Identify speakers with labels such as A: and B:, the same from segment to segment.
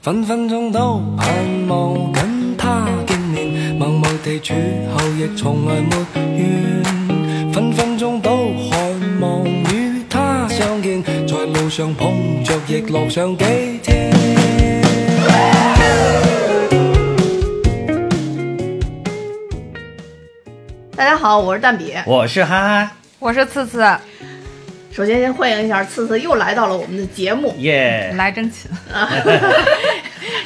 A: 分分鐘都盼望跟他見面，默默地處後亦從來沒怨，分分鐘都渴望與他相見，在路上碰着亦樂上幾天。
B: 大家好，我是蛋比。
C: 我是哈哈
D: 我是次次，
C: 哎
B: 首先先欢迎一下次次又来到了我们的节目。
C: 嗯耶，
D: 来真 勤，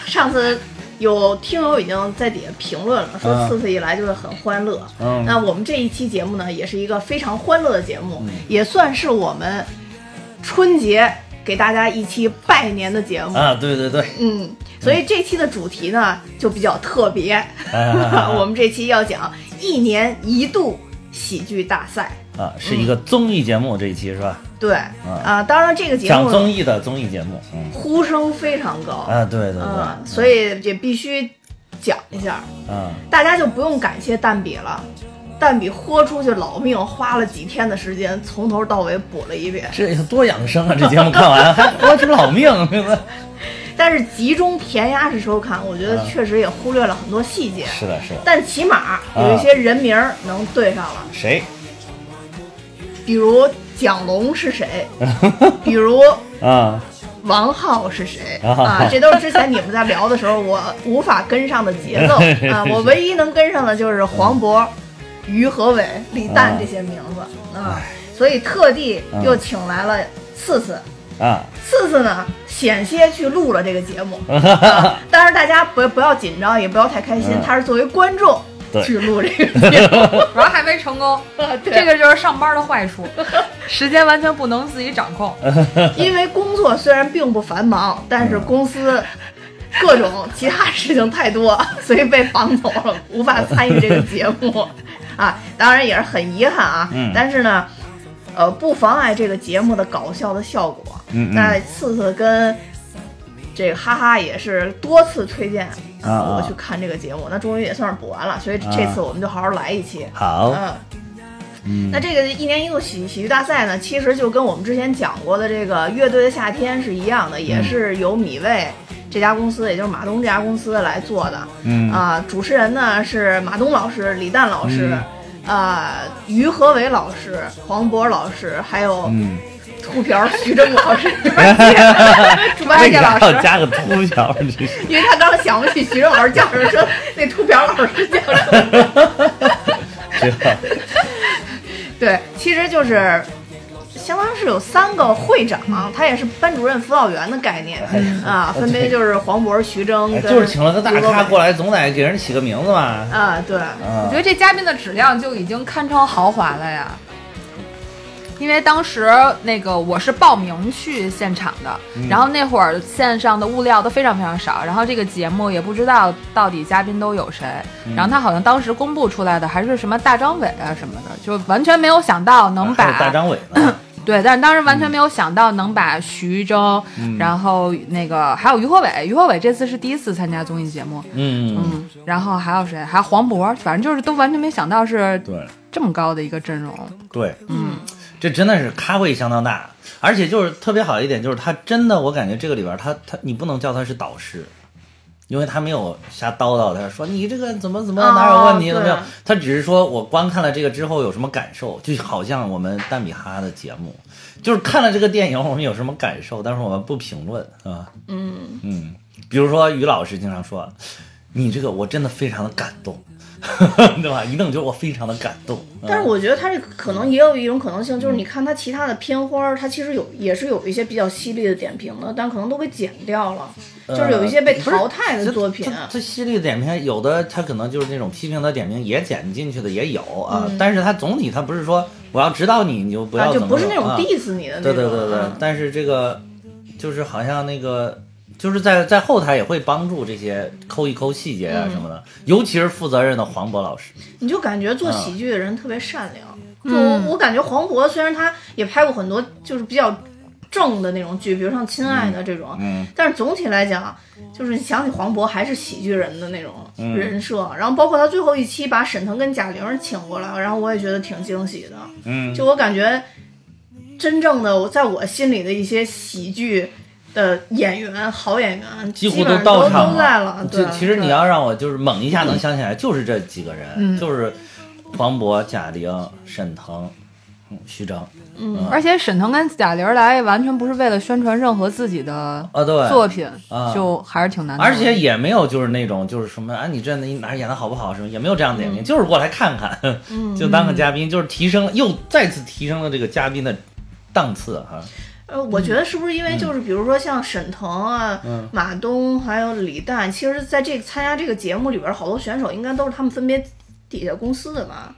B: 上次有听友已经在底下评论了，说
C: 嗯
B: 次次一来就是很欢乐。
C: 嗯
B: 那我们这一期节目呢，也是一个非常欢乐的节目，
C: 嗯
B: 也算是我们春节给大家一期拜年的节目。
C: 啊，对对对，
B: 嗯，所以这期的主题呢就比较特别，
C: 啊
B: 我们这期要讲一年一度喜剧大赛。
C: 啊，是一个综艺节目，这一期是吧？
B: 对，啊，当然这个节
C: 嗯讲综
B: 目
C: 艺的综艺节目，嗯，
B: 呼声非常高，
C: 啊，对对
B: 嗯，
C: 对，
B: 所以也必须讲一下，
C: 嗯，
B: 大家就不用感谢蛋比了。蛋比豁出去老命，花了几天的时间，从头到尾补了一遍，
C: 这多养生啊！这节目看完还 活出老命，对吧？
B: 但是集中填鸭式收看，我觉得
C: 嗯
B: 确实也忽略了很多细节。
C: 是的，是嗯的，
B: 但起码有一些人名儿能对上了，
C: 谁？
B: 比如蒋龙是 谁，比如
C: 啊，
B: 王浩是谁
C: 啊
B: 啊？ 这都是之前你们在聊的时候我无法跟上的节 奏啊！我唯一能跟上的就是黄渤、于和伟、李诞这些名字啊，所以特地又请来了次次。
C: 啊，
B: 次次呢，险些去录了这个节 目，啊当然大家不不要紧张，也不要太开心
C: 嗯，
B: 他是作为观众
C: 对
B: 去录这个节目。
D: 主要还没成功，
B: 啊对
D: 这个就是上班的 坏处，时间完全不能自己掌控。
C: 呃
B: 因为工作虽然并不繁忙，但是公 司各种其他事情太多，所以被绑走了，无法参与这个节 目啊。当然也是很遗憾啊，
C: 嗯
B: 但是呢，呃，不妨碍这个节目的搞笑的效果。
C: 嗯嗯
B: 那次次跟这个哈哈也是多次推荐
C: 啊啊
B: 我去看这个节目，那终于也算是补完了，所以
C: 啊
B: 这次我们就好好来一期。
C: 好，嗯
B: 嗯，那这个一年一度喜喜剧大赛呢，其实就跟我们之前讲过的这个乐队的夏天是一样的，
C: 嗯
B: 也是由米未这家公司，也就是马东这家公司来做的。
C: 嗯
B: 啊、主持人呢是马东老师、李诞老师，
C: 嗯
B: 啊、于和伟老师、黄渤老师，还有
C: 嗯，
B: 秃瓢徐峥老师、 猪八戒猪八
C: 为
B: 戒老
C: 啥要
B: 师，
C: 哎加个秃瓢？这是
B: 因为他刚想不起徐峥老师叫什么，说那秃瓢老师叫什么。
C: 知道
B: 对，其实就是相当是有三个会长，他也是班主任、辅导员的概念啊，分别就是黄渤、徐峥
C: 哎
B: 跟
C: 就是请了个大
B: 于和
C: 咖
B: 伟
C: 过来，总得给人起个名字嘛。
B: 啊，对，
D: 我
C: 啊
D: 觉，得这嘉宾的质量就已经堪称豪华了呀。因为当时那个我是报名去现场的，
C: 嗯
D: 然后那会儿线上的物料都非常非常少，然后这个节目也不知道到底嘉宾都有谁，
C: 嗯
D: 然后他好像当时公布出来的还是什么大张伟啊什么的，就完全没有想到能把、
C: 啊还有大张伟呢，
D: 对，但是当时完全没有想到能把徐峥，然后那个还有于和伟，于和伟这次是第一次参加综艺节目，
C: 嗯，
D: 嗯，然后还有谁？还有黄渤，反正就是都完全没想到是
C: 对。
D: 这么高的一个阵容。
C: 对，嗯，这真的是咖位相当大，而且就是特别好一点，就是他真的，我感觉这个里边他他你不能叫他是导师，因为他没有瞎叨叨，他说你这个怎么怎么
B: 哦
C: 哪有问题
B: 对
C: 怎么样，他只是说我观看了这个之后有什么感受，就好像我们蛋比哈哈的节目，就是看了这个电影我们有什么感受，但是我们不评论啊，嗯嗯，比如说于老师经常说。你这个我真的非常的感动， 对吧？一弄就是我非常的感动。
B: 但是
C: 嗯
B: 我觉得他这可能也有一种可能性，就是你看他其他的片花儿，他其实有也是有一些比较犀利的点评的，但可能都给剪掉了，嗯就是有一些被
C: 不是
B: 淘汰的
C: 这
B: 作品。啊
C: 这这犀利的点评，有的他可能就是那种批评的点评也剪进去的也有啊，但是他总体他不是说我要指导你，你就不
B: 嗯啊，
C: 要
B: 就
C: 怎么
B: 不是那种
C: 啊
B: diss 你的那
C: 对
B: 种，
C: 对对对
B: 嗯，
C: 但是这个就是好像那个就是在在后台也会帮助这些抠一抠细节
B: 嗯
C: 啊什么的，尤其是负责任的黄渤老师，
B: 你就感觉做喜剧的人特别善良。就我我感觉黄渤虽然他也拍过很多就是比较正的那种剧，比如像《亲爱的》这种，
C: 嗯
B: 但是总体来讲，啊就是你想起黄渤还是喜剧人的那种人设。然后包括他最后一期把沈腾跟贾玲请过来，然后我也觉得挺惊喜的。
C: 嗯，
B: 就我感觉，真正的我在我心里的一些喜剧。的演员，好演员
C: 几乎
B: 基本上
C: 到
B: 都
C: 场
B: 都在了。
C: 就
B: 对，
C: 其实你
B: 对
C: 要让我就是猛一下能想起来，就是这几个人，
D: 嗯
C: 就是黄渤、贾玲、沈腾、嗯徐峥。
D: 而且沈腾跟贾玲儿来完全不是为了宣传任何自己的
C: 啊对
D: 作品，
C: 啊
D: 就还是挺难得的。
C: 而且也没有就是那种就是什么啊，你这你哪儿演的好不好什么，也没有这样的演
D: 嗯
C: 员，就是过来看看， 就当个嘉宾，就是提升又再次提升了这个嘉宾的档次啊哈、
D: 嗯
B: 呃，我
C: 嗯
B: 觉得是不是因为就是比如说像沈腾啊、马东还有李诞，其实在这个参加这个节目里边儿，好多选手应该都是他们分别底下公司的吧？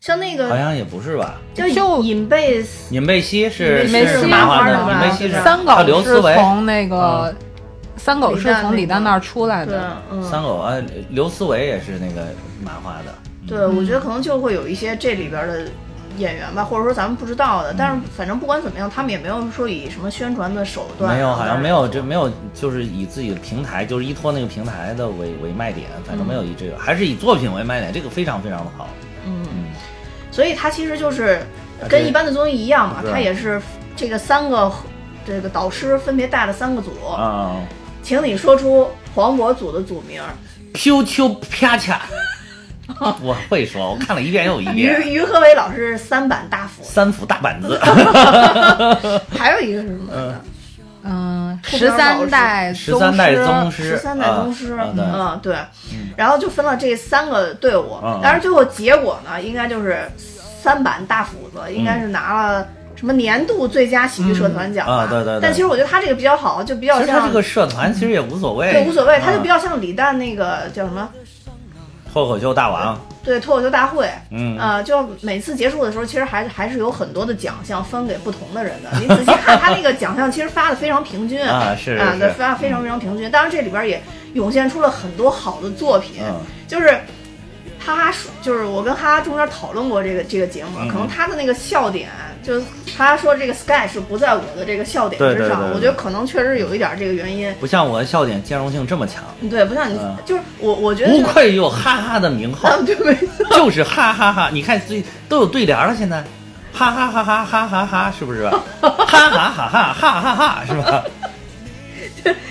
B: 像那
C: 好
B: 个
C: 像也不是吧？
B: 叫
D: 就
B: 尹贝斯，
C: 尹贝希是
B: 尹
D: 贝希
C: 是
D: 啊是
C: 麻
D: 麻
C: 花
D: 花
C: 的，
D: 的
C: 尹
D: 吧
C: 贝希是
D: 三
C: 还
D: 狗
C: 有刘
D: 是
C: 思维，
D: 从那个三狗是从
B: 李
D: 李
B: 诞
D: 诞
B: 那个
D: 那儿出来
B: 对
D: 的，，
B: 嗯，
C: 三狗啊，刘思维也是那个麻花的，
B: 对，我觉得可能就会有一些这里边儿的。演员吧，或者说咱们不知道
C: 嗯
B: 的，但是反正不管怎么样，他们也没有说以什么宣传的手段啊，
C: 没有，好像没
B: 或
C: 有
B: 者
C: 这没有，就是以自己的平台，就是依托那个平台的为为卖点，反正没
D: 嗯
C: 有以这个，还是以作品为卖点，这个非常非常的好。
B: 所以它其实就是
C: 啊
B: 跟
C: 对
B: 一般的综艺一样嘛，
C: 是
B: 它也是这个三个这个导师分别带了三个组，
D: 哦
C: 啊、
B: 请你说出黄渤组的组名儿，
C: q q 啪恰， 我会说，我看了一遍又一
B: 于
C: 遍。
B: 于和伟老师是三板大斧，
C: 三斧大板子，
B: 还有一个是什么
C: 呃
B: 呢？
D: 嗯，
B: 出
D: 十
B: 名老师
D: 三代
C: 啊十三代宗
D: 宗
C: 师，
B: 十三代宗师，
C: 啊啊对
B: 嗯对，然后就分了这三个队伍
C: 嗯，
B: 但是最后结果呢，应该就是三板大斧子应该是拿了。什么年度最佳喜剧社团奖吧
C: 嗯啊对对对
B: 但其实我觉得他这个比较好，就比较
C: 其
B: 像
C: 实他这个社团其实也无所谓，
B: 对，无所谓，
C: 啊
B: 他就比较像李诞那个叫什么？
C: 脱口秀大王，
B: 对，脱口秀大会，
C: 嗯
B: 呃，就每次结束的时候，其实还还是有很多的奖项分给不同的人 的。你仔细看，他那个奖项其实发的非常平均
C: 啊是是
B: 啊，对，
C: 是
B: 发得非常非常平均。当然，这里边也涌现出了很多好的作品，
C: 嗯
B: 就是。哈哈说，就是我跟哈哈中间讨论过这个这个节目，
C: 嗯
B: 可能他的那个笑点，就是哈哈说这个 sketch 不在我的这个笑点
C: 对
B: 之
C: 对
B: 上，
C: 对对
B: 我觉得可能确实有一点这个原因。
C: 不像我的笑点兼容性这么强，
B: 对，不像你，
C: 嗯
B: 就是我，我觉得
C: 不
B: 就
C: 愧有哈哈的名号
B: 啊，， 对，没错。
C: 就是哈哈哈！你看最都有对联了，现在，哈哈哈哈哈哈哈，是不是？哈哈哈哈哈哈哈哈，是吧？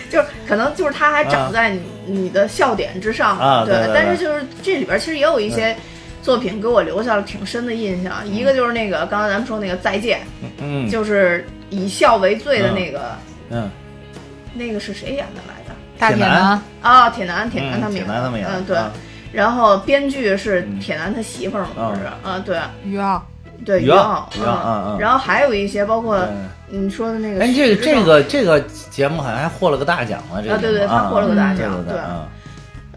B: 就是可能就是他还长在你、你的笑点之上
C: 啊对对对嗯
B: 但是就是这里边其实也有一些作品给我留下了挺深的印象，一个就是那个刚才咱们说那个再见，
C: 嗯
B: 就是以笑为罪的那个、
C: 嗯，
B: 那个是谁演的来着？
D: 大铁
C: 男
D: 男，
B: 啊，铁男，铁男他们
C: 铁
B: 演的，
C: 男他们演的
B: 嗯对。
C: 啊
B: 然后编剧是铁男他媳妇儿嘛，
C: 嗯
B: 不是？嗯，对
D: 于傲，
B: 对，
C: 于
B: 于
C: 傲
B: 傲，
C: 于傲嗯嗯
B: 然后还有一些包括
C: 嗯
B: 你说的那个，
C: 哎，这个这，个这个节目好像还获了个大奖呢，这个
B: 啊对对
C: 节目
B: 他获了个大奖
C: 嗯对
B: 对
C: 啊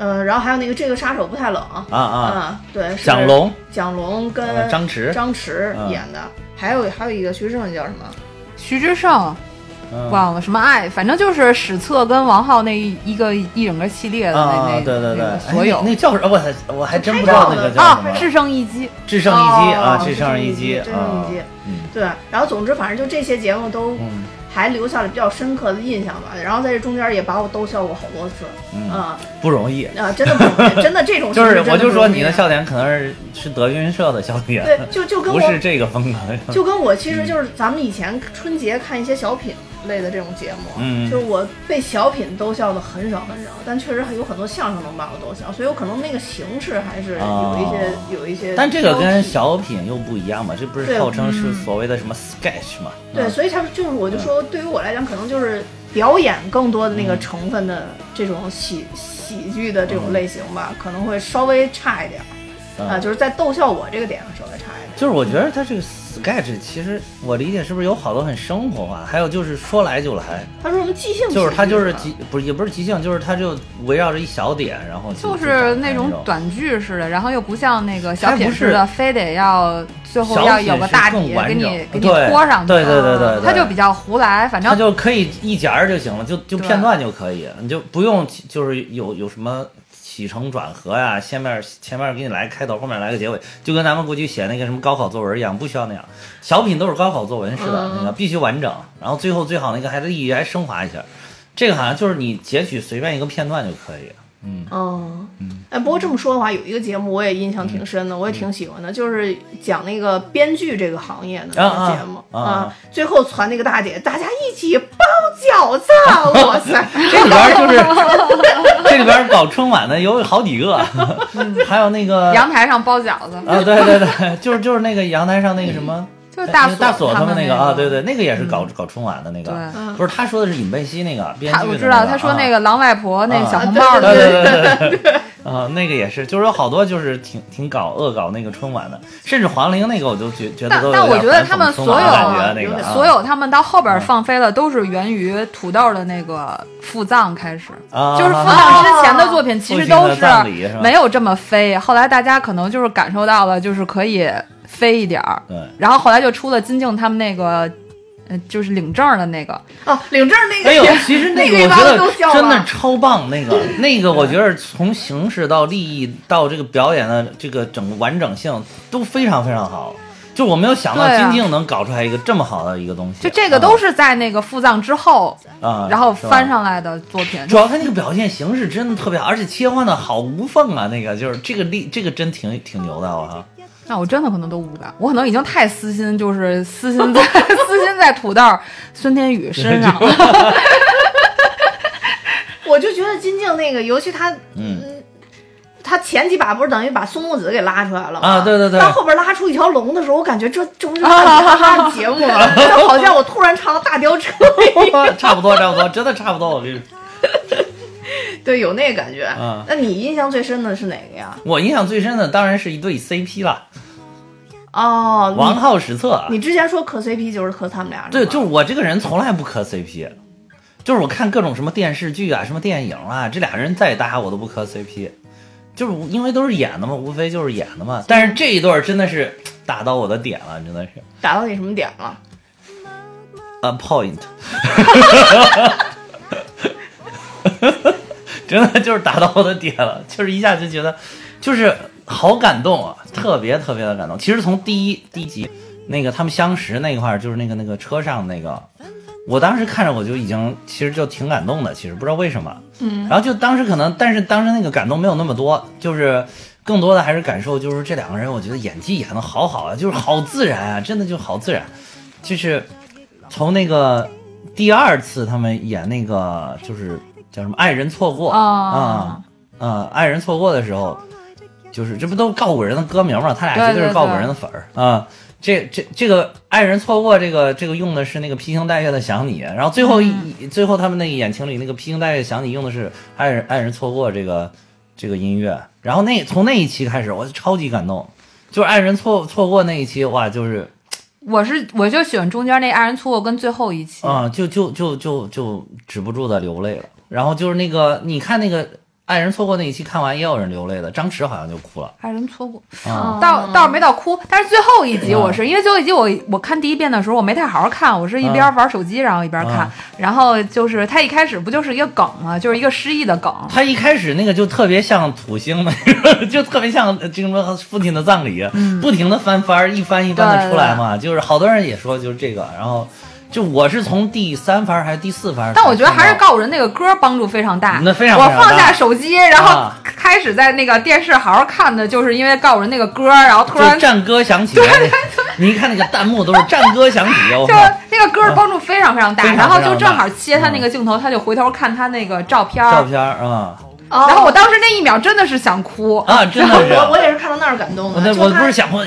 B: 嗯，然后还有那个这个杀手不太冷，
C: 啊啊！
B: 啊，对，是
C: 蒋龙、
B: 蒋龙
C: 呃
B: 跟
C: 张弛，
B: 张弛
C: 嗯
B: 演的，还有还有一个徐志胜叫什么？
D: 徐志胜，
C: 嗯
D: 忘了什么爱，反正就是史策跟王浩那一一个一整个系列的
C: 啊，
D: 那那
C: 对对
D: 那
C: 对
D: 个，所有
C: 哎那那叫什么？我还我还真不知
B: 太
C: 道
B: 棒
C: 那个
B: 了
C: 叫什
D: 啊，
C: 么，
D: 智胜一击，
C: 智胜一击
B: 哦
C: 啊，
B: 智
C: 胜
B: 胜
C: 一
B: 一击
C: 击
B: 智胜
C: 啊
B: 一击，
C: 嗯
B: 对，然后总之反正就这些节目都
C: 嗯
B: 还留下了比较深刻的印象吧。然后在这中间也把我逗笑过好多次，啊
C: 不容易。
B: 啊，真的不容易，真的这种
C: 嗯就
B: 形式
C: 是
B: 真
C: 我就
B: 不
C: 说
B: 容易
C: 你的
B: 啊
C: 笑点可能是是德云社的笑点，
B: 对，就就跟
C: 不
B: 我
C: 是这个风格。
B: 就跟我其实就是咱们以前春节看一些小品类的这种节目，啊
C: 嗯
B: 就是我被小品逗笑的很少很少，但确实还有很多相声能把我逗笑，所以我可能那个形式还是有一些、
C: 哦
B: 有一些挑剔。
C: 但这个跟小品又不一样嘛，这不是
B: 对嗯
C: 号称是所谓的什么 sketch 嘛？啊
B: 对，所以他就是我就说，对于我来讲，可能就是表演更多的那个成分的这种喜喜剧的这种类型吧，可能会稍微差一点儿
C: 嗯
B: 啊，就是在逗笑我这个点上稍微差一点。
C: 就是我觉得他这个 sketch 其实我理解是不是有好多很生活化，还有就是说来就来，
B: 他说我们即兴喜剧嘛，
C: 就是他就是即不是也不是即兴，就是他就围绕着一小点，然后
D: 就是
C: 那
D: 那种短剧似的，然后又不像那个
C: 它
D: 小品
C: 不是
D: 似的，非得要最后
C: 小
D: 要
C: 品
D: 有个
C: 是
D: 大
C: 更
D: 底
C: 完
D: 给
C: 整
D: 你给你
C: 对
D: 拖上去，啊嗯
C: 对对对对对
D: 它就比较胡来，反
C: 他
D: 正
C: 就可以一节儿就行了，就就
D: 对
C: 片段就可以，你就不用起就是有有什么起承转合呀、先面前面给你来开头，后面来个结尾，就跟咱们过去写那个什么高考作文一样，
D: 嗯
C: 不需要那样。小品都是高考作文似的，那个必须完整，然后最后最好那个还得意义还升华一下。这个好像就是你截取随便一个片段就可以，
B: 嗯，哎，不过这么说的话，有一个节目我也印象挺深的，
C: 嗯
B: 我也挺喜欢的，就是讲那个编剧这个行业的那
C: 啊
B: 个节目
C: 啊啊啊
B: 最后传那个大姐，大家一起包饺 子，哇塞！
C: 这里边儿就是这里边儿搞春晚的有好几个，还有那个
D: 阳台上包饺子，
C: 啊，对对对，就是就是那个阳台上那个什么，
D: 嗯就是大
C: 那个大
D: 锁
C: 他
D: 们
C: 那
D: 个嗯
C: 啊，对。对，那个也是搞搞春晚的那个，
D: 对
C: 不是他说的是尹贝希那个编
D: 他
C: 剧
D: 我
C: 的
D: 知道，
C: 个
D: 他说
C: 啊
D: 那个狼外婆那个小红包
B: 啊
D: 的
C: 对
D: 那个，
C: 对对对对， 啊、那个也是，就是有好多就是挺挺搞恶搞那个春晚的，甚至黄龄那个我都觉觉得
D: 但
C: 都有
D: 但我
C: 点
D: 觉得
C: 反讽
D: 他们
C: 春
D: 所
C: 晚
D: 有
C: 的感觉那
B: 有
C: 个
B: 点
C: 啊
D: 所有他们到后边
C: 嗯
D: 放飞了，都是源于土豆的那个腹葬开始，
C: 啊
D: 就是腹葬之前的作品其实都
C: 父亲的葬礼是吧
D: 没有这么飞，后来大家可能就是感受到了，就是可以飞一点儿，
C: 对
D: 然后后来就出了金靖他们那个，呃，就是领证的那个，
B: 哦，领证那个
C: 没有
B: 也，
C: 其实
B: 那
C: 个
B: 一
C: 我
B: 帮
C: 觉得
B: 都笑
C: 真的
B: 了
C: 超棒，那个那个我觉得从形式到利益到这个表演的这个整个完整性都非常非常好，就我没有想到
D: 对啊
C: 金靖能搞出来一个这么好的一个东西，
D: 就这个都
C: 啊
D: 是在那个腹葬之后，
C: 啊，
D: 然后
C: 是吧
D: 翻上来的作品。
C: 主要他那个表现形式真的特别好，而且切换的好无缝啊！那个就是这个力，这个真挺挺牛的，啊我 靠！
D: 那我真的可能都无感，我可能已经太私心，就是私心 在私心在土豆、孙天宇身上了。
B: 我就觉得金靖那个，尤其他，
C: 嗯，
B: 他前几把不是等于把苏木子给拉出来了吗？
C: 啊对对对
B: 到后边拉出一条龙的时候，我感觉这这不 是大米哈哈的节目了，就好像我突然唱了大吊车一样。
C: 差不多，差不多，真的差不多。我跟你说，
B: 对，有那个感觉。
C: 嗯
B: 那你印象最深的是哪个呀？
C: 我印象最深的当然是一对 CP 了，
B: 哦，
C: 王浩史册啊
B: 你。你之前说磕 CP 就是磕他们俩，
C: 对，
B: 是
C: 就
B: 吗
C: 是我这个人从来不磕 CP，就是我看各种什么电视剧啊、什么电影啊，这俩人再搭我都不磕 CP，就是因为都是演的嘛，无非就是演的嘛。但是这一对儿真的是打到我的点了，真的是
B: 打到你什么点了？
C: a point，真的就是打到我的点了，就是一下就觉得，就是好感动啊，特别特别的感动。其实从第一第一集那个他们相识那一块儿，就是那个那个车上那个，我当时看着我就已经其实就挺感动的，其实不知道为什么，嗯，然后就当时可能，但是当时那个感动没有那么多，就是。更多的还是感受，就是这两个人，我觉得演技演的好好啊，就是好自然啊，真的就好自然，就是从那个第二次他们演那个就是叫什么《爱人错过》啊
D: 啊
C: 啊，《爱人错过》的时候，就是这不都是告五人的歌名嘛？他俩
D: 对
C: 绝对是
D: 对
C: 告五
D: 对
C: 人的粉儿啊。这这这个《爱人错过》这个这个用的是那个披星戴月的想你，然后最后一、
D: 嗯
C: 最后他们那个演情侣那个披星戴月想你用的是《爱人爱人错过》这个这个音乐，然后那从那一期开始我超级感动，就是《爱人错错过》那一期哇，就是
D: 我是我就喜欢中间那爱人错过跟最后一期，
C: 啊、就就就就就止不住的流泪了。然后就是那个，你看那个《爱人错过》那一期，看完也有人流泪的，张弛好像就哭了
D: 爱人错过
C: 啊。
D: 倒倒是没到哭，但是最后一集
C: 嗯
D: 我是因为最后一集我我看第一遍的时候我没太好好看，我是一边玩手机然后一边看
C: 嗯，
D: 然后就是他一开始不就是一个梗嘛，就是一个失忆的梗，
C: 他一开始那个就特别像土星的， 就特别像这个什么父亲的葬礼，
D: 嗯
C: 不停的翻番儿，一翻一翻的出来嘛。就是好多人也说就是这个，然后就我是从第三番儿还是第四番儿才看到，
D: 但我觉得还是告五人那个歌帮助非常大，
C: 那非常非常大
D: 我放下手机，然后
C: 啊
D: 开始在那个电视好好看的，就是因为告五人那个歌，然后突然
C: 就战歌响起， 你一看那个弹幕都是战歌响起，我
D: 就
C: 靠。
D: 那个歌儿帮助非常非常大，
C: 非常
D: 然后
C: 哦嗯非常
D: 就
C: 大
D: 正好切他那个镜头，他就回头看他那个照片儿，
C: 照片儿啊
B: 哦
D: 然后我当时那一秒真的是想哭，
C: 啊，真的是，
B: 我我也是看到那儿感动
C: 我
B: 的，
C: 那
B: 就
C: 我
B: 他
C: 不是，想过啊，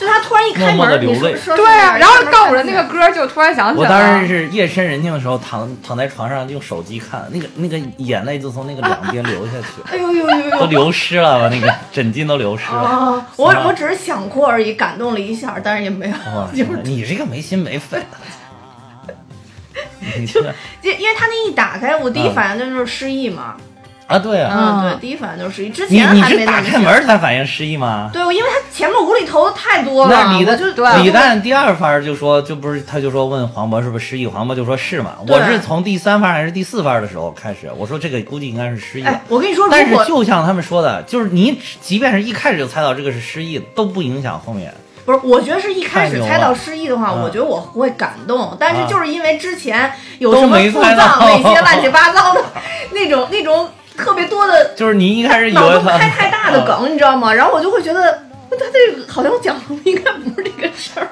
B: 就他突然一开
C: 默默地
B: 门，你
C: 流泪
B: 说说
D: 对啊，然后告
B: 告
D: 五人那个歌儿就突然想起
C: 我
D: 来了，
C: 当时是夜深人静的时候躺躺在床上用手机看，那个那个眼泪就从那个两边流下去，
B: 哎呦呦呦
C: 都
B: 呦！
C: 流失了，那个枕巾都流失了。
B: 啊，我我只是想哭而已，感动了一下，但是也没有
C: 哇，，
B: 就是
C: 哦你这个没心没肺的， 你这
B: 因因为他那一打开，我第
C: 嗯
B: 一反应就是失忆嘛，
C: 啊对啊，
B: 嗯，
D: 嗯
B: 对，第一反应就是失忆，之
C: 你
B: 前
C: 你
B: 还
C: 是
B: 没那
C: 打
B: 么
C: 开
B: 想
C: 门才反应失忆吗？
B: 对，我因为他前面无厘头太多了，啊
C: 那李
B: 我
C: 诞
B: 就
D: 对
C: 李诞第二番就说就不是，他就说问黄渤是不是失忆，黄渤就说是嘛。
B: 对啊
C: 我是从第三番还是第四番的时候开始，我说这个估计应该是失忆了
B: 哎。，我跟你说，如
C: 但是
B: 果
C: 就像他们说的，就是你只即便是一开始就猜到这个是失忆，都不影响后面。
B: 不是，我觉得是一开始
C: 太牛了
B: 猜到失忆的话，
C: 嗯
B: 我觉得我会感动，但
C: 啊
B: 是就是因为之前有什
C: 都
B: 么
C: 没
B: 腹
C: 猜到
B: 脏那些乱七八糟的那种那种特别多的
C: 就是你一开始以
B: 脑
C: 为
B: 洞
C: 他
B: 开太大 的
C: 啊
B: 梗，你知道吗？然后我就会觉得，他这个好像我讲的应该不是这个事儿。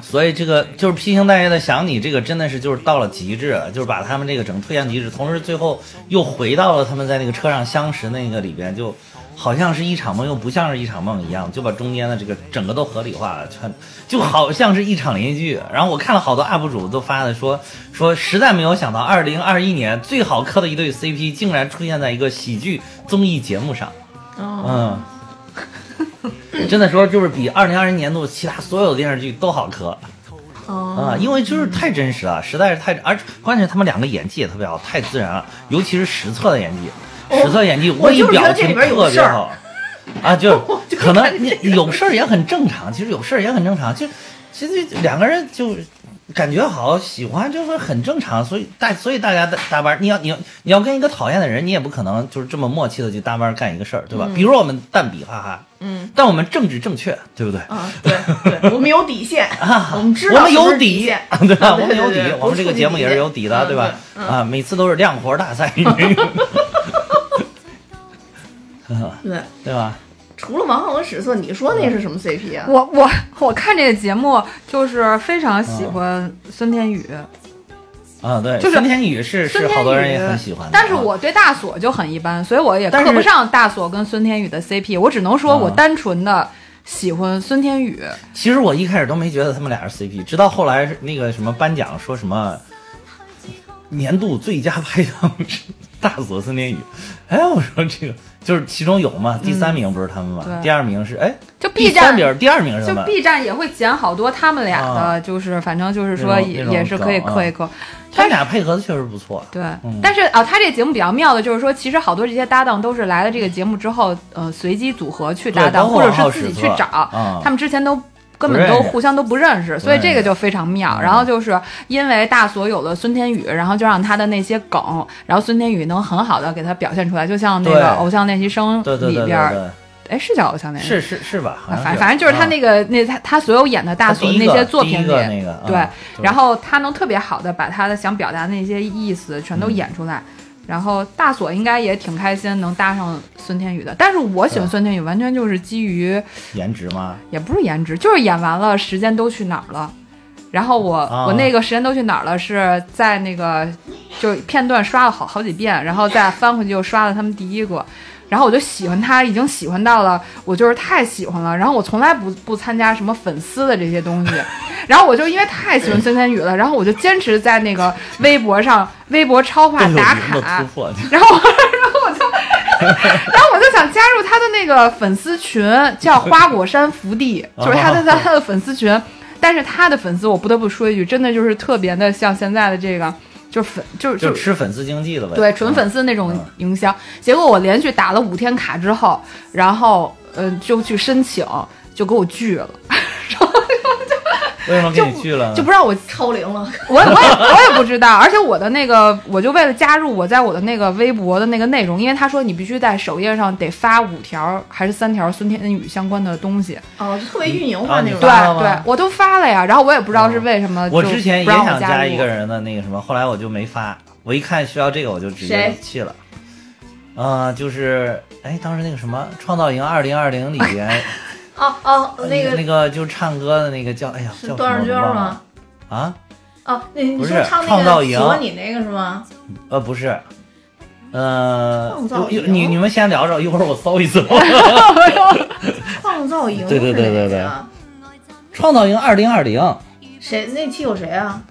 C: 所以这个就是披星戴月的想你，这个真的是就是到了极致了，就是把他们这个整个推向极致，同时最后又回到了他们在那个车上相识那个里边，就好像是一场梦，又不像是一场梦一样，就把中间的这个整个都合理化了，全就好像是一场连续剧。然后我看了好多 UP 主都发的说说实在没有想到，二零二一年最好磕的一对 CP 竟然出现在一个喜剧综艺节目上。嗯，真的说就是比二零二零年度其他所有的电视剧都好磕。
B: 哦
C: 啊，因为就是太真实啊了，实在是太，而且关键是他们两个演技也特别好，太自然了，尤其是实测的演技，实测演技
B: 我
C: 微
B: 就是觉
C: 表
B: 得这
C: 情
B: 里边有
C: 特别
B: 事儿
C: 好，啊，就是
B: 就
C: 可能
B: 看
C: 你有事儿也很正常，其实有事儿也很正常，就其实两个人就感觉好喜欢就是很正常，所以大所以大家的搭班儿，你要你要你要跟一个讨厌的人，你也不可能就是这么默契的去搭班儿干一个事儿，对吧？比如说我们蛋比哈哈，
B: 嗯，
C: 但我们政治正确，对不对？
B: 啊，对对，我们有底 线，我们知道
C: 啊我们
B: 什么
C: 有
B: 是底
C: 底
B: 线，
C: 对吧？
B: 啊
C: 我
B: 对
C: 们有
B: 对对
C: 底，
B: 不
C: 我们这个
B: 触及
C: 节目也是
B: 底
C: 有底的，
B: 嗯
C: 对吧？
B: 对嗯
C: 啊，每次都是亮活大 赛，
B: 对，
C: 对吧？
B: 除了王浩和史策，你说那
C: 嗯
B: 是什么 CP 啊？
D: 我我我看这个节目就是非
C: 嗯
D: 常喜欢孙天宇，
C: 啊，对，
D: 就是
C: 孙天宇是
D: 孙
C: 是
D: 天宇
C: 好多人也很喜欢的，
D: 但是
C: 啊
D: 我对大锁就很一般，所以我也
C: 但是嗯
D: 磕不上大锁跟孙天宇的 CP，我只能说我单纯的喜欢孙天宇。
C: 其实我一开始都没觉得他们俩是 CP，直到后来是那个什么颁奖说什么年度最佳拍档是大佐孙天宇，哎，我说这个就是其中有嘛，第三名不是他们嘛，
D: 嗯对
C: 第二名是哎，
D: 就
C: 第
D: B
C: 三
D: 站，
C: 名第二名是他
D: 就
C: 们，
D: B 站也会剪好多他们俩的，就是反正就是说
C: 那种
D: 也
C: 那种
D: 也是可以
C: 梗嗯
D: 磕一磕。
C: 他们俩配合的确实不错，
D: 对
C: 嗯，
D: 但是啊，他这节目比较妙的就是说，其实好多这些搭档都是来了这个节目之后，呃，随机组合去搭档，
C: 对包
D: 或
C: 括
D: 者
C: 王浩
D: 是自己去
C: 史册
D: 找
C: 嗯，
D: 啊他们之前都。根
C: 不
D: 本
C: 认
D: 都
C: 识
D: 互相都不认识，所以这个就非常妙。
C: 嗯
D: 然后就是因为大所有了孙天宇，然后就让他的那些梗，然后孙天宇能很好的给他表现出来，就像那
C: 对
D: 个《偶像练习生
C: 对》对
D: 里
C: 对
D: 边
C: 对
D: 儿，
C: 对，
D: 哎，是叫《偶像练习生》
C: 是是是吧？好
D: 啊
C: 像
D: 反反正就是他
C: 啊
D: 那个、那他他所有演的大
C: 他
D: 所
C: 第一
D: 那
C: 个
D: 些作
C: 第一
D: 品里，
C: 个那个啊
D: 对，
C: 对
D: 然后他能特别好的把他的想表达的那些意思全都演出来。然后大锁应该也挺开心能搭上孙天宇的，但是我喜欢孙天宇完全就是基于
C: 颜值吗？
D: 也不是颜值，就是演完了时间都去哪儿了。然后我、
C: 啊
D: 我那个时间都去哪儿了是在那个就片段刷了好好几遍，然后再翻回去又刷了他们第一个，然后我就喜欢他，已经喜欢到了我就是太喜欢了。然后我从来不不参加什么粉丝的这些东西，然后我就因为太喜欢孙天宇了，然后我就坚持在那个微博上微博超话
C: 都有
D: 打
C: 名的
D: 卡
C: 突，破，
D: 然后我， 然后我就，然后我就想加入他的那个粉丝群，叫花果山福地，就是他
C: 哦
D: 的在他的粉丝群。但是他的粉丝，我不得不说一句，真的就是特别的像现在的这个，就是粉，就是
C: 就吃嗯粉丝经济了呗。啊
D: 对纯粉丝那种营销。结果我连续打了五天卡之后，然后嗯、呃就去申请，就给我拒了，
C: 为什么给你拒了呢？
D: 就不让我
B: 超龄了，
C: 嗯
D: 我也我也我也不知道，而且我的那个，我就为了加入我在我的那个微博的那个内容，因为他说你必须在首页上得发五条还是三条孙天宇相关的东西，
B: 哦，就特别运营
C: 啊
B: 化那种。
D: 对
C: 发了吗哦
D: 对，我都发了呀，然后我也不知道是为什么就
C: 我之前也
D: 不让我
C: 想
D: 加
C: 加
D: 入
C: 一个人的那个什么，后来我就没发。我一看需要这个，我就直接
B: 谁
C: 弃了。啊、就是哎，当时那个什么《创造营二零二零》里边
B: 哦哦，那
C: 呃
B: 个
C: 那个就唱歌的那个叫哎呀
B: 是
C: 叫什
B: 段
C: 么
B: 儿
C: 我
B: 娟
C: 忘
B: 吗
C: 了？啊？
B: 哦，那你
C: 不是
B: 说唱
C: 创
B: 那
C: 造
B: 个
C: 营
B: 喜欢你那个是吗？
C: 呃，不是，呃
B: 创，造
C: 有有
B: 营
C: 你你们先聊着，一会儿我搜一搜。
B: 创造营
C: 对对对
B: 是哪
C: 对
B: 个
C: 对
B: 啊
C: 创造营二零二零，
B: 谁那期有谁啊？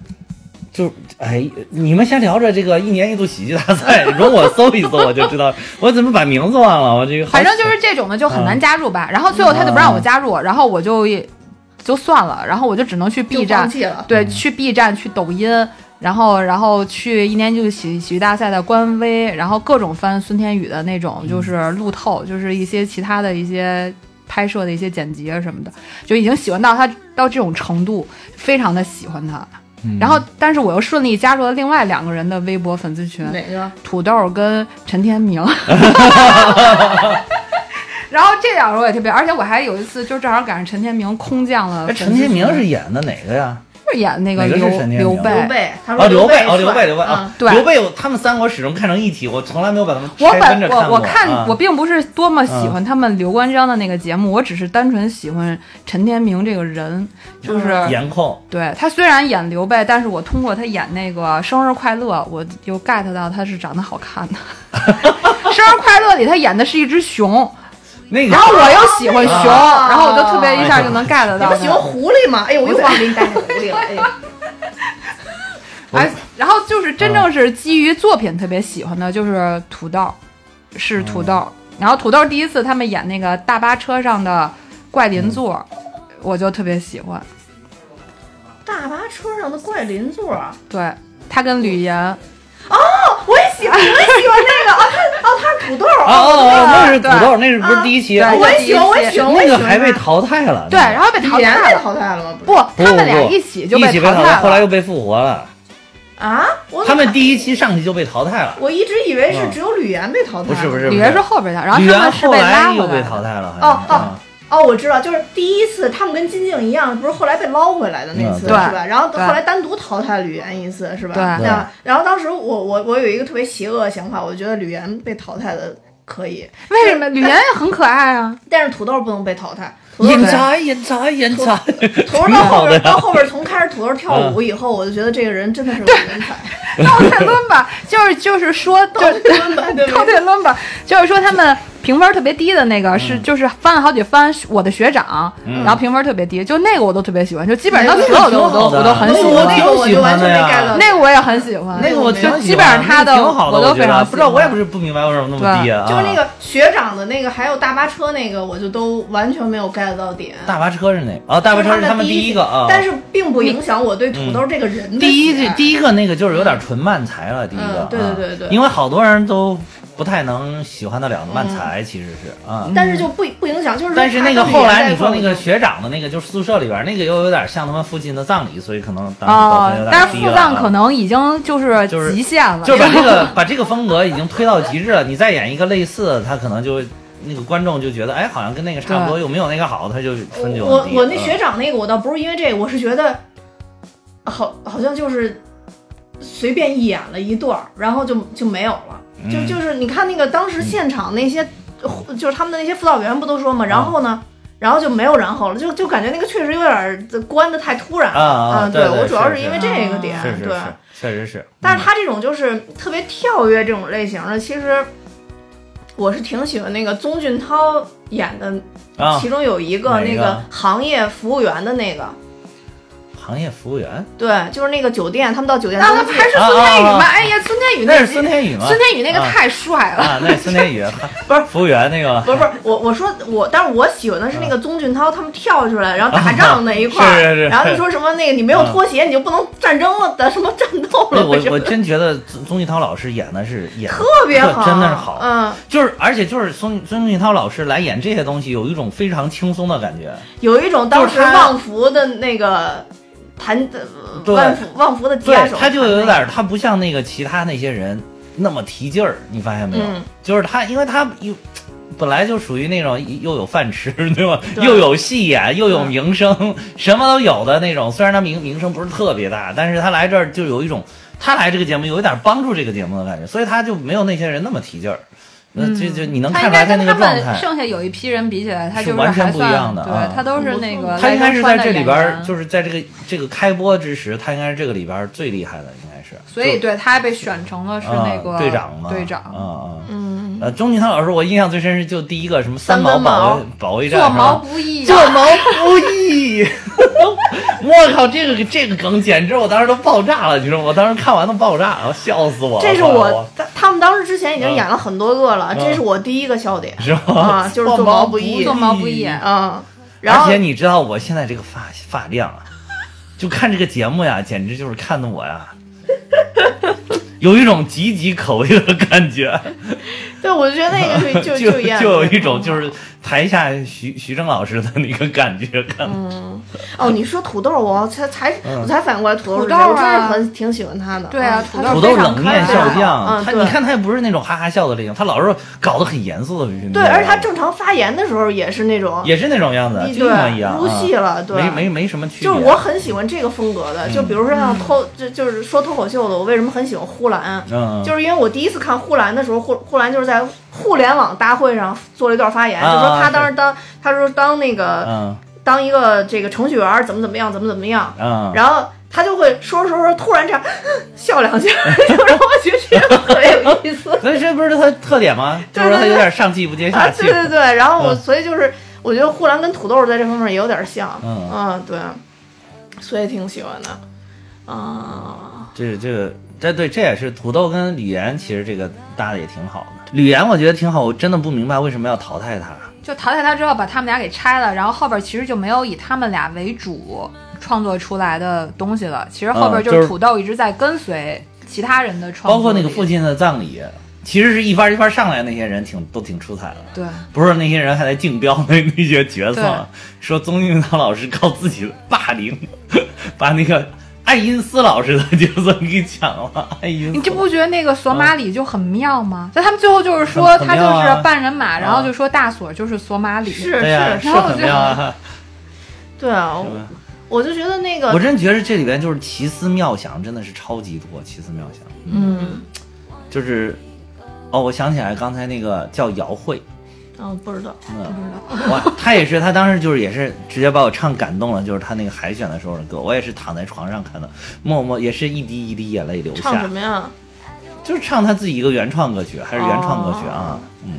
C: 就哎，你们先聊着这个一年一度喜剧大赛， 容我搜一搜，我就知道 我怎么把名字忘了，我这个嗯好
D: 反正就是这种的就很难加入吧。然后最后他就不让我加入，然后我就也就算了，然后我就只能去 B
B: 就
D: 站
B: 放，弃了。
D: 对，去 B 站、去抖音，然后然后去一年一度喜喜剧大赛的官微，然后各种翻孙天宇的那种，就是路透，就是一些其他的一些拍摄的一些剪辑啊什么的，就已经喜欢到他到这种程度，非常的喜欢他。然后，但是我又顺利加入了另外两个人的微博粉丝群，
B: 哪个？
D: 土豆跟陈天 明。然后这两个我也特别，而且我还有一次就正好赶上陈天明空降了
C: 哎
D: 粉丝群。
C: 陈天明是演的哪个呀？
D: 是演那
C: 哪个是
D: 刘
C: 神仙
D: 刘
B: 刘
C: 娘
D: 啊备。
B: 备，他
C: 哦，
B: 说
C: 刘
B: 备
C: 备，哦，刘备，
B: 帅
C: 刘备啊
B: 嗯，
D: 对
C: 刘备，我他们三国始终看成一体，我从来没有把他们
D: 我
C: 拆分着看
D: 本我
C: 过。
D: 我看
C: 啊嗯
D: 我并不是多么喜欢他们刘关张的那个节目，我只是单纯喜欢陈天明这个人，就是
C: 颜控，
D: 对他虽然演刘备，但是我通过他演那个《生日快乐》，我又 get 到他是长得好 看的。《生日快乐》里他演的是一只熊，
C: 那个
D: 然后我又喜欢熊，
B: 啊
D: 然后我就特别一
C: 哎
D: 下就能 get 到
B: 你
D: 他。
B: 不喜欢狐狸吗？哎呦，我又忘给你带上狐狸了。哎呀，
D: 哎，然后就是真正是基于作品特别喜欢
C: 嗯
D: 的，就是土豆，是土豆。然后土豆第一次他们演那个大巴车上的怪邻座，
C: 嗯
D: 我就特别喜欢。
B: 大巴车上的怪邻座，哦，
D: 对他跟吕岩，
C: 嗯
B: 我也喜欢，我也喜欢那个。哦，他哦，他是土豆。哎
C: 哦哦哦，那是土
D: 对啊
C: 豆，那是不是第一期？啊
D: 对
B: 我也喜欢，
D: 我
B: 我
D: 也
B: 也
D: 喜
B: 喜
D: 欢
B: 欢，
C: 那个还被淘汰了。
D: 对，然后被
B: 李
D: 淘
B: 岩
D: 汰
B: 被
D: 了。
B: 淘汰了吗？
D: 不，
C: 不
D: 他们俩
C: 不
D: 一起就
C: 一
D: 被
C: 起被
D: 淘
C: 淘
D: 汰了。哦
C: 后来又被复活了。
B: 啊，我
C: 他们第一期上去就被淘汰了，
B: 我一直以为是只有吕岩被淘汰。
C: 不是不。是，
D: 李
C: 不
D: 岩是后边的，然后
C: 吕
D: 他们
C: 岩
D: 是
C: 后
D: 被
C: 来
D: 拉
C: 又
D: 回
C: 被
D: 来
C: 淘
D: 的。
C: 汰了。好
B: 哦
C: 像啊
B: 哦哦，我知道，就是第一次他们跟金靖一样，不是后来被捞回来的那次、
C: 嗯对
B: 是吧？然后
D: 对
B: 后来单独淘汰吕岩一次是吧？
D: 对
B: 那然后当时我我我有一个特别邪恶的想法，我觉得吕岩被淘汰的可以，
D: 为什么吕岩也很可爱啊？
B: 但是土豆不能被淘汰。土豆
C: 眼馋眼
B: 哎
C: 馋眼馋，
B: 土豆
C: 挺
B: 到后
C: 好的
B: 边
C: 呀嗯
B: 到。后边从开始土豆跳舞以后，我就觉得这个人真的是个人才，
D: 倒退抡吧，就是就是说，就是
B: 对 吧？对
D: 倒
B: 吧？
D: 退抡吧，就是说他们评分特别低的那个是，
C: 嗯
D: 就是翻了好几番我的学长，然后评分特别低，就那个我都特别喜欢，就基本上
B: 那个
D: 所有的我
C: 挺
D: 都
C: 好的
D: 我都很喜
C: 我
B: 那
D: 欢
C: 挺，
B: 个我就完全没
C: 挺喜欢
B: get
C: 的
B: 到
C: 呀。
D: 那个我也很喜欢，
C: 那个我挺喜欢
D: 基本上他的
C: 挺好的，
D: 我都
C: 我觉
D: 非
C: 得啊
D: 常喜欢
C: 不知道，我也不是不明白为什么那么低啊。
B: 就是那
C: 啊
B: 个学长的那个，还有大巴车那个，我就都完全没有 get 到点。
C: 大巴车是哪个？啊，大巴车是他们第一个啊。嗯
B: 但是并不影响我对土豆这个人的
C: 第一
B: 喜爱
C: 第一个那个就是有点纯慢才了，第一个。
B: 嗯对
C: 啊
B: 对对对
C: 因为好多人都不太能喜欢得了慢才，其实是啊。
B: 但是就不不影响，就是
C: 但是
B: 他
C: 那个
B: 跟
C: 后
B: 别人
C: 来
B: 在
C: 你
B: 一块
C: 说
B: 儿
C: 那个学长的那个，就是宿舍里边那个，又有点像他们附近的葬礼，所以可能当时得
D: 啊
C: 分有，
D: 但
C: 点
D: 是
C: 低
D: 腹
C: 了
D: 藏
C: 啊。
D: 可能已经就是
C: 就是
D: 极限
B: 啊
D: 了，
C: 就是把 这个把这个风格已经推到极致了，你再演一个类似的，他可能就那个观众就觉得，哎，好像跟那个差不多，又没有那个好，他就分就
B: 我我
C: 很低
B: 我那学
C: 嗯
B: 长那个，我倒不是因为这个，我是觉得好好像就是随便演了一段儿，然后就就没有了。就
C: 嗯
B: 就是你看那个当时现场那些，呃就是他们的那些辅导员不都说
C: 嗯
B: 嘛，然后呢，然后就没有然后了，就就感觉那个确实有点儿呃关的太突然了。
C: 啊啊，
B: 嗯，
C: 对，
B: 我主要
C: 是
B: 是因为
C: 是啊
B: 这个点，
C: 是是
B: 啊对
C: 是。，嗯确实是。
B: 但是他这种就是特别跳跃这种类型的，其实我是挺喜欢那个宗俊涛演的，
C: 嗯啊
B: 其，中有一个
C: 哪
B: 那
C: 一个
B: 个行业服务员的那个，
C: 行业服务员，
B: 对，就是那个酒店，他们到酒店
D: 啊，那
B: 登
D: 不
B: 记
D: 还是孙天宇
C: 啊啊
D: 吗？
C: 啊
D: 哎呀，孙天宇
C: 那
D: 那
C: 是孙天宇吗？
D: 孙天宇那个
C: 啊
D: 太帅了，
C: 啊，那是孙 天宇
B: 不是
C: 服务员那个
B: 不是不是，我我说我，但是我喜欢的是那个宗俊涛他们跳出来，然后打仗那一块儿，
C: 啊 是是是
B: 然后就说什么那个你没有拖鞋、你就不能战争了的什么战斗
C: 那
B: 了，
C: 哎我
B: 什
C: 我
B: 么
C: 真觉得宗宗俊涛老师演的是演得
B: 特别好，
C: 真的是好，
B: 嗯，
C: 就是而且就是孙孙俊涛老师来演这些东西，有一种非常轻松的感觉。
B: 有一种当时
C: 就是他
B: 旺福的那个盘呃
C: 对
B: 万福旺福的家
C: 对
B: 手，，
C: 他就有点，他不像那个其他那些人那么提劲儿，你发现没有？
B: 嗯
C: 就是他，因为他又本来就属于那种又有饭吃， 对吧？
B: 对
C: 又有戏演，又有
B: 嗯
C: 名声，什么都有的那种。虽然他名名声不是特别大，但是他来这儿就有一种，他来这个节目有一点帮助这个节目的感觉，所以他就没有那些人那么提劲儿。那这就你能
D: 嗯他
C: 看
D: 应
C: 出来他
D: 该跟
C: 那个
D: 他
C: 状
D: 们
C: 态。
D: 剩下有一批人比起来，他
C: 是
D: 就是
C: 完全
D: 还
C: 不一
D: 算
C: 样的啊
D: 对他都是那个
C: 他应该是在这里边
D: 来
C: 儿，
D: 川的演员
C: 就是在这个这个开播之时，他应该是这个里边儿最厉害的，应该是。
D: 所以
C: 就
D: 对他被选成了是那个
C: 啊队长嘛，
D: 队长
C: 啊啊。
B: 嗯，
C: 呃，钟俊涛老师，我印象最深是就第一个什么三
B: 三
C: 毛
B: 根毛
C: 保卫保卫战
D: 做
C: 是吧
D: 毛不易啊，
C: 毛不易， 我靠，这个这个梗简直我当时都爆炸了，你知道吗？我当时看完都爆炸了，我笑死我了。
B: 这是
C: 我
B: 我他他们当时之前已经演了很多个了，
C: 嗯
B: 这是我第一个笑点
C: 是吧？
B: 啊就是做毛不易
D: 做毛不易
C: 哎
D: 啊
B: 嗯，然
C: 而
B: 后
C: 且你知道我现在这个发发量啊，就看这个节目呀，简直就是看的我呀，有一种岌岌可危的感觉，
B: 对，我觉得那个就就
C: 就
B: 演
C: 就有一种就是台下徐徐峥老师的那个感觉看。
B: 哦，你说土豆，我才才
C: 嗯
B: 我才反应过来土豆是谁，
D: 土豆啊
B: 我真是很挺喜欢他的。
D: 对啊
B: 嗯
D: 土
B: 他
C: 土
D: 豆非
C: 豆
D: 常
C: 冷面
D: 开
C: 笑
D: 朗
C: 匠，
B: 嗯
C: 他
B: 对
C: 你看他也不是那种哈哈笑的类型，他老是搞得很严肃的那种。
B: 对，而且他正常发言的时候也是那种，
C: 也是那种样子，
B: 对
C: 就一模一样，
B: 入戏了对
C: 啊没没嗯没什么区别。
B: 就是我很喜欢这个风格的。就比如说像脱，就就是说脱口秀的，我为什么很喜欢呼兰？
C: 嗯，
B: 就是因为我第一次看呼兰的时候，呼呼兰就是在互联网大会上做了一段发言，
C: 啊
B: 就说他
C: 对
B: 当时当他说当那个
C: 嗯
B: 当一个这个程序员儿怎么怎么样，怎么怎么样，
C: 嗯，
B: 然后他就会说着说着说突然这样 笑两下，就让我觉得这个很有意 思
C: 所以这不是他的特点吗？就
B: 对
C: 是说他
B: 对
C: 有点上气不接
B: 啊！
C: 下气
B: 对。对对，然后我
C: 嗯
B: 所以就是我觉得呼兰跟土豆在这方面也有点像，
C: 嗯
B: 啊对，所以挺喜欢的，啊
C: 这这个这对这也是土豆跟吕岩，其实这个搭的也挺好的。吕岩我觉得挺好，我真的不明白为什么要淘汰他。
D: 就淘汰他之后，把他们俩给拆了，然后后边其实就没有以他们俩为主创作出来的东西了。其实后边
C: 嗯
D: 是
C: 就是
D: 土豆一直在跟随其他人的创作，
C: 包括那个父，亲的葬礼，其实是一番一番上来，那些人挺都挺出彩的。
D: 对，
C: 不是那些人还在竞标那那些角
D: 对
C: 色，说宗庆堂老师靠自己的霸凌， 把那个爱因斯老师的角色给抢了。 爱因斯，
D: 你这不觉得那个索马里就很妙吗？就他们最后就是说
C: 啊很
D: 他
C: 很
D: 就
C: 妙啊
D: 是半人马，然后就说大索就是索马里，
B: 是
C: 对呀、
B: 是
C: 是
B: 是，
D: 然后我
C: 很
D: 就
C: 妙 啊！
B: 对啊，我
C: 吧
B: 我就觉得那个
C: 我真觉得这里边就是奇思妙想，真的是超级多奇思妙想。
B: 嗯
C: 就是，哦，我想起来刚才那个叫姚慧，
B: 嗯不知道
D: 不知道。
C: 哇， 她也是，她当时就是也是直接把我唱感动了，就是她那个海选的时候的歌，我也是躺在床上看的，默默也是一滴一滴眼泪流
B: 唱
C: 下
B: 什，么呀，
C: 就是唱她自己一个原创歌曲，还是原创歌曲啊，嗯。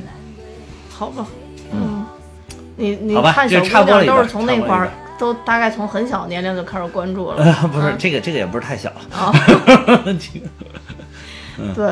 B: 好吧，
C: 嗯，
B: 你你
C: 好吧
B: 看
C: 这
B: 小
C: 插
B: 姑
C: 播了
B: 娘
C: 一
B: 都
C: 段
B: 是从那
C: 插播
B: 块
C: 了一
B: 儿，都大概从很小年龄就开始关注了。
D: 哦
C: 不是
B: 嗯
C: 这个，这个也不是太小了。
B: 啊，
C: 这个嗯
B: 对，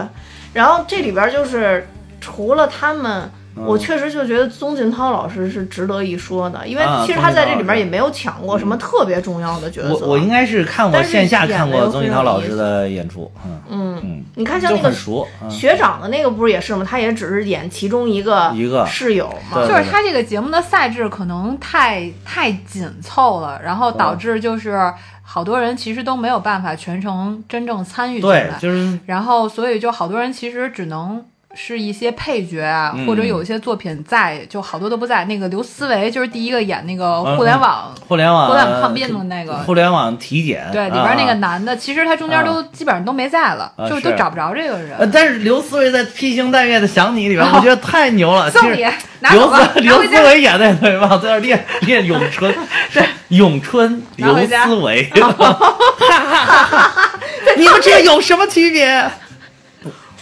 B: 然后这里边儿就是除了他们。
C: 嗯
B: 我确实就觉得宗俊涛老师是值得一说的，因为
C: 啊
B: 其实他在这里
C: 宗俊涛老
B: 面
C: 师嗯
B: 也没有抢过什么特别重要的角色。
C: 我我应该是看过
B: 但是
C: 线下
B: 演
C: 看
B: 得
C: 过
B: 又
C: 宗
B: 非
C: 庆
B: 常
C: 堂老
B: 有意
C: 师
B: 思
C: 的演出，嗯
B: 嗯，
C: 嗯，
B: 你看像
C: 就
B: 那个
C: 很熟，嗯
B: 学长的那个不是也是吗？他也只是演其中一个
C: 一个
B: 室友嘛
C: 对。
D: 就是他这个节目的赛制可能太太紧凑了，然后导致就是好多人其实都没有办法全程真正参与进
C: 对
D: 来，，
C: 就是
D: 然后所以就好多人其实只能是一些配角啊，
C: 嗯
D: 或者有一些作品在，就好多都不在。那个刘思维就是第一个演那个
C: 嗯
D: 互联网，
C: 互联网
D: 互联网抗辩的那个
C: 互联网体检，
D: 对里边那个
C: 啊。
D: 男的，其实他中间都基本上都没在了，
C: 嗯啊
D: 就是都
C: 是
D: 找不着这个人。
C: 呃，但是刘思维在《披星戴月的想你》里
D: 哦
C: 边，我觉得太牛了。
D: 送
C: 其实
D: 你拿走
C: 刘
D: 吧
C: 思
D: 拿
C: 刘
D: 回家
C: 思维演的也特别棒，在那练练咏春，对，咏春
D: 拿
C: 刘
D: 回家
C: 思维，哈哈哈哈！你们这有什么区别？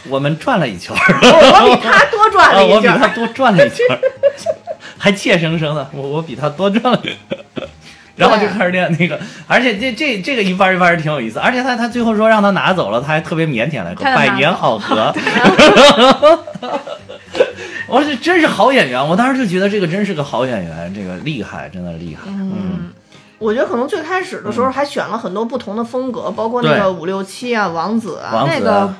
C: 我们转了一圈儿，
B: 我我比他多赚
C: 啊，
B: 了
C: 我
B: 一
C: 比
B: 圈
C: 他
B: 儿，
C: 多转了一圈儿， 还怯生生的，我我比他多转了一圈儿，然后就开始练那个，而且这这这个一番一番儿挺有意思，而且他他最后说让他拿走了，他还特别腼腆来说
D: 看他拿
C: 百年 好合， 我说这真是好演员，我当时就觉得这个真是个好演员，这个厉害，真的厉害，嗯，
B: 我觉得可能最开始的时候还选了很多不同的风格，包括那
C: 对
B: 个五六七啊、王子啊，
C: 王
D: 那
C: 子
D: 个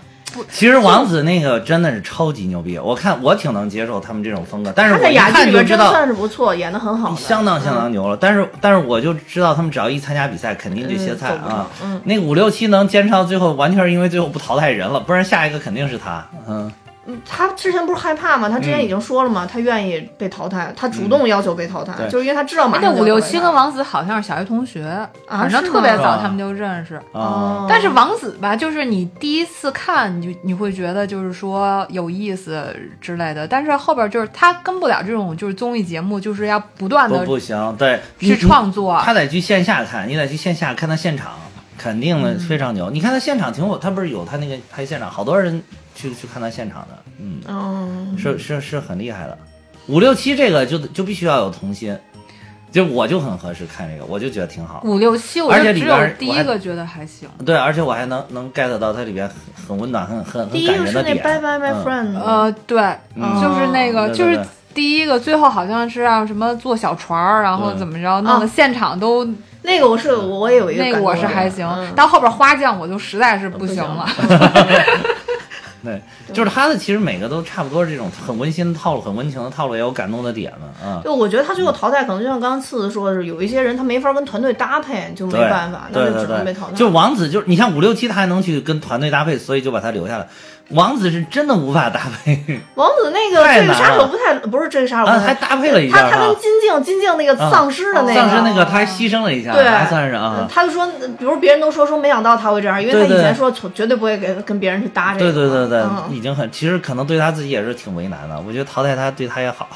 C: 其实王子那个真的是超级牛逼，我看我挺能接受他们这种风格，但是
B: 他
C: 我
B: 在
C: 一
B: 哑剧
C: 看
B: 里
C: 就
B: 边
C: 知
B: 真
C: 道
B: 算是不错，演的很好的，
C: 相当相当牛了。但是但是我就知道他们只要一参加比赛，肯定就歇
B: 嗯
C: 菜
B: 走不
C: 啊
B: 成。嗯
C: 那个五六七能坚持到最后，完全是因为最后不淘汰人了，不然下一个肯定是他。嗯，
B: 嗯。他之前不是害怕吗？他之前已经说了嘛，他愿意被淘汰，他主动要求被淘汰，
C: 嗯对
B: 就是因为他知道马
D: 那
C: 嗯
B: 上
D: 哎五六
B: 就
D: 七
B: 要
D: 跟
B: 淘汰
D: 王子好像是小学同学，反正
B: 啊是吗
D: 特别早
C: 是吧
D: 他们就认识。
C: 啊，
B: 哦
D: 但是王子吧，就是你第一次看，你就你会觉得就是说有意思之类的，但是后边就是他跟不了这种就是综艺节目，就是要不断
C: 不
D: 的
C: 不行，对，你
D: 去创作
C: 你。他得去线下看，你得去线下看他现场，肯定的非常牛。你看他现场挺火，他不是有他那个拍现场，好多人去去看他现场的，嗯，
B: 嗯，
C: 是是是很厉害的。五六七这个就就必须要有童心，就我就很合适看这个，我就觉得挺好。
D: 五六七，我
C: 而且里
D: 就只
C: 边
D: 有
C: 儿
D: 第
C: 我
D: 一
C: 还
D: 个觉得还行。
C: 对，而且我还能能 get 到它里边很很温暖、很很
B: 第
C: 很
B: 一
C: 感
B: 个
C: 人
B: 是
C: 的
B: 那
C: 点。
B: Bye Bye My
C: 嗯
B: Friend，
D: 呃，对，
B: 嗯
D: 就是那个，
C: 对对
D: 就是
C: 对
D: 第一个，最后好像是让什么坐小船儿，然后
C: 嗯
D: 怎么着，弄得
B: 啊
D: 现场都
B: 那个我是我我也有一个感
D: 那个
C: 嗯
B: 动
D: 我是还
B: 的
D: 行
B: 嗯，
D: 到后边花匠我就实在是不行了。
C: 对，就是他的其实每个都差不多是这种很温馨的套路，很温情的套路，也有感动的点嘛，啊、
B: 就我觉得他最后淘汰，可能就像刚刚次次说的是，有一些人他没法跟团队搭配，就没
C: 对
B: 办法，
C: 对
B: 那就
C: 对
B: 只能
C: 对，
B: 被淘汰。
C: 就王子就是，你看五六七他还能去跟团队搭配，所以就把他留下了。王子是真的无法搭 配，
B: 王子那个
C: 太
B: 这个
C: 难
B: 杀手
C: 了
B: 不太不是这个杀手不
C: 啊，
B: 太，
C: 还搭配了一
B: 他
C: 下
B: 他
C: 哈
B: 跟，金靖金靖那个
C: 啊
B: 丧尸的那个，
C: 丧尸那个他还牺牲了一下，
B: 对
C: 他算是啊
B: 嗯，他就说，比如别人都说说没想到他会这样，因为他
C: 对对
B: 以前说从绝对不会跟跟别人去搭这
C: 对
B: 个。
C: 对对对，
B: 嗯
C: 已经很，其实可能对他自己也是挺为难的。我觉得淘汰他对他也好，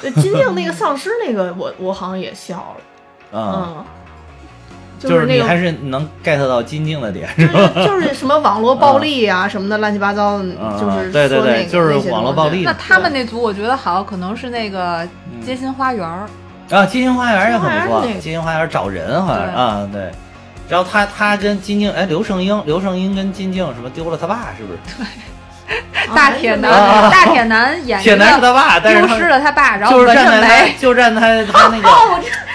B: 对，金靖那个丧尸那个，我我好像也笑了，
C: 啊，
B: 嗯，
C: 就是
B: 是那
C: 你还
B: 个。
C: 是能 get 到金靖的点，
B: 就是 就是什么网络暴力啊，什么的乱七八糟的，
C: 啊
B: 就，是
C: 对
B: 说
C: 对
B: 那
C: 对，
B: 个
C: 就是
B: 那些
C: 网络
B: 东
C: 暴
B: 西
C: 力
D: 那他们那组我觉得好，可能是那个
C: 嗯
D: 《街心花园》儿，
C: 啊，金星花园也很不错，
B: 金星花园那个
C: 金星花园找人好像是
D: 对
C: 啊，对。然后他他跟金靖，哎，刘胜英，刘胜英跟金靖什么丢了他爸是不是？
B: 啊
D: 哦大铁
B: 是
D: 男，
B: 的
C: 啊
D: 大铁男演
C: 铁
D: 一
C: 男是
D: 个
C: 他爸，但是
D: 丢
C: 他
D: 失了他爸，然后
C: 就
D: 纹
C: 是站
D: 着
C: 在
D: 眉
C: 他，，就站 在他那个，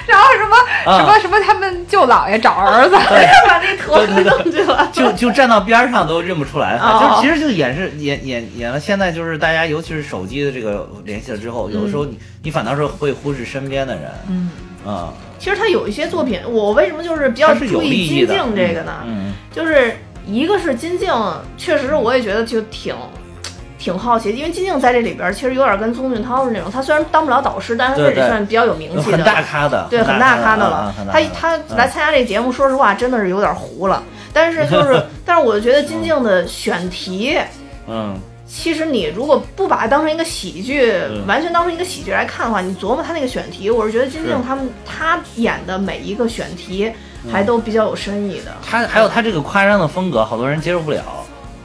D: 然后什么
C: 啊
D: 什么什么他们舅姥爷找儿子，
C: 嗯
B: 把那头
C: 对对对
B: 弄去了。
C: 就就站到边儿上都认不出来啊
B: 哦
C: 他，就其实就演示演演演了。现在就是大家，尤其是手机的这个联系了之后，有的时
B: 嗯
C: 候你你反倒是会忽视身边的人
D: 嗯，
C: 啊，
B: 其实他有一些作品，我为什么就是比较
C: 它是有
B: 注
C: 利
B: 意
C: 益
B: 金
C: 的。
B: 靖这个呢？
C: 嗯，
B: 就是一个是金靖，确实我也觉得就挺挺好奇，因为金靖在这里边儿其实有点跟宗俊涛是那种，他虽然当不了导师，但是他这
C: 对
B: 里
C: 对
B: 算比较有
C: 嗯
B: 名气
C: 很
B: 的，
C: 大咖的，
B: 对，很
C: 大
B: 咖的
C: 啊
B: 了
C: 很。大
B: 他
C: 咖的
B: 他
C: 嗯
B: 来参加这节目，说实话真的是有点糊了，但是就是 但是我觉得金靖的选题。
C: 嗯，
B: 其实你如果不把它当成一个喜剧，
C: 嗯
B: 完全当成一个喜剧来看的话，你琢磨他那个选题，我是觉得金
C: 是
B: 靖他们他演的每一个选题还
C: 嗯
B: 都比较有深意的。
C: 他还有他这个夸张的风格，好多人接受不了。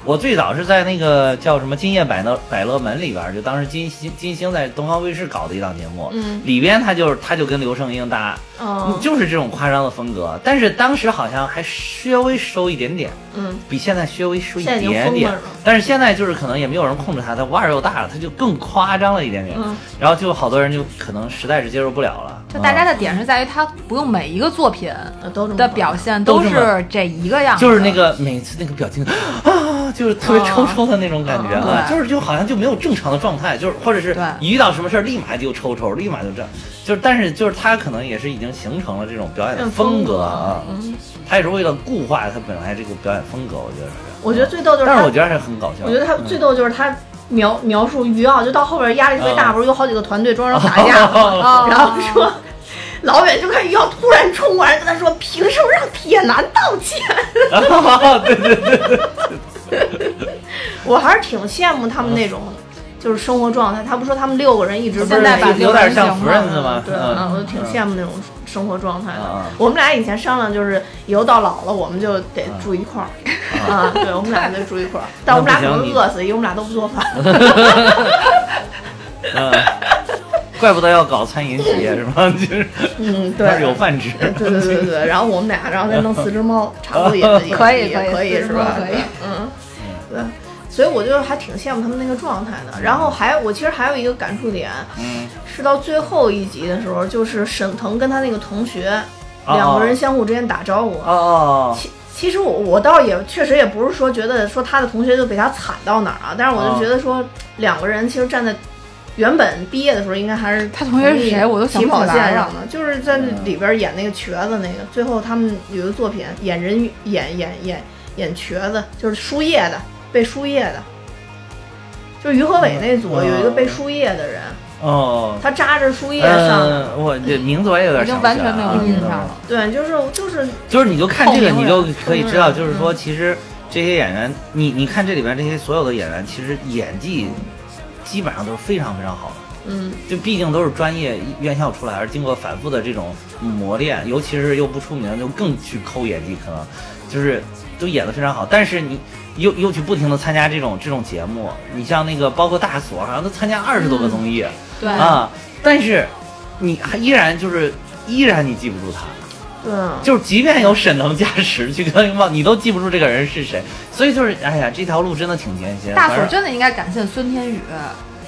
C: 我最早是在那个叫什么《今夜百乐百乐门》里边儿，就当时金星金星在东方卫视搞的一档节目，
B: 嗯
C: 里边他就是他就跟刘胜英搭，
B: 嗯
C: 就是这种夸张的风格。但是当时好像还稍微收一点点，
B: 嗯，
C: 比现在稍微收一
B: 现在已经
C: 点
B: 疯
C: 点
B: 了是吧。
C: 但是现在就是可能也没有人控制他，他腕儿又大了，他就更夸张了一点点。
B: 嗯
C: 然后就好多人就可能实在是接受不了了。
D: 就大家
C: 嗯
D: 的点是在于他不用每一个作品
B: 呃都这么
D: 的
B: 好
D: 表现
C: 都
D: 都
C: 这么
D: 是这一个样子，
C: 就是那个每次那个表情 啊，就是特别抽抽的那种感觉啊
B: 哦
D: 啊，对
C: 就是就好像就没有正常的状态，就是或者是
D: 对
C: 一遇到什么事儿立马就抽抽，立马就这样，就是但是就是他可能也是已经形成了这种表演的
B: 嗯风格
C: 风格啊，
B: 嗯
C: 他也是为了固化他本来这个表演风格，我觉得是这样。
B: 我觉得最逗就是他，
C: 但是我觉得还是很搞笑的。
B: 我觉得他
C: 嗯
B: 最逗就是他描描述于奥，就到后边压力特别大，
C: 嗯
B: 不是有好几个团队装上打架了 吗，然后说。老远就看于奥突然冲过来跟他说：“凭什么让铁男道歉
C: 啊， 对对对，？”
B: 我还是挺羡慕他们那种，就是生活状态。他不说他们六个人一直
D: 现在把
B: 把
D: 这
C: 有
D: 个
C: 点像
D: 人形嘛
C: Friends 吗？
B: 对，
C: 嗯
B: 我就挺羡慕那种生活状态
C: 啊
B: 的
C: 啊。
B: 我们俩以前商量，就是以后到老了，我们就得住一块儿啊。对，我们俩就住一块儿，但我们俩可
C: 嗯那不
B: 能
C: 行
B: 饿死，因为我们俩都不做饭。
C: 嗯，怪不得要搞餐饮企业是吧？ 就是
B: 嗯，对
C: 还，是有饭吃。
B: 对对对对，然后我们俩，然后再弄四只猫，差 不多也也
D: 可以
B: 也
D: 可
B: 可
D: 以四只
B: 是吧？
D: 猫可以
B: 对嗯，对。所以我就还挺羡慕他们那个状态的。然后还我其实还有一个感触点，
C: 嗯，
B: 是到最后一集的时候，就是沈腾跟他那个同学
C: 哦
B: 两个人相互之间打招呼。
C: 哦，
B: 其其实我我倒也确实也不是说觉得说他的同学就被他惨到哪儿啊，但是我
C: 哦
B: 就觉得说两个人其实站在原本毕业的时候应该还是
D: 他同学是谁我都想
B: 起
D: 不起
B: 跑
D: 来
B: 线
D: 了嗯
B: 上的，就是在里边演那个瘸子那个，最后他们有一个作品演人鱼演演演演瘸子，就是输液的被输液的，就是于和伟那组
C: 嗯
B: 有一个被输液的人，
C: 哦，
B: 他扎着输液上的，
C: 嗯，我这名字我也有点
D: 已经
C: 想不
D: 完
C: 起
D: 全没
C: 来
D: 有
C: 了
D: 印象了。。
B: 对，就是就是
C: 就是你就看这个，你就可以知道，
B: 嗯
C: 就是说，其实这些演员，你你看这里边这些所有的演员，其实演技基本上都是非常非常好的。
B: 嗯
C: 就毕竟都是专业院校出来，而经过反复的这种磨练，尤其是又不出名，就更去抠演技，可能就是都演得非常好。但是你又又去不停的参加这种这种节目，你像那个包括大锁，好像都参加二十多
D: 嗯
C: 个综艺、
D: 对，
C: 啊，但是你还依然就是依然你记不住他。
B: 对。
C: 就是即便有沈腾加持去跟英 你都记不住这个人是谁，所以就是哎呀，这条路真的挺艰辛。
D: 大
C: 反
D: 锁
C: 正
D: 真的应该感谢孙天宇，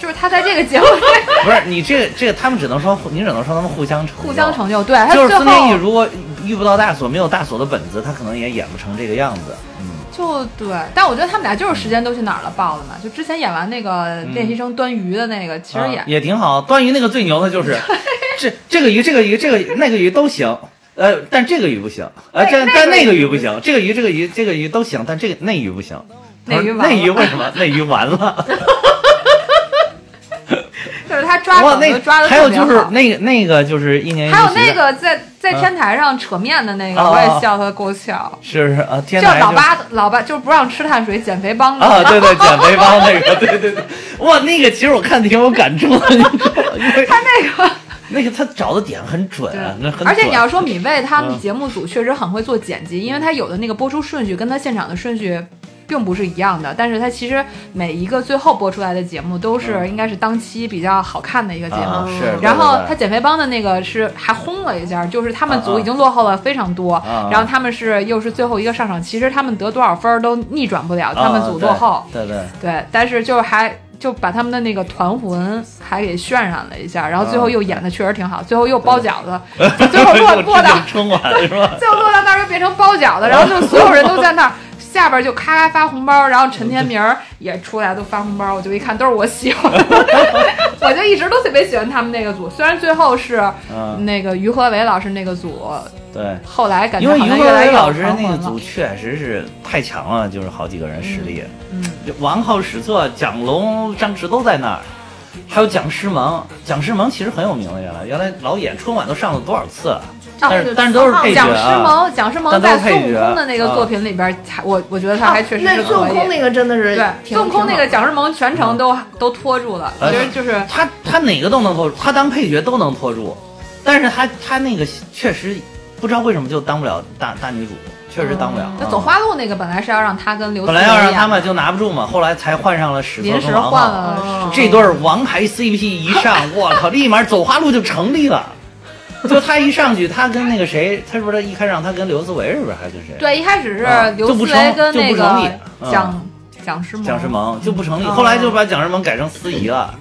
D: 就是他在这个节目里
C: 不是你这个这个，他们只能说互你只能说他们互相成就
D: 互相成就。对他
C: 就是
D: 最
C: 孙天宇
D: 后
C: 如果遇不到大锁，没有大锁的本子，他可能也演不成这个样子。嗯，
D: 就对，但我觉得他们俩就是时间都去哪儿了报的嘛。就之前演完那个练习生端鱼的那个，其实
C: 嗯
D: 也、
C: 啊也挺好。端鱼那个最牛的就是 这这个鱼、这个鱼、这个鱼那个鱼都行，呃，但这个鱼不行，呃，
D: 那
C: 但
D: 那
C: 但
D: 个
C: 那个
D: 鱼
C: 鱼
D: 不
C: 不行，这个鱼、这个鱼、这个鱼都行，但这个那鱼不行。
D: 那
C: 他说
D: 鱼完
C: 那鱼
D: 了
C: 为什 么？那鱼完了。
D: 就是他抓
C: 哇，
D: 梗
C: 那
D: 子抓的
C: 还有就是那个那个就是一年一
D: 还有
C: 期
D: 那
C: 的
D: 个在
C: 嗯
D: 在天台上扯面的那个，
C: 啊
D: 我也笑他够呛。
C: 是是啊，天
D: 叫
C: 哪！
D: 老八老八，就是不让吃碳水减肥帮的。
C: 啊，对对，减肥包那个，对对对，哇，那个其实我看挺有感触的，你知道吗？因为
D: 他那个
C: 那个他找的点很准啊，那很
D: 而且你要
C: 准
D: 说米未他们
C: 嗯
D: 节目组确实很会做剪辑，因为他有的那个播出顺序跟他现场的顺序。并不是一样的，但是他其实每一个最后播出来的节目都是应该是当期比较好看的一个节目。
C: 嗯啊是，对
D: 然后他
C: 对对
D: 减肥帮的那个是还轰了一下，就是他们
C: 啊
D: 组
C: 啊
D: 已经落后了非常多，
C: 啊啊
D: 然后他们是又是最后一个上场，其实他们得多少分儿都逆转不了，他们
C: 啊
D: 组
C: 对
D: 落后。
C: 对对，
D: 对，但是就是还就把他们的那个团魂还给渲染了一下，然后最后又演的确实挺好，最后又包饺子， 最后落
C: 又
D: 落到
C: 又春晚是吧？
D: 最后落到那儿又变成包饺子，然后就所有人都在那儿。下边就咔咔发红包，然后陈天明儿也出来都发红包，我就一看都是我喜欢的， 我就一直都特别喜欢他们那个组。虽然最后是
C: 嗯，
D: 那个于和伟老师那个组，
C: 对。
D: 后来感觉
C: 因为
D: 好
C: 于
D: 像
C: 和
D: 越来
C: 伟
D: 越
C: 老师那
D: 团
C: 个
D: 魂了
C: 组确实是太强了，就是好几个人实力，
D: 嗯嗯
C: 就王浩史策、蒋龙、张弛都在那儿，还有蒋诗萌。蒋诗萌其实很有名的，原来原来老演春晚都上了多少次啊了，但是
B: 对
C: 但是都是配角
D: 蒋
C: 啊。
D: 诗萌，蒋诗萌
C: 但都
D: 在
C: 是配
D: 孙悟
C: 角啊
D: 空的那个作品里边儿，还我我觉得他还确实
B: 啊那
D: 是
B: 孙悟
D: 可以
B: 空那个真的是
D: 对，
B: 挺
D: 孙悟空那
B: 挺
D: 个
B: 好
D: 蒋诗萌全程都都拖住了，
C: 嗯
D: 其
C: 哎
D: 实就是
C: 他他哪个都能拖住，他当配角都能拖住，但是他他那个确实不知道为什么就当不了大大女主，确实当不了。
D: 那
C: 嗯
D: 走花路那个本来是要让他跟刘
C: 本
D: 思
C: 来要让他
D: 演
C: 们就拿不住嘛，后来才换上了史策
D: 临
C: 跟
D: 时
C: 王啊
D: 换
C: 浩。
D: 了
B: 哦
C: 呃这对儿王牌 CP 一上，我靠，立马走花路就成立了。就他一上去，他跟那个谁，他是不是一开始让他跟刘思维是不是还跟谁？，
D: 对，一开始
C: 啊
D: 是刘
C: 就不
D: 思
C: 成
D: 维跟
C: 就不
D: 那
C: 成立
D: 个
C: 嗯
D: 蒋蒋诗萌，
C: 蒋诗萌就不成立，
D: 嗯
C: 后来就把蒋诗萌改成司仪了，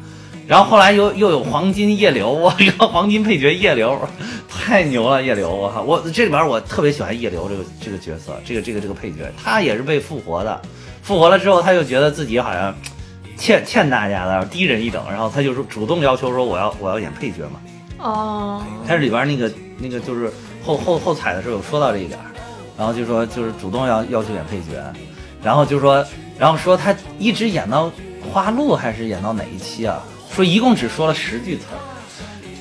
C: 然后后来又又有黄金叶流，我靠，黄金配角叶流，太牛了，叶流，我靠，我这里边我特别喜欢叶流这个这个角色，这个这个这个配角，他也是被复活的，复活了之后他就觉得自己好像欠欠大家的，低人一等，然后他就说主动要求说我要我要演配角嘛，
D: 哦，
C: 但是里边那个那个就是后后后采的时候有说到这一点儿，然后就说就是主动要要求演配角，然后就说然后说他一直演到花路还是演到哪一期啊？说一共只说了十句词儿，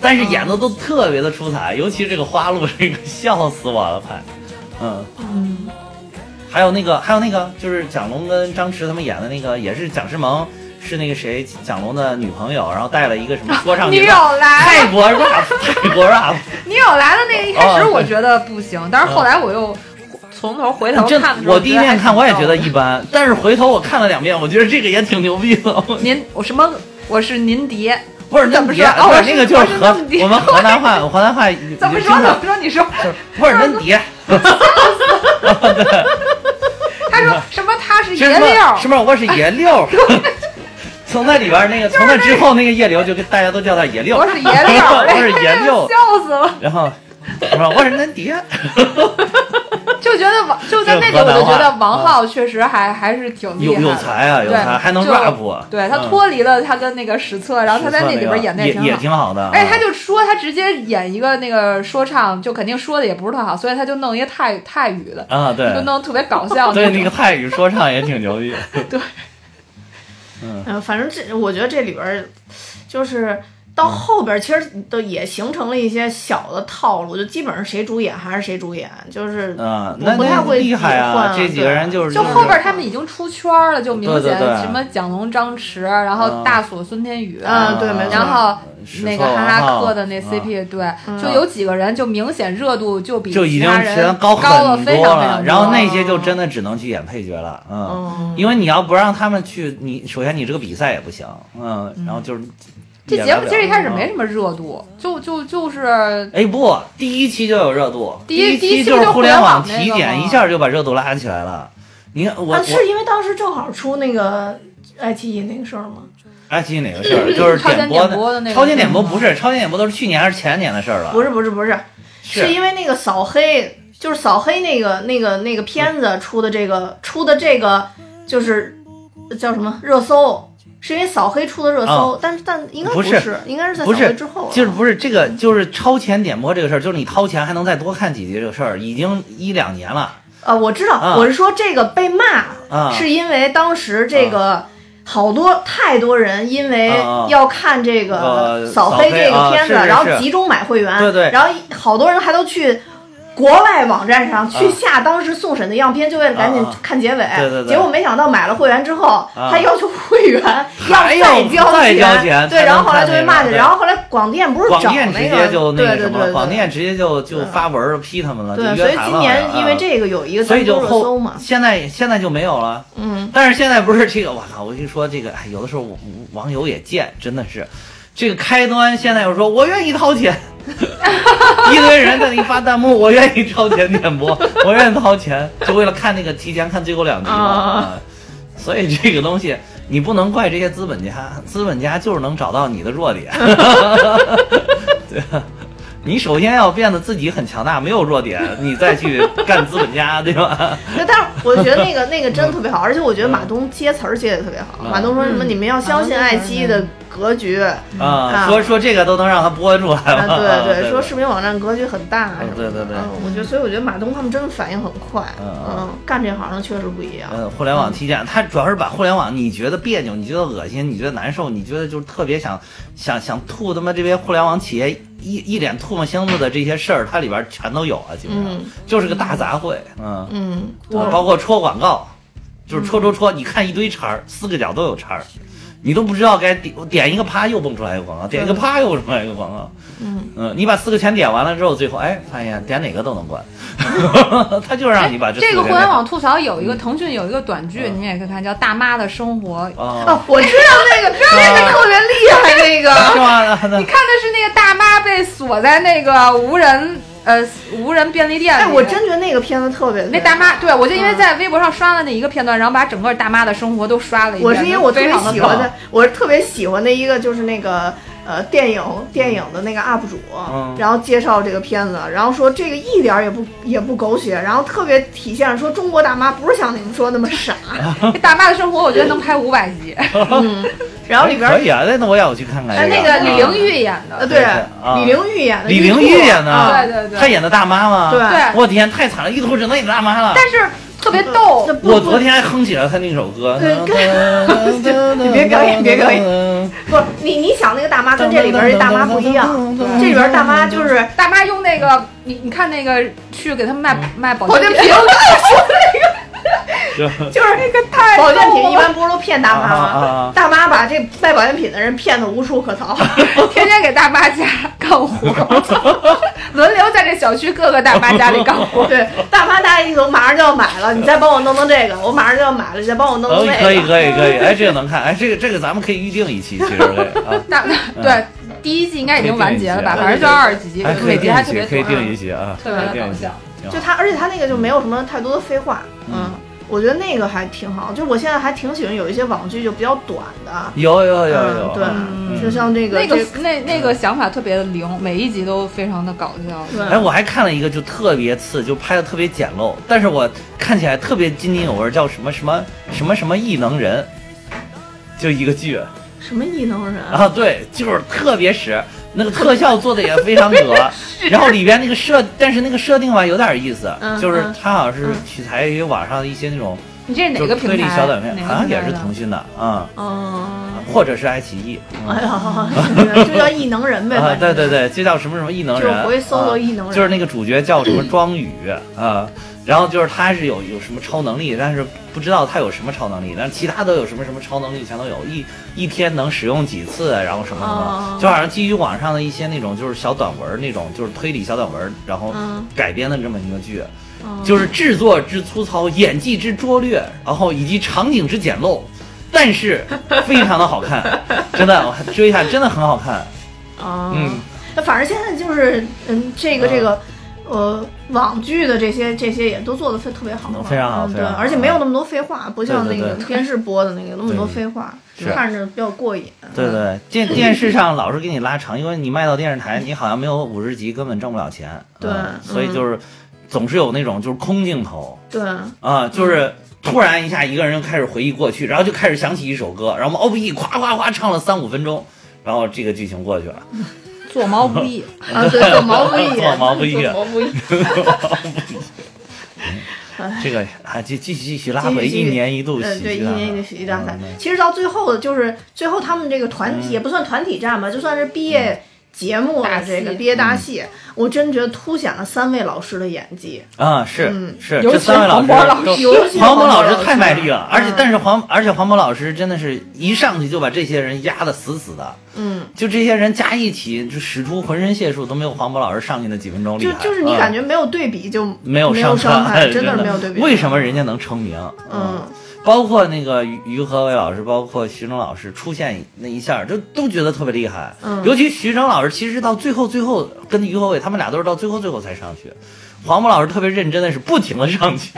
C: 但是演的都特别的出彩，尤其这个花路这个笑死我了，快，嗯。还有那个，还有那个，就是蒋龙跟张弛他们演的那个，也是蒋诗萌是那个谁蒋龙的女朋友，然后带了一个什么说唱节
D: 女
C: 目
D: 友来
C: 泰
D: 了，
C: 国 rap，泰国 rap，
D: 女友来了那个一开始
C: 哦
D: 我
C: 对嗯
D: 觉得不行，但是后来我又从头回头
C: 真
D: 看的时候，
C: 我第一
D: 觉得还
C: 遍
D: 挺
C: 看我也觉
D: 逗
C: 得一般，但是回头我看了两遍，我觉得这个也挺牛逼的。
D: 您我什么我是您爹，
C: 不是那
D: 怎么
C: 爹，
D: 说
C: 不
D: 哦
C: 是
D: 我是
C: 那个就是
D: 我是
C: 河
D: 那么爹
C: 我们河南话，河南话有
D: 怎
C: 有经
D: 么说怎
C: 常
D: 么说你说。
C: 不是恁爹，
D: 他说什么他是
C: 是
D: 爷
C: 什
D: 六儿
C: 么？什么我是野六。 从那里边那个，从那之后那个叶流就跟大家都叫他野六，
D: 我是爷六儿
C: 哎
D: 哎
C: 我是爷 六，
D: 笑死了，
C: 然后我说我是恁爹，
D: 就觉得王就在那里我就觉得王浩确实还还是挺厉
C: 嗯有
D: 害的，
C: 有才啊，有
D: 对
C: 才，还能
D: 就
C: rap，
D: 对他
C: 嗯
D: 脱离了他跟那个史 策，然后他在那里边演的
C: 也也
D: 挺好。
C: 挺好啊的，
D: 而且他就说他直接演一个那个说唱，就肯定说的也不是特好，所以他就弄一个泰泰语的，
C: 啊对，
D: 就弄特别搞笑
C: 对，
D: 那
C: 那个
D: 种。
C: 泰语说唱也挺牛逼。
B: 嗯、反正这我觉得这里边儿就是
C: 嗯
B: 到后边儿其实都也形成了一些小的套路，就基本上谁主演还是谁主演，就是
C: 嗯，
B: 我
C: 那
B: 不太
C: 那
B: 会
C: 厉害啊！
B: 换
C: 这几个人
B: 对
C: 就是
D: 就是后边他们已经出圈了，就明
C: 对
D: 显
C: 对对
D: 什么蒋龙、张弛，然后
C: 嗯
D: 大锁孙天宇，
C: 啊
B: 嗯对没错
D: 然后
C: 史
D: 那
C: 册
D: 个哈
C: 王
D: 拉
C: 浩
D: 克的那
C: 嗯
D: CP，对，
B: 嗯
D: 就有几个人就明显热度就比
C: 就已
D: 其
C: 经
D: 他
C: 前
D: 人
C: 高
D: 了嗯
C: 很
D: 非
C: 多
D: 常非常多。
C: 然后那些就真的只能去演配角了，嗯，
B: 嗯，
C: 因为你要不让他们去，你首先你这个比赛也不行，嗯，然后就是
D: 这
C: 演
D: 节
C: 不
D: 目
C: 了
D: 其实一开始
C: 嗯
D: 没什么热度，就就就是
C: 哎不，第一期就有热度，
D: 第一
C: 一
D: 第一期
C: 就是
D: 就
C: 互
D: 互联
C: 网
D: 网那
C: 体
D: 个
C: 检
D: 嘛
C: 一下就把热度拉起来了。你看我
B: 啊，
C: 我
B: 是因为当时正好出那个爱奇艺那个事儿吗？
C: 爱奇艺哪个事儿？就是
D: 超前
C: 播
D: 点播的那个嗯
C: 超前点播
D: 是吗
C: 不是超前点播都是去年还是前年的事儿了？
B: 不是不是不是，
C: 是
B: 因为那个扫黑就是扫黑那个那个那个片子出的这个出的这个就是叫什么热搜，是因为扫黑出的热搜，
C: 啊
B: 但是但应该
C: 不
B: 不
C: 是
B: 应该是在扫
C: 不
B: 黑
C: 是
B: 之后了，
C: 就是不是这个，就是超前点播这个事儿，就是你掏钱还能再多看几集这个事儿，已经一两年了。
B: 啊，我知道，
C: 啊
B: 我是说这个被骂，
C: 啊
B: 是因为当时这个。好多太多人因为
C: 啊啊
B: 要看这个
C: 呃
B: 扫
C: 扫
B: 黑
C: 黑
B: 这个
C: 啊
B: 片子，
C: 是是
B: 然后
C: 是
B: 集中买会员，
C: 对对
B: 然后好多人还都去国外网站上去
C: 啊
B: 下当时送审的样片，就为了赶紧
C: 啊啊
B: 看结尾。
C: 对对对
B: 结果没想到买了会员之后，他要求会员
C: 还
B: 要再
C: 要再交钱
B: 对，
C: 才
B: 然后后
C: 能
B: 来
C: 看
B: 就被
C: 那
B: 骂
C: 个
B: 去，
C: 对
B: 然后后来广电不是
C: 广
B: 找
C: 电直
B: 那
C: 接
B: 个
C: 就
B: 对
C: 那个
B: 对
C: 什
B: 对
C: 么，
B: 对
C: 广电直接就就发文儿批他们了，就
B: 对，所
C: 约
B: 以
C: 谈
B: 今
C: 了。
B: 年因为
C: 啊
B: 这个有一个
C: 所
B: 三
C: 以
B: 周
C: 就
B: 热搜
C: 后
B: 嘛，
C: 现在现在就没有了。
B: 嗯，
C: 但是现在不是这个，我靠！我跟你说，这个哎，有的时候我网友也贱，真的是，这个开端现在又说我愿意掏钱， 一堆人在那里发弹幕，我愿意掏钱点播， 我愿意掏钱，就为了看那个提前看最后两集嘛。
B: 哦
C: 啊所以这个东西你不能怪这些资本家，资本家就是能找到你的 弱点。对啊，你首先要变得自己很强大，没有弱点，你再去干资本家，对吧？
B: 那但是我觉得那个那个真的特别好，而且我觉得马东接词儿接的特别好。
C: 嗯
B: 马东说什么“
D: 嗯
B: 你们要相信爱奇艺的格 局”，
C: 啊，说说这个都能让他播出来
B: 啊
C: 了。啊
B: 对对，说视频网站格局很大什么的。
C: 对对对
B: 嗯我觉得，所以我觉得马东他们真的反应很快，
C: 嗯嗯
B: 嗯，干这行的确实不一样。
C: 嗯，互联网体检，他主要是把互联网你觉得别扭，你觉得恶心，你觉得难受，你觉得就是特别想想想吐他妈这边互联网企业一一脸唾沫星子的这些事儿，它里边全都有啊，基本上、
B: 嗯
C: 就是个大杂烩，嗯，
B: 嗯，
C: 啊包括戳广告，就是戳戳戳，你看一堆茬儿，四个角都有茬儿，你都不知道该点点一个啪又蹦出来一个广告，
D: 嗯
C: 点一个啪又蹦出来一个广告，
B: 嗯
C: 你把四个全点完了之后，最后哎发现点哪个都能关， 他就让你把这
D: 嗯哎
C: 四
D: 这
C: 嗯
D: 个
C: 全
D: 互
C: 点啊
D: 联网吐槽有一个，腾讯有一个短剧，
C: 嗯
D: 你们也可以看，叫《大妈的生活》，
C: 啊
B: 哦，我知 道那个那
C: 哦
B: 个特别厉害，那个
C: 是吗？那
D: 你看的是那个大妈被锁在那个无人呃无人便利店里。
B: 哎，我真觉得那个片子特别
D: 那大。妈，对我就
C: 嗯
D: 因为在微博上刷了那一个片段，然后把整个大妈的生活都刷了一遍。
B: 我是因为我特
D: 非
B: 别
D: 常的
B: 喜欢
C: 棒
B: 的，我是特别喜欢的一个就是那个呃电影电影的那个 UP 主，
C: 嗯
B: 然后介绍这个片子，然后说这个一点儿也不也不狗血，然后特别体现说中国大妈不是像你们说那么傻，
C: 啊
D: 那大妈的生活，我觉得能拍五百集。
C: 哎
B: 嗯，然后里边
C: 可以啊，那那我也要去看看。
B: 哎
C: 这
B: 那
D: 那
B: 个
D: 个李玲玉演
B: 呃
D: 的，
B: 对
C: 啊
B: 李玲玉演的，
C: 李玲玉演的，
B: 啊
D: 对对对
C: 她演的大妈吗？
B: 对
D: 对，
C: 我天，太惨了，一口只能演大妈了。
D: 但是特别逗
B: 哦那。不
C: 我
B: 不
C: 昨天还哼起了她那首歌。
B: 对
C: 你
B: 你别表演别表不是你你想那个大妈跟这里边儿这大妈不一样，这里边儿大妈就是
D: 大妈用那个，你你看那个去给他们卖
C: 嗯
D: 卖保
B: 保
D: 健
B: 健
D: 品
B: 品，
C: 就
B: 就是那个太保健品一般不是都骗大妈
C: 啊啊
B: 吗
C: 啊？
B: 大妈把这卖保健品的人骗得无处可 逃。
D: 天天给大妈家干活， 轮流在这小区各个大妈家里干活。
B: 对，大妈大家一头马上就要买了，你再帮我弄弄这个，我马上就要买了，你再帮我弄弄那个。
C: 哦可以可以可以，哎，这个能看，哎，这个这个咱们可以预定一期，其实可以啊，
D: 大对第一季应该已经完结了吧？反正就二十几集
C: 还，啊哎可以
D: 每集
C: 定
D: 还
C: 一
D: 特
C: 期，
D: 别
C: 可以
D: 短，
C: 定一期啊，
D: 特别
C: 可以定
D: 搞
C: 一期
D: 笑。。
C: 挺好
B: 就他，而且他那个就没有什么太多的废话，嗯
C: 嗯，
B: 我觉得那个还挺好。就是我现在还挺喜欢有一些网剧就比较短的，
C: 有有有
B: 嗯，
C: 有，
B: 对，
C: 嗯
B: 就像这个
D: 那个
B: 这
D: 那那个想法特别的灵，每一集都非常的搞笑。
B: 对
C: 哎，我还看了一个，就特别次，就拍的特别简陋，但是我看起来特别津津有味，叫什么什么什么什么异能人，就一个剧
D: 啊
B: 什么异能人，
C: 啊，对，就是特别屎，那个特效做的也非常 恶，然后里边那个设，但是那个设定吧有点意思，
B: 嗯
C: 就是
B: 嗯
C: 它好像是
B: 嗯
C: 取材于网上的一些那种
D: 你这是哪
C: 就
D: 个
C: 是
D: 平
C: 推理
D: 台？
C: 小短片，好
D: 哪个
C: 像
D: 平
C: 也
D: 台
C: 是
D: 的
C: 腾讯的啊、
B: 嗯，
C: 或者是爱奇艺
D: 啊
B: 哎呀， 就叫异能人呗，
C: 啊，
B: 反正
C: 对对啊对，就叫什么什么异能
B: 就是
C: 人，啊
B: 回搜搜异能人，
C: 就是那个主角叫什么庄宇啊，然后就是他是有有什么超能力，但是不知道他有什么超能力，但是其他都有什么什么超能力全都有，一一天能使用几次，啊然后什么什么，
B: 哦
C: 就好像基于网上的一些那种就是小短文儿那种就是推理小短文儿，然后
B: 嗯哦
C: 改编的这么一个剧，就是制作之粗糙，演技之拙劣，然后以及场景之简陋。但是非常的 好看，真的，我还追一下，真的很好看。
B: 啊，
C: 嗯，
B: 那反正现在就是，嗯，这个
C: 嗯
B: 这个，呃，网剧的这些这些也都做的非特别好嘛，
C: 非常好
B: 嗯
C: 非
B: 对，
C: 常好
B: 而且没有那么多废话，不像
C: 对
B: 那
C: 对
B: 个
C: 对
B: 电视播的那个有那么多
C: 对
B: 废话，
C: 是
B: 看着比较过瘾。
C: 对对，电
B: 嗯
C: 电视上老是给你拉长，因为你卖到电视台，你好像没有五十集根本挣不了钱。
B: 对嗯
C: 嗯所以就是总是有那种就是空镜头
B: 对，
C: 啊，
B: 嗯
C: 就是突然一下一个人就开始回忆过去，然后就开始想起一首歌，然后我们 O B E 夸夸夸唱了三五分钟，然后这个剧情过去了，
D: 做毛不 易，
B: 啊对，做毛不易，
C: 做毛不易
B: 做毛不 易，
C: 这个啊继继续继续拉回
B: 哎继续
C: 一年一度
B: 嗯，
C: 喜
B: 对，
C: 剧
B: 一
C: 大
B: 年一个
C: 赛，
B: 喜剧大赛
C: 嗯。
B: 其实到最后就是最后他们这个团体也不算团体战吧，就算是毕
C: 嗯
B: 业节目
D: 大
B: 了，
D: 戏
B: 这个毕业大戏，我真觉得凸显了三位老师的演技，
C: 啊是
B: 嗯
C: 是，
D: 尤
C: 这
D: 其
C: 三位老
D: 黄渤老
C: 师
D: 师
C: 都
B: 尤其是
C: 黄渤
B: 老
C: 老师太卖力了，而且
B: 嗯
C: 但是黄而且黄渤老师真的是一上去就把这些人压得死死的，
B: 嗯，
C: 就这些人加一起就使出浑身解数都没有黄渤老师上去那几分钟厉
B: 就
C: 害，
B: 就是你
C: 嗯
B: 感觉没有对比就
C: 没
B: 有
C: 有上
B: 伤害，真
C: 真
B: 的是没有对比。
C: 为什么人家能成名？
B: 嗯，
C: 包括那个于于和伟老师，包括徐峥老师出现那一下，就都觉得特别厉害。
B: 嗯
C: 尤其徐峥老师，其实到最后最后跟于和伟他们俩都是到最后最后才上去。黄渤老师特别认真的是不停的上去，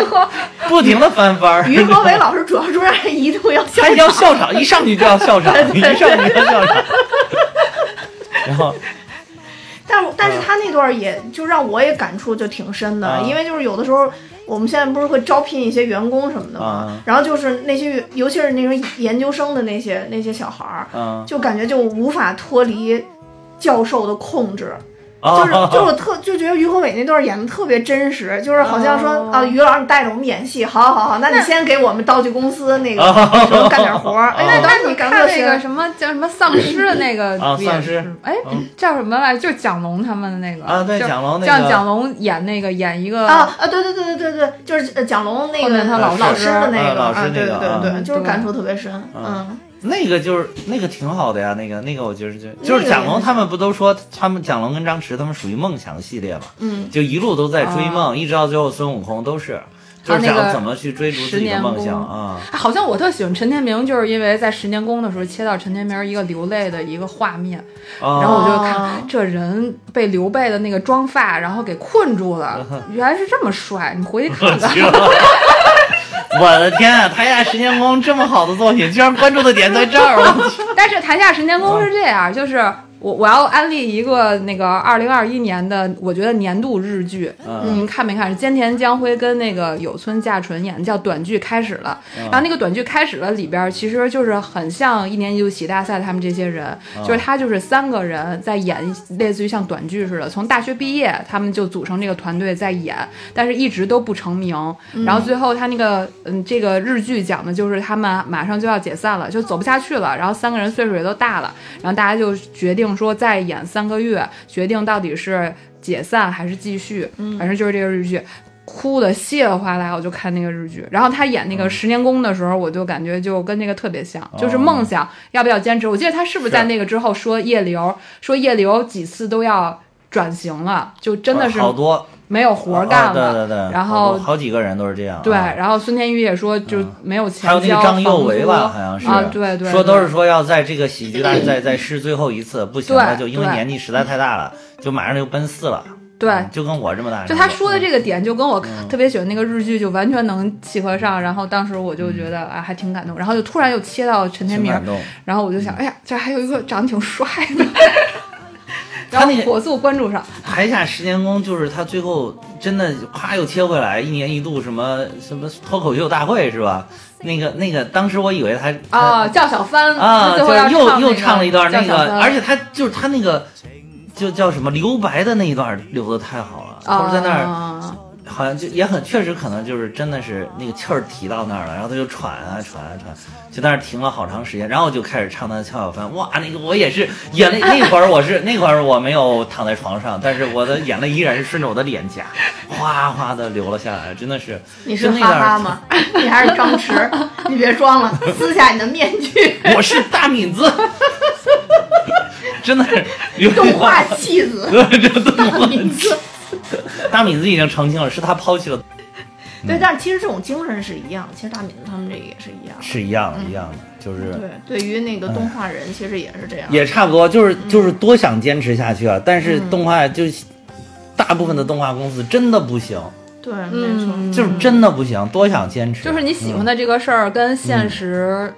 C: 不停的翻番儿。
B: 啊 于和伟老师主要突然一度要笑
C: 他要
B: 场，
C: 笑场，一上去就要笑场，一上去就要笑场。 然后
B: 但是
C: 嗯
B: 但是他那段也就让我也感触就挺深的
C: 啊，
B: 因为就是有的时候。我们现在不是会招聘一些员工什么的嘛
C: 啊，
B: 然后就是那些，尤其是那种研究生的那些那些小孩儿，
C: 嗯，
B: 就感觉就无法脱离教授的控制，
C: 啊
B: 就 是就是我特就觉得于和伟那段演的特别真实，就是好像说
D: 哦
B: 啊，于老师你带着我们演戏，好好好，那你先给我们道具公司 那个什么干点活儿，哎，
C: 哦
B: 那当时
D: 那你
B: 你干
D: 看
B: 特
D: 那
B: 心
D: 个什么叫什么丧尸的那个
C: 啊
D: 不也
C: 丧
D: 是
C: 尸
D: 吗哎
C: 嗯
D: 叫什么来着？就是蒋龙他们的那个
C: 啊对
D: 就
C: 蒋龙那个
D: 像蒋龙演那个演一个
B: 啊啊，对对对对对对，就是呃蒋龙那
D: 后
B: 个
D: 面他
C: 老
B: 老
C: 师
B: 的那
C: 啊
B: 个
C: 老师
B: 啊，对
C: 那个啊
B: 对对对，就是
D: 对
B: 感触特别深，
C: 啊
B: 嗯，
C: 那个就是那个挺好的呀，那个那个我觉得就就是
B: 那个
C: 蒋
B: 也
C: 龙
B: 是
C: 他们不都说他们蒋龙跟张弛他们属于梦想系列嘛，
B: 嗯，
C: 就一路都在追梦，一直到最后孙悟空都是，
D: 还
C: 就
D: 有
C: 是
D: 啊那个
C: 想怎么去追逐自己的梦
D: 十年
C: 想
D: 功
C: 啊，
D: 哎好像我特喜欢陈天明，就是因为在十年功的时候切到陈天明一个流泪的一个画面，然后
C: 啊
D: 我就
B: 哦
D: 看这人被刘备的那个妆发然后给困住了，
C: 嗯
D: 原来是这么帅，你回去看 看。
C: 我的天啊！台下十年功这么好的作品，居然关注的点在这儿，啊我去
D: 但是台下十年功是这样，就是我我要安利一个那个二零二一年的，我觉得年度日剧，
C: 嗯
D: 你们看没看？是菅田将晖跟那个有村架纯演的，叫《短剧开始了》。
C: 啊
D: 然后那个短剧开始了里边，其实就是很像一年一度喜大赛他们这些人，
C: 啊
D: 就是他就是三个人在演，类似于像短剧似的，从大学毕业他们就组成这个团队在演，但是一直都不成名。然后最后他那个嗯，这个日剧讲的就是他们马上就要解散了，就走不下去了。然后三个人岁数也都大了，然后大家就决定说再演三个月，决定到底是解散还是继续。反正就是这个日剧。哭的稀里哗啦，我就看那个日剧。然后他演那个十年功的时候，我就感觉就跟那个特别像，就是梦想要不要坚持。我记得他是不是在
C: 是
D: 那个之后说叶流，说叶流几次都要转型了，就 真的是
C: 好多
D: 没有活儿干了。
C: 啊对对对，
D: 然
C: 好
D: 后
C: 多好几个人都是这样，
D: 对，
C: 啊嗯
D: 然后孙天宇也说，就是没有钱
C: 还有那
D: 交
C: 个张
D: 房
C: 佑
D: 租
C: 维吧，好像是
D: 啊，对对，
C: 说
D: 对
C: 都是说要在这个喜 剧大赛再试最后一次，不行了，
D: 对
C: 就因为
D: 对
C: 年纪实在太大了，就马上就奔四了，
D: 对
C: 嗯，就跟我这么大，嗯
D: 就他说的这个点，就跟我特别喜欢那个日剧，就完全能契合上。然后当时我就觉得啊，还挺感动。然后就突然又切到陈天
C: 嗯挺
D: 明，
C: 感动。嗯
D: 然后我就想，哎呀，这还有一个长得挺帅 的，然
C: 他
D: 后
C: 那个
D: 火速关注上。
C: 台下十年功就是他最后真的夸又切回来，一年一度什么什么脱口秀大会是吧？那个那个，当时我以为他
D: 啊，叫小帆
C: 他啊，
D: 最
C: 就
D: 后要
C: 是又又
D: 唱
C: 唱了一段那
D: 叫小
C: 个，
D: 帆
C: 而且他就是他那个就叫什么留白的那一段留的太好了，
D: 啊
C: 就是在那儿。好像就也很确实，可能就是真的是那个气儿提到那儿了，然后他就喘啊喘啊喘，就在那儿停了好长时间，然后就开始唱他的《俏小帆》。哇，那个我也是眼泪，那会儿我是那会儿我没有躺在床上，但是我的眼泪依然是顺着我的脸颊哗哗的流了下来，真的是。
B: 你是
C: 就那
B: 哈
C: 段儿
B: 哈吗？？ 你还是张弛？ 你别装了，撕下你的面具，
C: 我是大 敏子，真的是有，
B: 动画戏子
C: 真的
B: 大名字。
C: 大敏子已经澄清了，是他抛弃了，
B: 对，但是其实这种精神是一样，其实大敏他们这个也是一样。
C: 是一样的，一样的，就是。
B: 对，对于那个动画人，其实也是这样。
C: 哎也差不多，就是就是多想坚持下去啊，但是动画
B: 嗯
C: 就大部分的动画公司真的不行，
B: 对，没错。
D: 嗯，
C: 就是真的不行，多想坚持，嗯
D: 就是你喜欢的这个事儿跟现实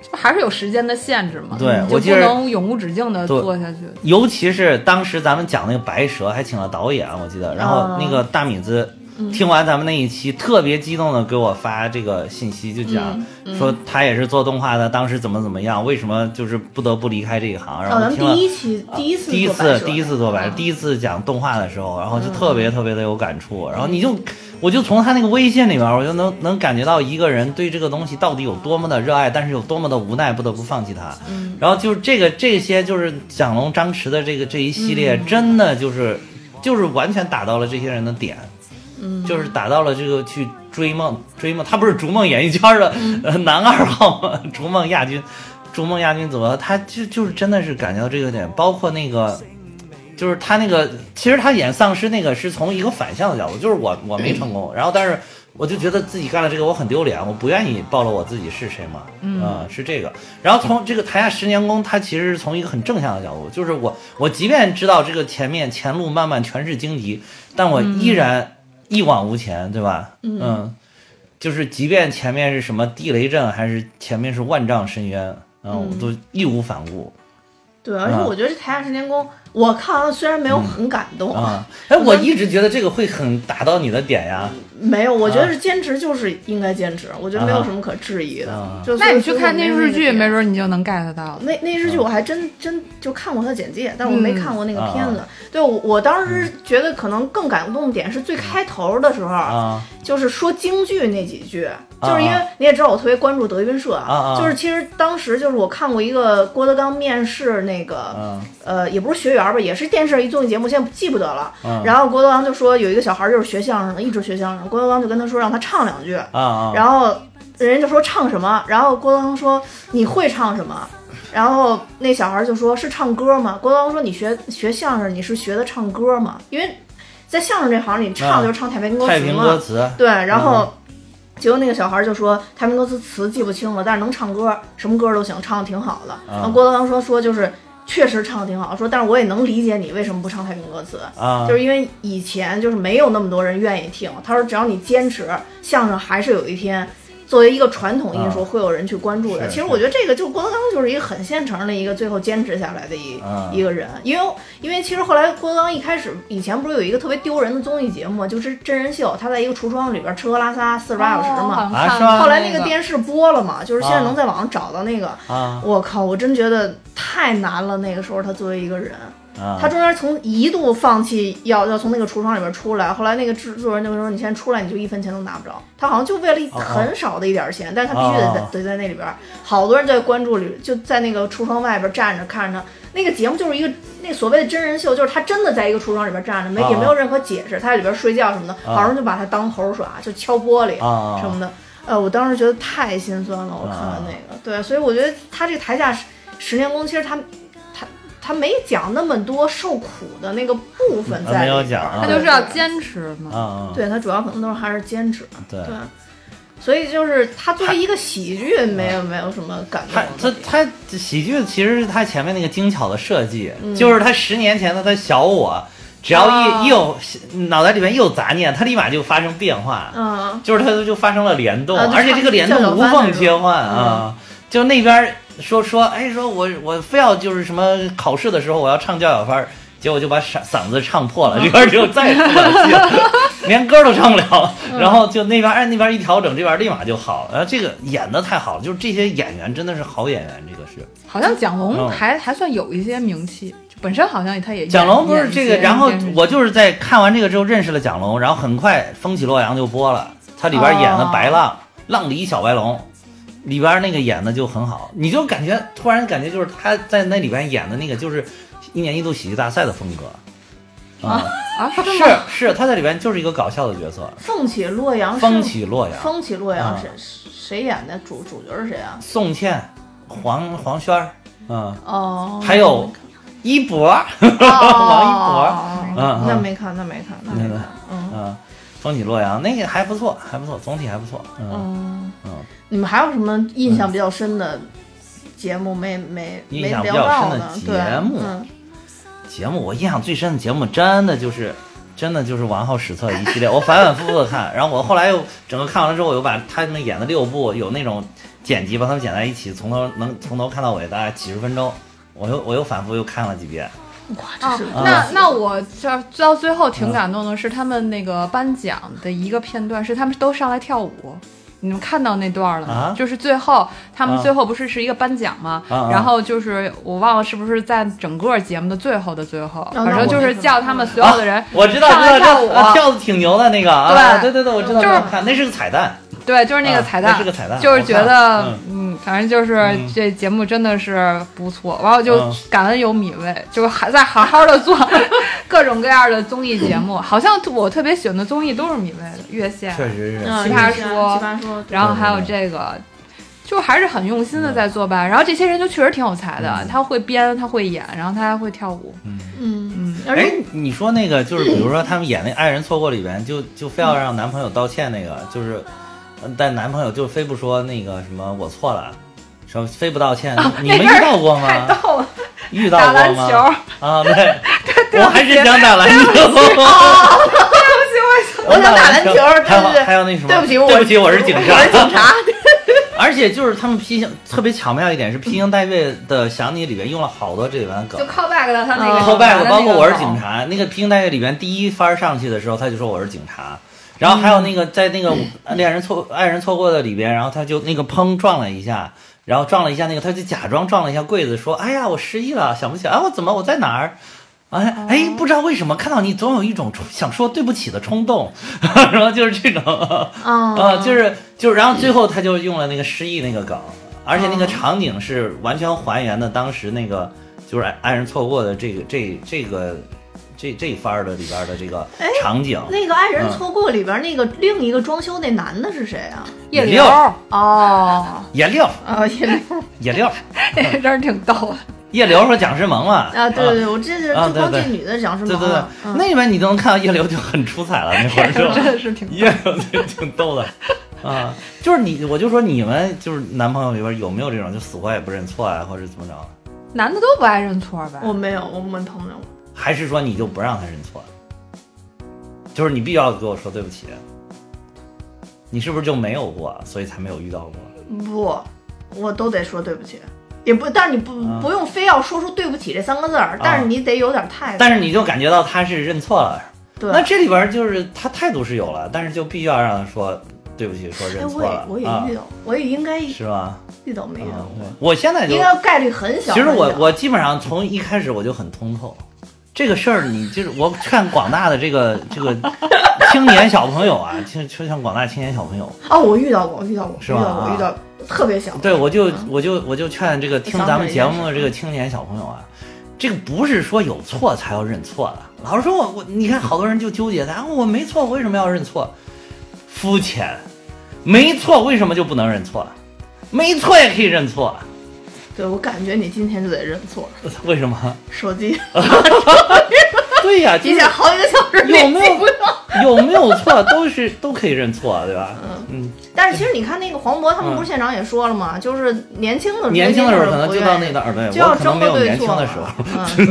D: 这不还是有时间的限制嘛？
C: 对
D: 你就
C: 我记
D: 不
C: 得
D: 能永无止境的
C: 对
D: 做下去。
C: 尤其是当时咱们讲那个白蛇，还请了导演，啊我记得。然后那
B: 哦
C: 个大米子
B: 嗯
C: 听完咱们那一期，特别激动的给我发这个信息，就讲
B: 嗯
C: 说他也是做动画的，当时怎么怎么样，为什么就是不得不离开这一行。然
B: 哦，咱
C: 后
B: 们
C: 听了啊
B: 第一期第一次
C: 第一
B: 做白
C: 次
B: 蛇
C: 第一次做白，第啊嗯一次讲动画的时候，然后就特别特别的有感触。然后你就，我就从他那个微信里面，我就能能感觉到一个人对这个东西到底有多么的热爱，但是有多么的无奈，不得不放弃它。然后就是这个这些，就是蒋龙、张弛的这个这一系列，真的就是就是完全打到了这些人的点。就是打到了这个去追梦追梦，他不是逐梦演艺圈的、呃男二号吗？ 逐梦亚军，逐梦亚军怎么了？他就就是真的是感觉到这个点，包括那个。就是他那个，其实他演丧尸那个是从一个反向的角度，就是我我没成功，然后但是我就觉得自己干了这个我很丢脸，我不愿意暴露我自己是谁嘛，嗯、是这个。然后从这个台下十年功，他其实是从一个很正向的角度，就是我我即便知道这个前面前路漫漫全是荆棘，但我依然一往无前，对吧？嗯。就是即便前面是什么地雷阵，还是前面是万丈深渊，嗯，我都义无反顾
B: 对，而且
C: 啊
B: 我觉得这《台下十年功》，我看完了虽然没有很感动，
C: 嗯啊！哎，我一直觉得这个会很打到你的点呀，
B: 没有，我觉
C: 啊
B: 得是坚持就是应该坚持，我觉得没有什么可质疑的。
C: 啊
B: 就
D: 那你去看
B: 那
D: 电视剧，没准你就能 get 到了。
B: 那那
C: 啊
B: 日剧我还真真就看过它的简介，但是
D: 嗯
B: 我没看过那个
C: 啊
B: 片子。对，我我当
C: 嗯
B: 时觉得可能更感动的点是最开头的时候，
C: 啊，
B: 就是说京剧那几句，
C: 啊
B: 就是因为你也知道我特别关注德云社，
C: 啊啊
B: 就是其实当时就是我看过一个郭德纲面试那个，
C: 嗯
B: 呃，也不是学员吧，也是电视一综艺节目，现在记不得了。
C: 嗯
B: 然后郭德纲就说有一个小孩就是学相声的，一直学相声，郭德纲就跟他说让他唱两句，
C: 啊啊，
B: 然后人家就说唱什么，然后郭德纲说你会唱什么，然后那小孩就说是唱歌吗？郭德纲说你学学相声你是学的唱歌吗？因为在相声这行里唱
C: 嗯
B: 就是唱太平歌
C: 太
B: 词
C: 平
B: 嘛，
C: 歌词，
B: 对，然后结果那个小孩就说太平歌词词记不清了，但是能唱歌，什么歌都行，唱的挺好的。然后郭德纲说说就是确实唱的挺好，说但是我也能理解你为什么不唱太平歌词。
C: 啊，
B: 就是因为以前就是没有那么多人愿意听，他说只要你坚持，相声还是有一天作为一个传统艺术
C: 啊
B: 会有人去关注的。
C: 是
B: 其实
C: 是
B: 我觉得这个就是郭德纲就是一个很现成的一个最后坚持下来的一、
C: 啊
B: 一个人，因为因为其实后来郭德纲一开始以前不是有一个特别丢人的综艺节目，就是真人秀，他在一个橱窗里边吃喝拉撒四十八小时
D: 哦
B: 嘛。
D: 好像
C: 啊
D: 看
C: 是吗
D: 了
B: 后来那
D: 个
B: 个电视播了嘛，就是现在
C: 啊
B: 能在网上找到那个，
C: 啊
B: 我靠，我真觉得太难了。那个时候他作为一个人，
C: 啊，
B: 他中间从一度放弃要要从那个橱窗里面出来，后来那个制作人就说：“你现在出来你就一分钱都拿不着。”他好像就为了一
C: 哦哦
B: 很少的一点钱，但是他必须得在
C: 哦
B: 得在那里边儿，好多人在关注里就在那个橱窗外边站着看着。那个节目就是一个那所谓的真人秀，就是他真的在一个橱窗里边站着，没
C: 哦
B: 也没有任何解释，他在里边睡觉什么的，好多人就把他当猴耍，就敲玻璃
C: 啊
B: 什么的。呃，我当时觉得太心酸了，我看完那个，对，所以我觉得他这个台下十十年功，其实他他他没讲那么多受苦的那个部分在里边儿，
C: 没有讲啊
D: 他就是要坚持
C: 啊
D: 嘛。
C: 啊，
B: 对他主要可能都是还是坚持，
C: 对
B: 对，所以就是他作为一个喜剧，没有没有什么感
C: 他
B: 动
C: 啊他
B: 的地方，
C: 他喜剧其实是他前面那个精巧的设计，
B: 嗯
C: 就是他十年前的他小我，只要一、
D: 啊
C: 一有脑袋里面一有杂念，他立马就发生变化，
B: 嗯，
C: 就是它就发生了联动，
B: 啊就
C: 而且
B: 像
C: 这个联动无缝切换啊，就那边说说，哎，说我我非要就是什么考试的时候我要唱叫小番儿。结果就把嗓嗓子唱破了，这边就再也出不了气了，连歌都唱不了。然后就那边哎那边一调整，这边立马就好。然后这个演的太好了，就是这些演员真的是好演员，这个是。
D: 好像蒋龙
C: 嗯
D: 还还算有一些名气，就本身好像他也演
C: 蒋龙不是这个，
D: 演一些
C: 然后
D: 电视剧
C: 我就是在看完这个之后认识了蒋龙，然后很快《风起洛阳》就播了，他里边演的白浪、浪里小白龙，里边那个演的就很好，你就感觉突然感觉就是他在那里边演的那个就是一年一度喜剧大赛的风格，啊，
D: 啊是
C: 是
D: 吗？
C: 是，他在里边就是一个搞笑的角色，
B: 风起洛阳哦是，
C: 风起洛阳，
B: 风起洛阳
C: 啊
B: 谁谁演的主主角是谁 啊？
C: 宋茜、黄黄轩儿，嗯，
B: 哦，
C: 还有一博，王
B: 一
C: 一博嗯嗯
B: 哦那没看，那没看，那没
C: 那个
B: 看，嗯。
C: 嗯，风起洛阳那个还不错，还不错，总体还不错，嗯
B: 嗯
C: 嗯。
B: 你们还有什么印象比较深的节目没没没
C: 印象比
B: 聊
C: 较
B: 到
C: 深的
B: 呢？
C: 节
B: 对，
C: 目
B: 嗯
C: 节目我印象最深的节目，真的就是真的就是王浩史册一系列，我反反复复的看，然后我后来又整个看完了之后，我又把他们演的六部有那种剪辑把他们剪在一起，从头能从头看到尾，大概几十分钟，我又我又反复又看了几遍。
B: 哇，这
D: 啊
B: 是、，
D: 那那我这到最后挺感动的是他们那个颁奖的一个片段，是他们都上来跳舞。你们看到那段了吗？
C: 啊
D: 就是最后他们
C: 啊
D: 最后不是是一个颁奖吗？
C: 啊啊
D: 然后就是我忘了是不是在整个节目的最后的最后，
B: 哦那
D: 反正就
B: 我
D: 是
B: 没
D: 叫他们所有的人、
C: 啊我知道，
D: 上来
C: 知道
D: 跳
C: 知
D: 舞
C: 道啊，跳的挺牛的那个啊，对
D: 对
C: 对对，我知道，
D: 就是
C: 我看那是个彩蛋，
D: 对，就是那个
C: 啊
D: 彩蛋，
C: 那是个彩蛋
D: 就是觉
C: 我
D: 得
C: 看了
D: 嗯反正就是
C: 嗯
D: 这节目真的是不错，然后就
C: 嗯
D: 感恩有米未，就还在好好的做 各种各样的综艺节目，好像我特别喜欢的综艺都是米未的《越线》，
C: 确实是。
B: 嗯
D: 奇葩
B: 是啊
D: 说
B: 奇葩说，
D: 然后还有这个。就还是很用心的在做吧，然后这些人就确实挺有才的，
C: 嗯
D: 他会编，他会演，然后他还会跳舞。
B: 嗯，而
C: 哎
B: 且，
C: 你说那个就是，比如说他们演那《爱人错过》里边，就就非要让男朋友道歉，那个就是，呃但男朋友就非不说那个什么我错了，什么非不道歉。
B: 啊
C: 你们遇
D: 那阵儿
C: 到过
D: 太
C: 吗？
D: 逗了，
C: 遇
D: 打
C: 到过
D: 篮
C: 吗？
D: 球，
C: 啊，对，我还是想打篮球。
B: 我想打 篮球，对
C: 还有
B: 对
C: 还
B: 对，
C: 有那什么？
B: 对不起，
C: 对不起，我是警察，
B: 我是警察，
C: 而且就是他们披星特别巧妙一点是披星戴月的《想你》里边用了好多这里边的
D: 就
C: 梗。
D: call back 到他那个
B: 嗯
C: call
D: 原来
C: back，
D: 的
C: 包
D: 哦
C: 括
D: 那个哦
C: 我是
D: 梗
C: 警察，那个披星戴月里边第一番上去的时候，他就说我是警察。然后还有那
D: 嗯
C: 个在那个恋人错爱人错过的里边，然后他就那个砰撞了一下，然后撞了一下那个，他就假装撞了一下柜子，说：“哎呀，我失忆了，想不起来，啊，我怎么我在哪儿？”哎
D: 哦
C: 哎，不知道为什么看到你总有一种冲想说对不起的冲动， 然后就是这种。啊，
B: 嗯，
C: 就是就是，然后最后他就用了那个失忆那个梗，而且那个
B: 哦
C: 场景是完全还原的当时那个就是爱爱人错过的这个这这个这这一番儿的里边儿的这个场景。
B: 哎那个《爱人错过》里边那个另一个装修那男的是谁啊？
D: 叶
C: 柳
D: 柳 哦，
C: 叶六，
B: 啊， 叶柳
C: 叶六，
D: 真是挺逗的。
C: 叶流说蒋诗萌嘛。
B: 啊，对对对，我这是
C: 啊
B: 就光
C: 对
B: 这
C: 对
B: 女的讲什
C: 对
B: 么
C: 对对
B: 了？，嗯
C: 那里面你都能看到叶流就很出彩了，那会儿
D: 真
C: 就
D: 的是挺
C: 叶流就挺逗的。啊，就是你，我就说你们就是男朋友里边有没有这种就死活也不认错啊，或者怎么着？
D: 男的都不爱认错呗。
B: 我没有，我没朋友。
C: 还是说你就不让他认错？就是你必须要给我说对不起，你是不是就没有过，所以才没有遇到过？
B: 不，我都得说对不起，也不，但是你不、
C: 啊
B: 不用非要说出对不起这三个字儿，但是你得有点态度。
C: 但是你就感觉到他是认错了，
B: 对，
C: 那这里边就是他态度是有了，但是就必须要让他说对不起，说
B: 哎，
C: 认
B: 我
C: 错了
B: 也，我也
C: 啊
B: 遇到，我也应该
C: 是吧？
B: 遇到没遇到
C: 啊
B: 过，，
C: 我现在就
B: 应该概率很小。
C: 其实我
B: 很小
C: 我基本上从一开始我就很通透，这个事儿你就是我劝广大的这个这个青年小朋友啊，就就像广大青年小朋友，
B: 哦，我遇到过，我遇到过，
C: 是
B: 遇
C: 吧
B: 到过，
C: 啊
B: 遇到特别小。
C: 对，我就
B: 嗯
C: 我就我就劝这个听
B: 想起
C: 咱
B: 一
C: 们节
B: 件
C: 目
B: 事
C: 的这个青年小朋友啊，这个不是说有错才要认错的。老是说我我，你看好多人就纠结咱我没错，我为什么要认错？肤浅，没错为什么就不能认错？没错也可以认错，
B: 对，我感觉你今天就得认错，
C: 为什么？
B: 手机
C: 对呀、就
B: 提
C: 是
B: 前好几个小时
C: 有没
B: 联系不
C: 有有没有错都是都可以认错，对吧？嗯，
B: 但是其实你看那个黄渤，他们
C: 嗯
B: 不是现场也说了吗？就是年轻的时候
C: 年轻的时候可能
B: 不
C: 就
B: 愿
C: 到
B: 意
C: 那个耳背，
B: 就
C: 我
B: 要
C: 可能
B: 争
C: 没
B: 个
C: 有
B: 对
C: 年轻
B: 错
C: 的
B: 了
C: 时 候。
B: 嗯，对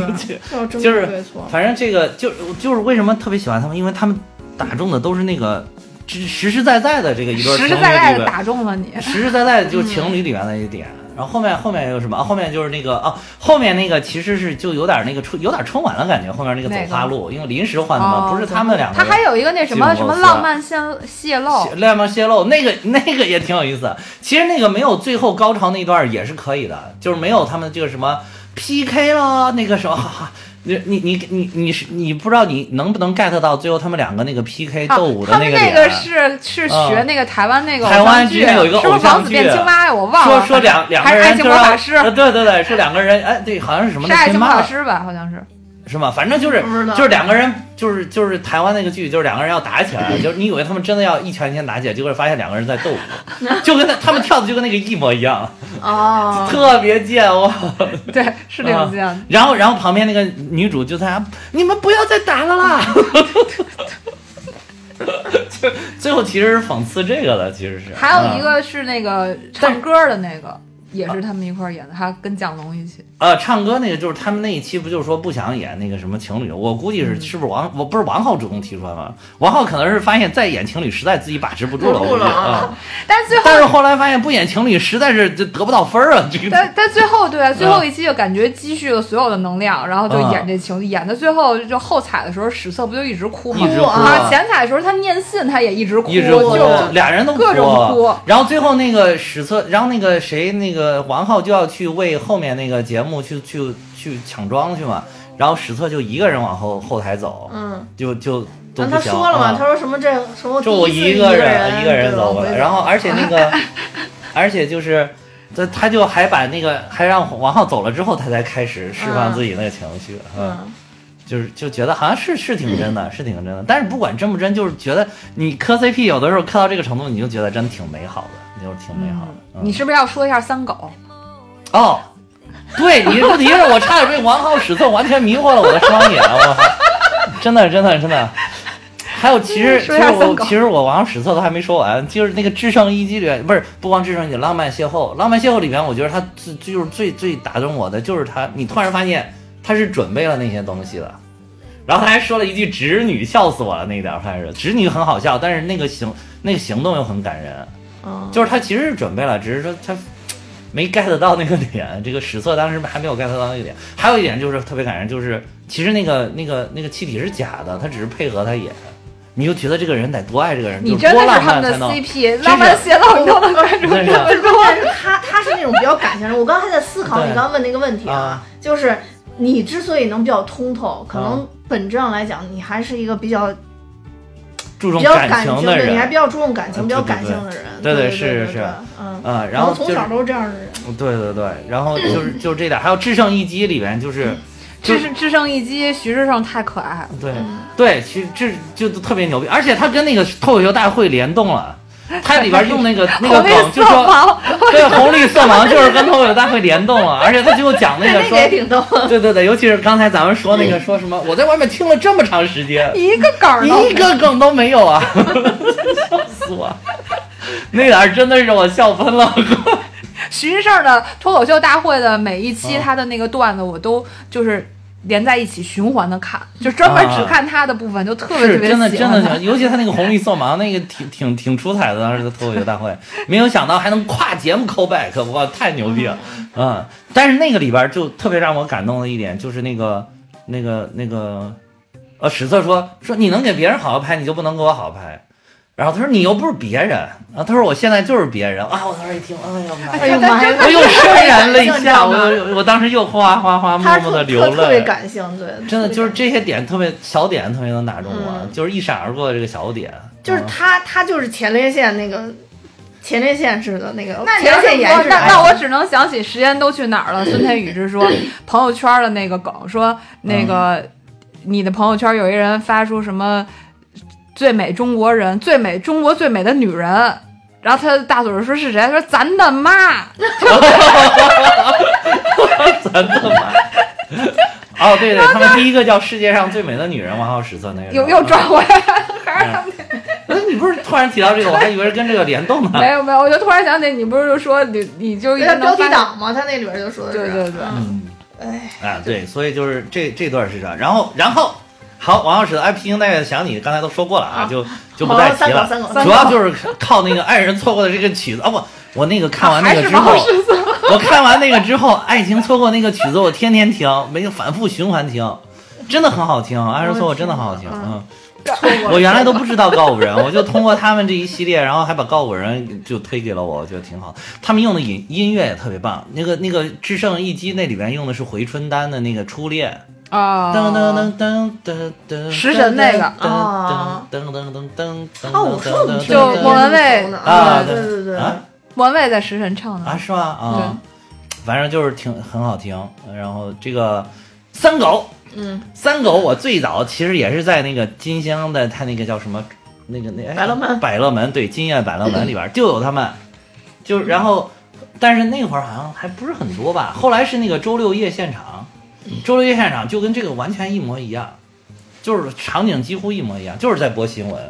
B: 就要争
C: 就是
B: 个对错。
C: 反正这个就就是为什么特别喜欢他们，因为他们打中的都是那个实实实在在的这个一对情
D: 实
C: 侣
D: 实
C: 里
D: 在在
C: 边
D: 的，打中了你。
C: 实实在在的就是情侣里面的一点。然后后面后面有什么？啊后面就是那个啊，后面那个其实是就有点那个春有点春晚的感觉，后面那个走
D: 哪个
C: 花路，因为临时换的嘛，
D: 哦
C: 不是他们两个
D: 他
C: 人。
D: 还有一个那什么
C: 进
D: 什
C: 入公
D: 么
C: 司
D: 浪漫泄泄露
C: 泄，外面泄露那个那个也挺有意思。其实那个没有最后高潮那段也是可以的，就是没有他们这个什么 PK 了那个什么。哈哈 你你你你你是你不知道你能不能 get 到最后他们两个那个 PK
D: 啊
C: 斗舞的
D: 他们
C: 个
D: 那
C: 点？
D: 个是是学那个台湾那个偶像
C: 台湾之
D: 剧，
C: 前有一个
D: 是不
C: 偶
D: 是
C: 像
D: 王子变
C: 剧
D: 青蛙呀？我忘了，
C: 说说两两
D: 还
C: 个
D: 是爱
C: 人
D: 情
C: 就
D: 魔
C: 让
D: 法师，
C: 呃对对对，说两个人哎对，好像是什么
D: 是爱情魔法
C: 妈
D: 师吧？好像是。
C: 是吗？反正就是
B: 不知道
C: 就是两个人就是就是台湾那个剧，就是两个人要打起来，就是你以为他们真的要一拳一拳打起来，结果发现两个人在 斗舞，就跟他他们跳的就跟那个一模一样。
D: 啊
B: 哦，
C: 特别贱我。
D: 对，是
C: 嗯
D: 这啊样这样。
C: 然后，然后旁边那个女主就在那，你们不要再打了啦。 就最后其实是讽刺这个的，其实是。
D: 还有
C: 嗯、
D: 一个是那个唱歌的那个，也是他们一块儿演的，他跟蒋龙一起。
C: 呃，唱歌那个就是他们那一期不就是说不想演那个什么情侣？我估计是是不是王，我不是王浩主动提出来吗？王浩可能是发现再演情侣实在自己把持不住了，
B: 不
C: 我
B: 住
C: 估计
B: 了
C: 啊。
D: 但是最
C: 但是
D: 后，
C: 后来发现不演情侣实在是就得不到分儿啊，这 个
D: 但但最后对啊，最
C: 嗯
D: 后一期就感觉积蓄了所有的能量，然后就演这情侣，演到最后就后采的时候，史策不就一直哭吗？
C: 一直哭
D: 啊，前采的时候他念信，他也一直哭，
C: 一直
D: 就
C: 哭，嗯俩人都
D: 各种哭
C: 然后最后那个史册，然后那个谁，那个王浩就要去为后面那个节目去去去抢妆去嘛。然后史册就一个人往后后台走，
B: 嗯，
C: 就就都
B: 然后
C: 不
B: 他
C: 行
B: 说了嘛，
C: 啊
B: 他说什么这什么
C: 就我
B: 第一
C: 一
B: 次
C: 个
B: 人
C: 一个人走过来，
B: 来，
C: 然后而且 那个，而且就是，他他就还把那个还让王浩走了之后，他才开始释
B: 嗯
C: 放自己那个情绪，嗯
B: 嗯，
C: 就是就觉得好像是是挺真的，是挺真的。但是不管真不真，就是觉得你磕 CP 有的时候磕到这个程度，你就觉得真挺美好的，就是挺美好的。嗯
D: 你是不是要说一下三狗？
C: 哦，对你不提是我差点被王浩史册完全迷惑了我的双眼，我靠，真的真的真的。还有，其实其
D: 说
C: 实
D: 一下
C: 我
D: 三狗
C: 其实我王浩史册都还没说完，就是那个《至上一击》里面，不是不光《至上一击》，《浪漫邂逅》，《浪漫邂逅》里面，我觉得他最就是最最打动我的就是他，你突然发现他是准备了那些东西的。然后他还说了一句“侄女”，笑死我了那点儿，还是侄女很好笑，但是那个行那个行动又很感人。
B: 嗯
C: 就是他其实是准备了，只是说他没 get 到那个点。这个史册当时还没有 get 到那个点。还有一点就是特别感人，就是其实那个那个那个气体是假的，他只是配合他演，你就觉得这个人得多爱这个人，
D: 你
C: 就
D: 真
C: 多
D: 的是
C: 浪
D: 他们
C: 漫
D: 的
C: 才能。
D: CP，
C: 是
D: 浪漫邪道你都能关注
C: 真是
D: 这么多。
B: 但是他他是那种比较感性的人，我刚才在思考你
C: 对
B: 刚刚问那个问题啊
C: 啊，
B: 就是你之所以能比较通透，可
C: 啊
B: 能本质上来讲，你还是一个比较
C: 注重
B: 比较感
C: 情
B: 的
C: 的人，
B: 你还比较注重感情、
C: 呃
B: 比较
C: 对对
B: 感性的人。
C: 对
B: 对
C: 对是是
B: 对嗯。
C: 啊、然
B: 然后
C: 后就
B: 从
C: 是
B: 小都是这样的人，
C: 对对对，然后就是就是这点，还有《至圣一击》里面就是。就
D: 智智胜一击，徐志胜太可爱了。
C: 对对，其实这就特别牛逼，而且他跟那个脱口秀大会联动了，他里边用那个那个
D: 红
C: 梗
D: 绿
C: 就
D: 色
C: 说
D: 盲，
C: 对，红绿色盲就是跟脱口秀大会联动了，而且他最后讲那个
B: 那
C: 说
B: 个，也挺逗。
C: 对对对，尤其是刚才咱们说那个说什么，我在外面听了这么长时间，
D: 一个梗儿都没有
C: 一个梗都没有啊， 笑死我！那点儿真的是我笑喷了，
D: 徐志胜的脱口秀大会的每一期，
C: 嗯
D: 他的那个段子我都就是连在一起循环的看，就专门只看他的部分，就特别特
C: 啊是
D: 别
C: 真的
D: 喜
C: 真
D: 欢
C: 的
D: 他
C: 行，尤其他那个红绿色盲那个挺挺挺出彩的，当时的脱口秀大会，没有想到还能跨节目 call back，哇，太牛逼了，嗯，但是那个里边就特别让我感动的一点就是那个那个那个，呃，史策说说你能给别人好好拍，你就不能给我好好拍。然后他说：“你又不是别人啊！”他说：“我现在就是别人啊！”我当时一听，哎呀 妈呀！
B: 呦妈呀！
C: 我又潸然泪啊下，
B: 你知道吗
C: 我又我当时又哗哗哗默
B: 他
C: 默
B: 特
C: 的流
B: 特
C: 泪，
B: 特别感性，对，
C: 真的
B: 特别
C: 就是
B: 感性
C: 这些点特别小点特别能打中我，
B: 嗯
C: 就是一闪而过的这个小点，
B: 就是
C: 嗯
B: 他他就是前列腺那个前列腺似的那个
D: 那你要
B: 前
D: 这
B: 列腺炎
D: 么说，
B: 似的
D: 那
B: 癌
D: 那
B: 症
D: 我只能想起《时间都去哪儿了》。孙天宇 是说朋友圈的那个梗，说那个
B: 嗯
D: 你的朋友圈有一人发出什么最美中国人、最美中国最美的女人，然后他的大嘴儿说是谁？他说咱的妈。
C: 咱他 妈。哦，对对，他们第一个叫世界上最美的女人王浩史册那个人，
D: 又又转
C: 嗯。
D: 回来了，还是他们
C: 哎你不是突然提到这个，我还以为是跟这个联动 呢。
D: 没有没有，我就突然想起你不是就说你你就一
B: 对他
D: 直能
B: 标题
D: 翻
B: 党嘛，他那里边就说的是，
D: 对对对
B: 嗯，哎，
C: 啊，对，所以就是这这段是啥？然后然后好，王老师的哎爱披星戴月的想你，刚才都说过了啊，就就不再提
B: 好
C: 了
B: 三狗三狗。
C: 主要 就是靠那个爱人错过的这个曲子啊，不，我那个看完那
D: 还
C: 个
D: 是
C: 之
D: 王
C: 后
D: 老师，
C: 我看完那个之后，《爱情错过》那个曲子我天天听，没有反复循环听，真的很好听，《爱情错过》真的很好听，嗯。
B: 错过了
C: 我原来都不知道告五人，我就通过他们这一系列，然后还把告五人就推给了我，我觉得挺好。他们用的音音乐也特别棒，那个那个《至圣一击》那里边用的是回春丹的那个《初恋》，
D: 啊，
C: 噔噔噔噔噔，
D: 食神那个
C: 啊，噔噔噔噔噔噔，
B: 哦，我说怎么听
D: 就
B: 着
D: 莫文蔚
B: 呢？
C: 啊
B: 对
C: 对
B: 对对，
C: 啊
D: 莫文蔚在食神唱的
C: 啊，是吗？啊，反正就是挺很好听。然后这个三狗，
B: 嗯，
C: 三狗我最早其实也是在那个金乡的，他那个叫什么，那个那哎
B: 百乐门
C: 百乐门对，金苑百 乐门里边儿就有他们，就是然后，但是那会儿好像还不是很多吧。后来是那个周六夜现场，
B: 嗯
C: 周六夜现场就跟这个完全一模一样，就是场景几乎一模一样，就是在播新闻。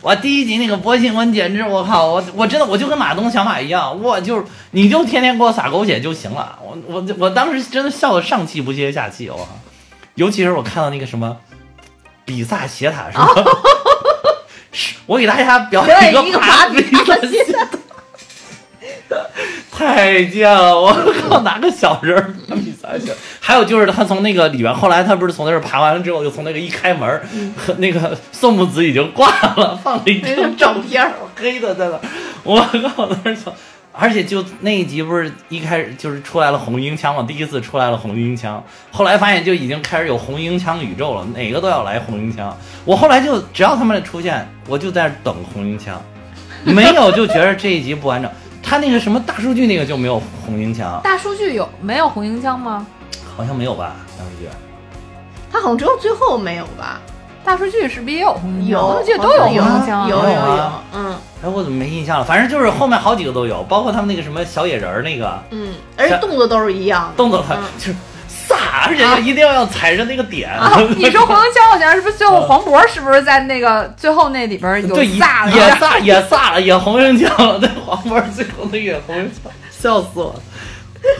C: 我第一集那个波信文简直，我靠，我我真的我就跟马东小马一样，我就是你就天天给我撒狗血就行了。我我我当时真的笑得上气不接下气，我靠，尤其是我看到那个什么比萨斜塔是吧？ 是我给大家表演
B: 哦表演一个
C: 爬
B: 爬比萨斜
C: 塔，太贱了！我靠，拿个小人儿爬比萨斜塔。还有就是他从那个里边，后来他不是从那儿爬完了之后，就从那个一开门儿，和 那个宋木子已经挂了，放了一
B: 那是
C: 张
B: 照片儿
C: 黑的在那儿，我靠，我当时想，而且就那一集不是一开始就是出来了红缨枪嘛，第一次出来了红缨枪，后来发现就已经开始有红缨枪宇宙了，哪个都要来红缨枪。我后来就只要他们出现，我就在那儿等红缨枪，没有就觉得这一集不完整。他那个什么大数据那个就没有红缨枪，
D: 大数据有没有红缨枪吗？
C: 好像没有吧？大数据
B: 他好像只有最后没有吧？
D: 大数据是不是也有红缨枪？
B: 有，
D: 我记得都嗯有
B: 有
D: 红缨枪啊。
B: 有
C: 有
B: 有
C: 啊
B: 嗯
C: 哎，我怎么没印象了？反正就是后面好几个都有，包括他们那个什么小野人儿那个，
B: 嗯，而且动作都是一样的。
C: 动作他
B: 嗯
C: 就是飒，而且要一定要踩着那个点。
D: 啊， 你说红缨枪，我想是不是最后黄渤是不是在那个最后那里边有
C: 嗯对，也
D: 炸了一
C: 也
D: 下？
C: 飒也飒了，也红缨枪了， 对，黄渤最后那个红缨枪，笑死我了。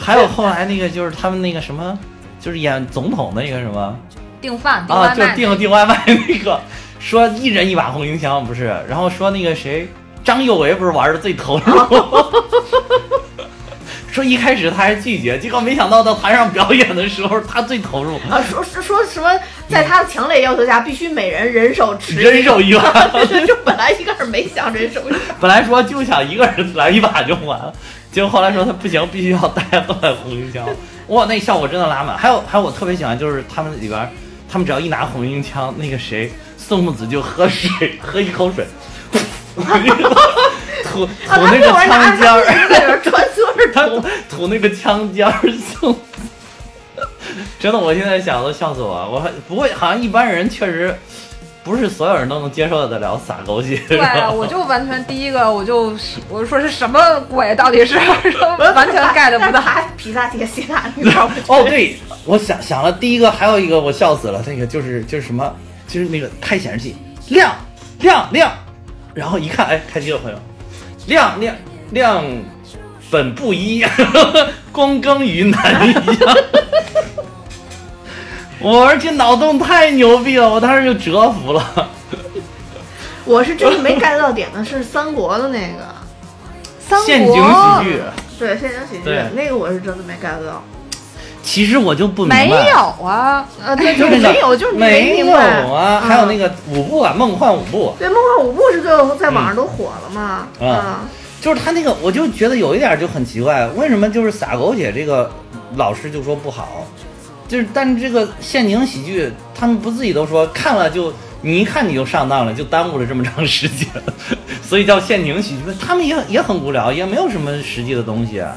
C: 还有后来那个就是他们那个什么，就是演总统那个什么
D: 订饭订
C: 啊，
D: 外
C: 就
D: 卖，
C: 订订外卖那个，说一人一把红缨枪不是，然后说那个谁张佑维不是玩的最投入。 说一开始他还拒绝，结果没想到到台上表演的时候，他最投入。
B: 啊，说说说什么，在他的强烈要求下，必须每人人手持
C: 人手一把，
B: 就本来一开始没想人手一把，
C: 本来说就想一个人来一把就完了，结果后来说他不行，必须要带带红 缨枪。哇，那效果真的拉满。还有还有，我特别喜欢就是他们里边儿，他们只要一拿红缨枪，那个谁宋木子就喝水， 喝一口水， 吐吐
B: 啊，他
C: 那个
B: 这玩意儿拿
C: 枪
B: 着他自。己在
C: 尖儿
B: 那儿穿梭着
C: 他吐那个枪尖儿送。 真的，我现在想都笑死我了。我还不会，好像一般人确实不是所有人都能接受得了撒狗血。
D: 对
C: 是吧
D: 啊，我就完全第一个，我就我说是什么鬼，到 底是完全 get 不到。
B: 爬皮萨杰西塔那块儿，
C: 哦，对，我想想了，第一个还有一个我笑死了，那个就是就是什么，就是那个开显示器亮亮亮，然后一看，哎，开机了，朋友，亮亮亮，本不一，躬耕于南一样。我而且脑洞太牛逼了，我当时就折服了。
B: 我是真的没 get 到点的是三国的那个，
D: 三
C: 陷阱
D: 国
C: 喜剧，
B: 对，现场喜剧
C: 对
B: 那个我是真的没 get 到，
C: 其实我就不明白，
D: 没有啊，
B: 啊，对，就
C: 就是是 那个
B: 没有，就是你
C: 没
B: 明
C: 有
B: 白嗯
C: 啊，还有那
B: 个。
C: 个舞步啊，梦幻舞步。
B: 对，梦幻舞步是最后在网上都火了嘛？
C: 嗯
B: 啊，
C: 就是他那个，我就觉得有一点就很奇怪，为什么就是撒狗血这个老师就说不好，就是但是这个陷阱喜剧，他们不自己都说看了就你一看你就上当了，就耽误了这么长时间，所以叫陷阱喜剧。他们也也很无聊，也没有什么实际的东西，啊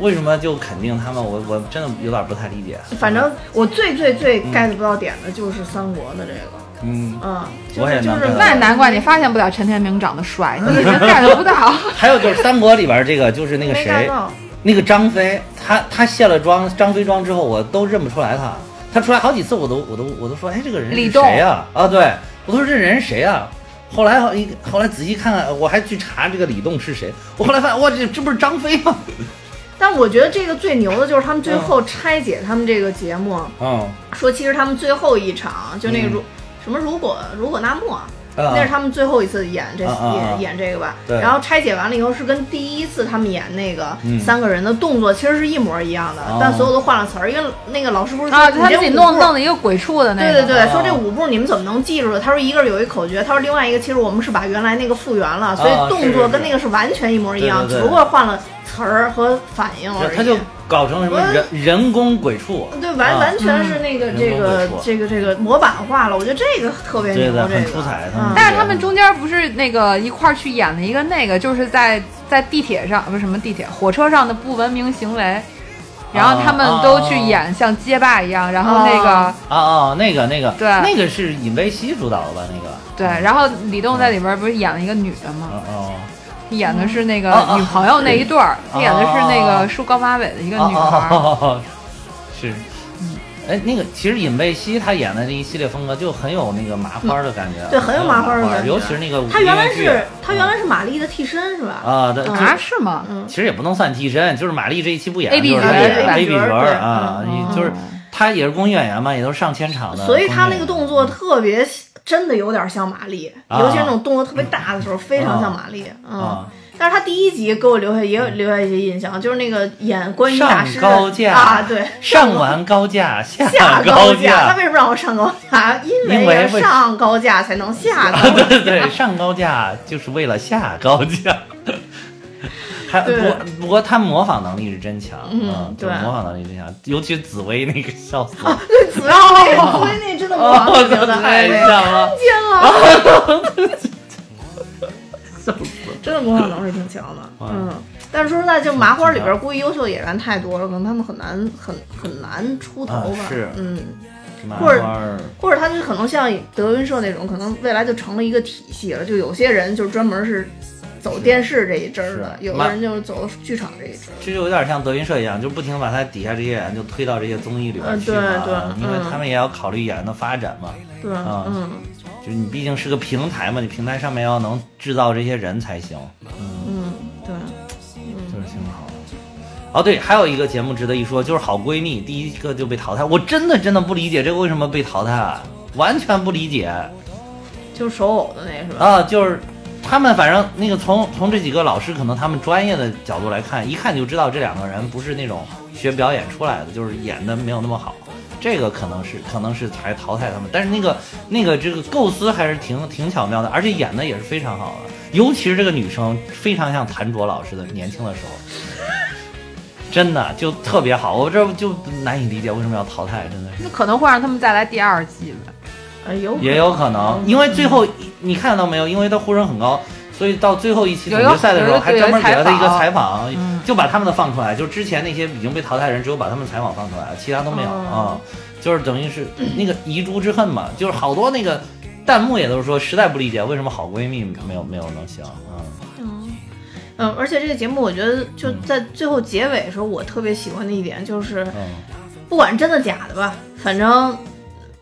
C: 为什么就肯定他们？我我真的有点不太理解。
B: 反正我最最最 get 不到点的就是三国的这个，
C: 嗯，
B: 嗯，就
C: 我也
B: 是就
C: 难
B: 是
C: 看到
D: 那难怪你发现不了陈天明长得帅，你 已经 get 不到。
C: 还有就是三国里边这个，就是那个
B: 没
C: 谁
B: get，到。
C: 那个张飞，他他卸了妆，张飞妆之后，我都认不出来他。他出来好几次，我都我都我都说，哎，这个人
D: 李
C: 是
D: 栋
C: 谁呀、啊？对，我都说这人是谁呀、后来一后来仔细看看，我还去查这个李栋是谁。我后来发现，哇，这这不是张飞吗？
B: 但我觉得这个最牛的就是他们最后拆解他们这个节目，
C: 嗯，
B: 说其实他们最后一场就那个
C: 嗯
B: 如、什么如果如果那莫，
C: 啊
B: 那是他们最后一次演这、
C: 啊啊啊
B: 演演这个吧。
C: 对
B: 然后拆解完了以后，是跟第一次他们演那个
C: 嗯
B: 三个人的动作其实是一模一样的，
C: 哦
B: 但所有都换了词儿。因为那个老师不是说
D: 啊，
B: 你
D: 就他
B: 这
D: 自己
B: 五
D: 弄
B: 步
D: 弄。了一个鬼畜的那
B: 对
D: 个。
B: 对对，
C: 哦
B: 说这五步你们怎么能记住的？他说一个是有一口诀，他说另外一个其实我们是把原来那个复原了，所以
C: 啊
B: 动
C: 是
B: 作
C: 是
B: 跟那个是完全一模一样，
C: 对对对
B: 只不过换了词儿和反应而已。
C: 他就搞成什么人人工鬼畜，
B: 嗯对，完
C: 啊
B: 完全是那个
C: 嗯
B: 这个
C: 人工不错
B: 这个这个模板化了，我觉得这个特别牛
C: 对，的，
B: 这
C: 很
B: 个
C: 出彩。他
B: 嗯
C: 们这个
D: 但是他们中间不是那个一块儿去演了一个那个，就是在在地铁上不是什么地铁，火车上的不文明行为，然后他们都去演像街霸一样，然后那个、
B: 啊
C: 啊啊，那个那个，
D: 对
C: 那个是尹薇希主导的吧？那个，
D: 对，然后李栋在里边不是演了一个女的吗？
C: 嗯哦，
D: 演的是那个
C: 啊啊
D: 女朋友那一对儿，
C: 啊哦
D: 演的是那个梳高马尾的一个女孩儿。
C: 哦，是，哎，那个其实尹贝希她演的这一系列风格就很有那个麻花的感觉，
B: 对很有麻花
C: 花
B: 的感觉
C: 尤其是那个
B: 他原来
C: 音乐
B: 是
C: 剧
B: 他原来是玛丽的替身是吧？
C: 啊，对，
D: 啊，是吗？
C: 其实也不能算替身，就是玛丽这一期不演
D: A B
C: 就是
D: 角
C: 演
D: 对吧
C: A B 角
B: 对
C: 啊，也就是她也是公益演员嘛，也都是上千场的，
B: 所以他那个动作特别，真的有点像玛丽，
C: 嗯啊
B: 尤其是那种动作特别大的时候，非常像玛丽。嗯，
C: 啊，
B: 但是他第一集给我留下也有留下一些印象，就是那个演观音大师的
C: 上高架
B: 啊，对，
C: 上完高架
B: 下
C: 高
B: 架。他为什么让我上高架？因
C: 因为
B: 要
C: 会
B: 上高架才能下 高
C: 啊，
B: 架。
C: 对对对， 上高架就是为了下 高架。还不
B: 对
C: 过不过他模仿能力是真强，
B: 嗯
C: 就
B: 对啊
C: 模仿能力真强，尤其紫薇那个笑死 我，哦
B: 对，紫薇那个紫薇那真的模仿
C: 我
B: 不行
C: 操，
B: 的，
C: 太
B: 对
C: 像了，
B: 见了，真的模仿能力挺强的，嗯。但是说实在，就麻花里边，估计优秀演员太多了，可能他们很难很很难出头吧。
C: 啊是
B: 嗯，
C: 麻
B: 或者
C: 花儿
B: 或者他就可能像德云社那种，可能未来就成了一个体系了。就有些人就专门是走电视这一支儿的，
C: 是
B: 有的人就是走剧场这一支儿。
C: 这就有点像德云社一样，就不停地把他底下这些人就推到这些综艺里边
B: 嗯
C: 去嘛，
B: 对
C: 啊
B: 对
C: 因为
B: 嗯
C: 他们也要考虑演员的发展嘛。
B: 对，
C: 啊
B: 嗯
C: 就是你毕竟是个平台嘛，你平台上面要能制造这些人才行，
B: 嗯，对，
C: 就是挺好的。哦，对，还有一个节目值得一说，就是好闺蜜第一个就被淘汰，我真的真的不理解这个为什么被淘汰，啊完全不理解
B: 就是手偶的那是吧？
C: 啊！就是他们反正那个从从这几个老师可能他们专业的角度来看，一看就知道这两个人不是那种学表演出来的，就是演的没有那么好。这个可能是可能是才淘汰他们，但是那个那个这个构思还是挺挺巧妙的，而且演的也是非常好的，尤其是这个女生非常像谭卓老师的年轻的 时候，真的就特别好，我这就难以理解为什么要淘汰，真的是。
D: 那可能会让他们再来第二季吧。
B: 哎呦，
C: 也有可能，因为最后一你看到没有？因为他呼声很高，所以到最后一期总
D: 有一个
C: 决赛的时候，
D: 有一个
C: 还专门给了他一个
D: 有一个
C: 采
D: 采
B: 啊
C: 访
D: 嗯，
C: 就把他们的放出来。就之前那些已经被淘汰的人，只有把他们采访放出来，其他都没有啊
B: 哦。
C: 就是等于是那个遗珠之恨嘛，就是好多那个弹幕也都是说，实在不理解为什么好闺蜜没有没有能行啊。
B: 嗯，而且这个节目，我觉得就在最后结尾的时候，我特别喜欢的一点就是，
C: 嗯，
B: 不管真的假的吧，反正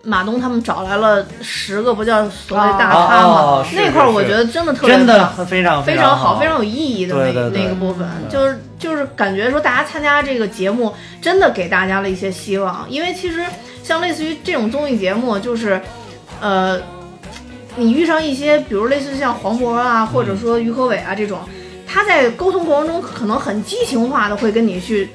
B: 马东他们找来了十个不叫所谓大咖嘛，
C: 哦哦是
B: 那块儿
C: 是
B: 我
C: 是
B: 觉得真的特别
C: 真的
B: 棒
C: 非常
B: 非
C: 常
B: 常好，非常有意义的那
C: 对对对
B: 那个部分，
C: 对
B: 就是就是感觉说大家参加这个节目，真的给大家了一些希望，因为其实像类似于这种综艺节目，就是呃，你遇上一些比如类似于像黄渤啊，或者说于和伟啊这种，他在沟通过程中可能很激情化的会跟你去。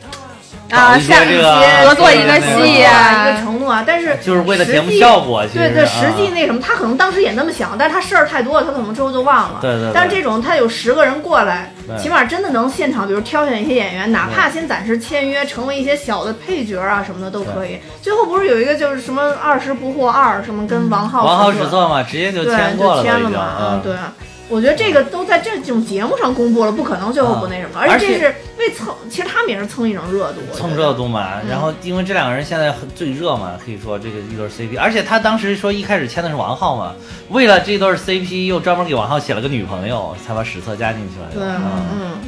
B: 啊，
C: 搞一些
B: 下一
C: 这
B: 些
C: 个
D: 合作一
C: 个
D: 戏
B: 啊，
D: 啊
B: 一个承诺啊，但是
C: 就是为了节目
B: 实际
C: 效果其实
B: 对对，
C: 啊
B: 实际那什么，他可能当时也那么想，但是他事儿太多了，他可能之后就忘了。
C: 对对对
B: 但是这种他有十个人过来
C: 对，
B: 起码真的能现场，比如挑选一些演员，哪怕先暂时签约，成为一些小的配角啊什么的都可以。最后不是有一个就是什么二十不惑二什么跟王浩
C: 啊王浩
B: 合
C: 史
B: 作
C: 策嘛，直接就
B: 对
C: 签过
B: 就
C: 了都
B: 签
C: 已
B: 了
C: 经
B: 嘛，
C: 啊
B: 嗯，对。我觉得这个都在这种节目上公布了，不可能最后不那什么，
C: 嗯
B: 而且这
C: 而且
B: 是为蹭，其实他们也是蹭一种热度，我觉
C: 蹭
B: 得
C: 热度嘛，然
D: 嗯
C: 后因为这两个人现在很最热嘛，可以说这个一对 CP，而且他当时说一开始签的是王浩嘛，为了这对 CP 又专门给王浩写了个女朋友，才把史册加进去了。
B: 对，
C: 嗯，
B: 嗯。
C: 嗯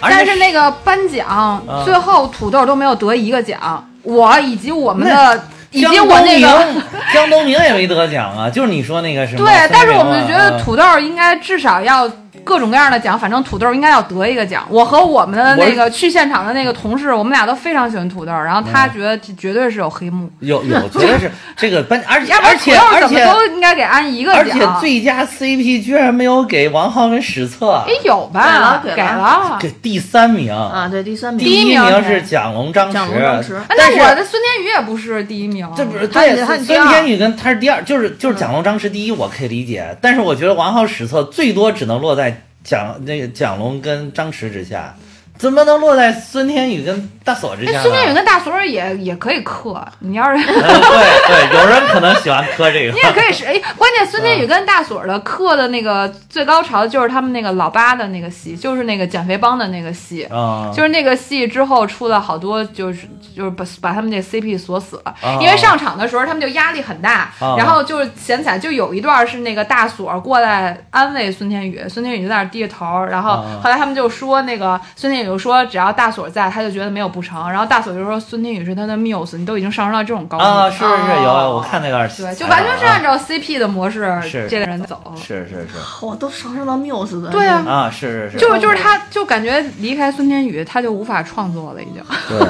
C: 而且
D: 但是那个颁奖
C: 啊，
D: 最后土豆都没有得一个奖，我以及我们
C: 那
D: 的，以
C: 江
D: 及
C: 东
D: 我那
C: 明
D: 个。，
C: 江东明也没得奖啊，就是你说那个什么孙兴慜
D: 对
C: 啊，，
D: 但是我们觉得
C: 嗯
D: 土豆应该至少要各种各样的奖，反正土豆应该要得一个奖。我和我们的那个去现场的那个同事，我们俩都非常喜欢土豆，然后
C: 嗯
D: 他觉得绝对是有黑幕，
C: 有有绝对 是这个颁，而且
D: 要不然
C: 而
D: 土
C: 且
D: 豆
C: 而
D: 怎么
C: 且
D: 都啊应该给安一个
C: 而
D: 奖
C: 且。最佳 CP 居然没有给王浩跟史册
D: 哎，，有吧？
B: 给了给
D: 给
B: 了
D: 了。
C: 给第三名，
B: 啊，对，第三名，
C: 第
D: 一名
C: 名
D: 是
C: 是蒋龙张
B: 蒋龙张弛
D: 啊，
C: 但是
D: 那我的孙天宇也不是第一名，
C: 这不是
B: 他
C: 对
B: 你他
C: 孙
B: 你第二
C: 天宇跟他是第二，就是
D: 嗯
C: 就是蒋龙张弛第一，我可以理解，但是我觉得王浩史册最多只能落在蒋那个蒋龙跟张弛之下，怎么能落在孙天宇跟大锁之下
D: 那
C: 呢？ 哎
D: 孙天宇跟大锁也也可以克，你要是
C: 嗯对对，有人可能喜欢磕这个
D: 你。也可以是，哎，关键孙天宇跟大锁的刻的那个最高潮就是他们那个老八的那个戏，就是那个减肥帮的那个戏，
C: 啊，
D: 就是那个戏之后出了好多，就是就是把把他们这 CP 锁死了
C: 啊，
D: 因为上场的时候他们就压力很大
C: 啊，
D: 然后就是显彩就有一段是那个大锁过来安慰孙天宇，孙天宇就在那儿低着头，然后
C: 啊
D: 后来他们就说那个孙天宇就说只要大锁在，他就觉得没有不成，然后大锁就说孙天宇是他的缪斯，你都已经上升到这种高度了
C: 啊，是是是，有有我看那段儿，
D: 对，就完全是按照 CP 的模式，
C: 啊是
D: 这个人走。
C: 啊是是是
B: 我哦都上升到 Muse 的。
D: 对啊
C: 啊，是是是，
D: 就是就是他，就感觉离开孙天宇，他就无法创作了，已经。
C: 对，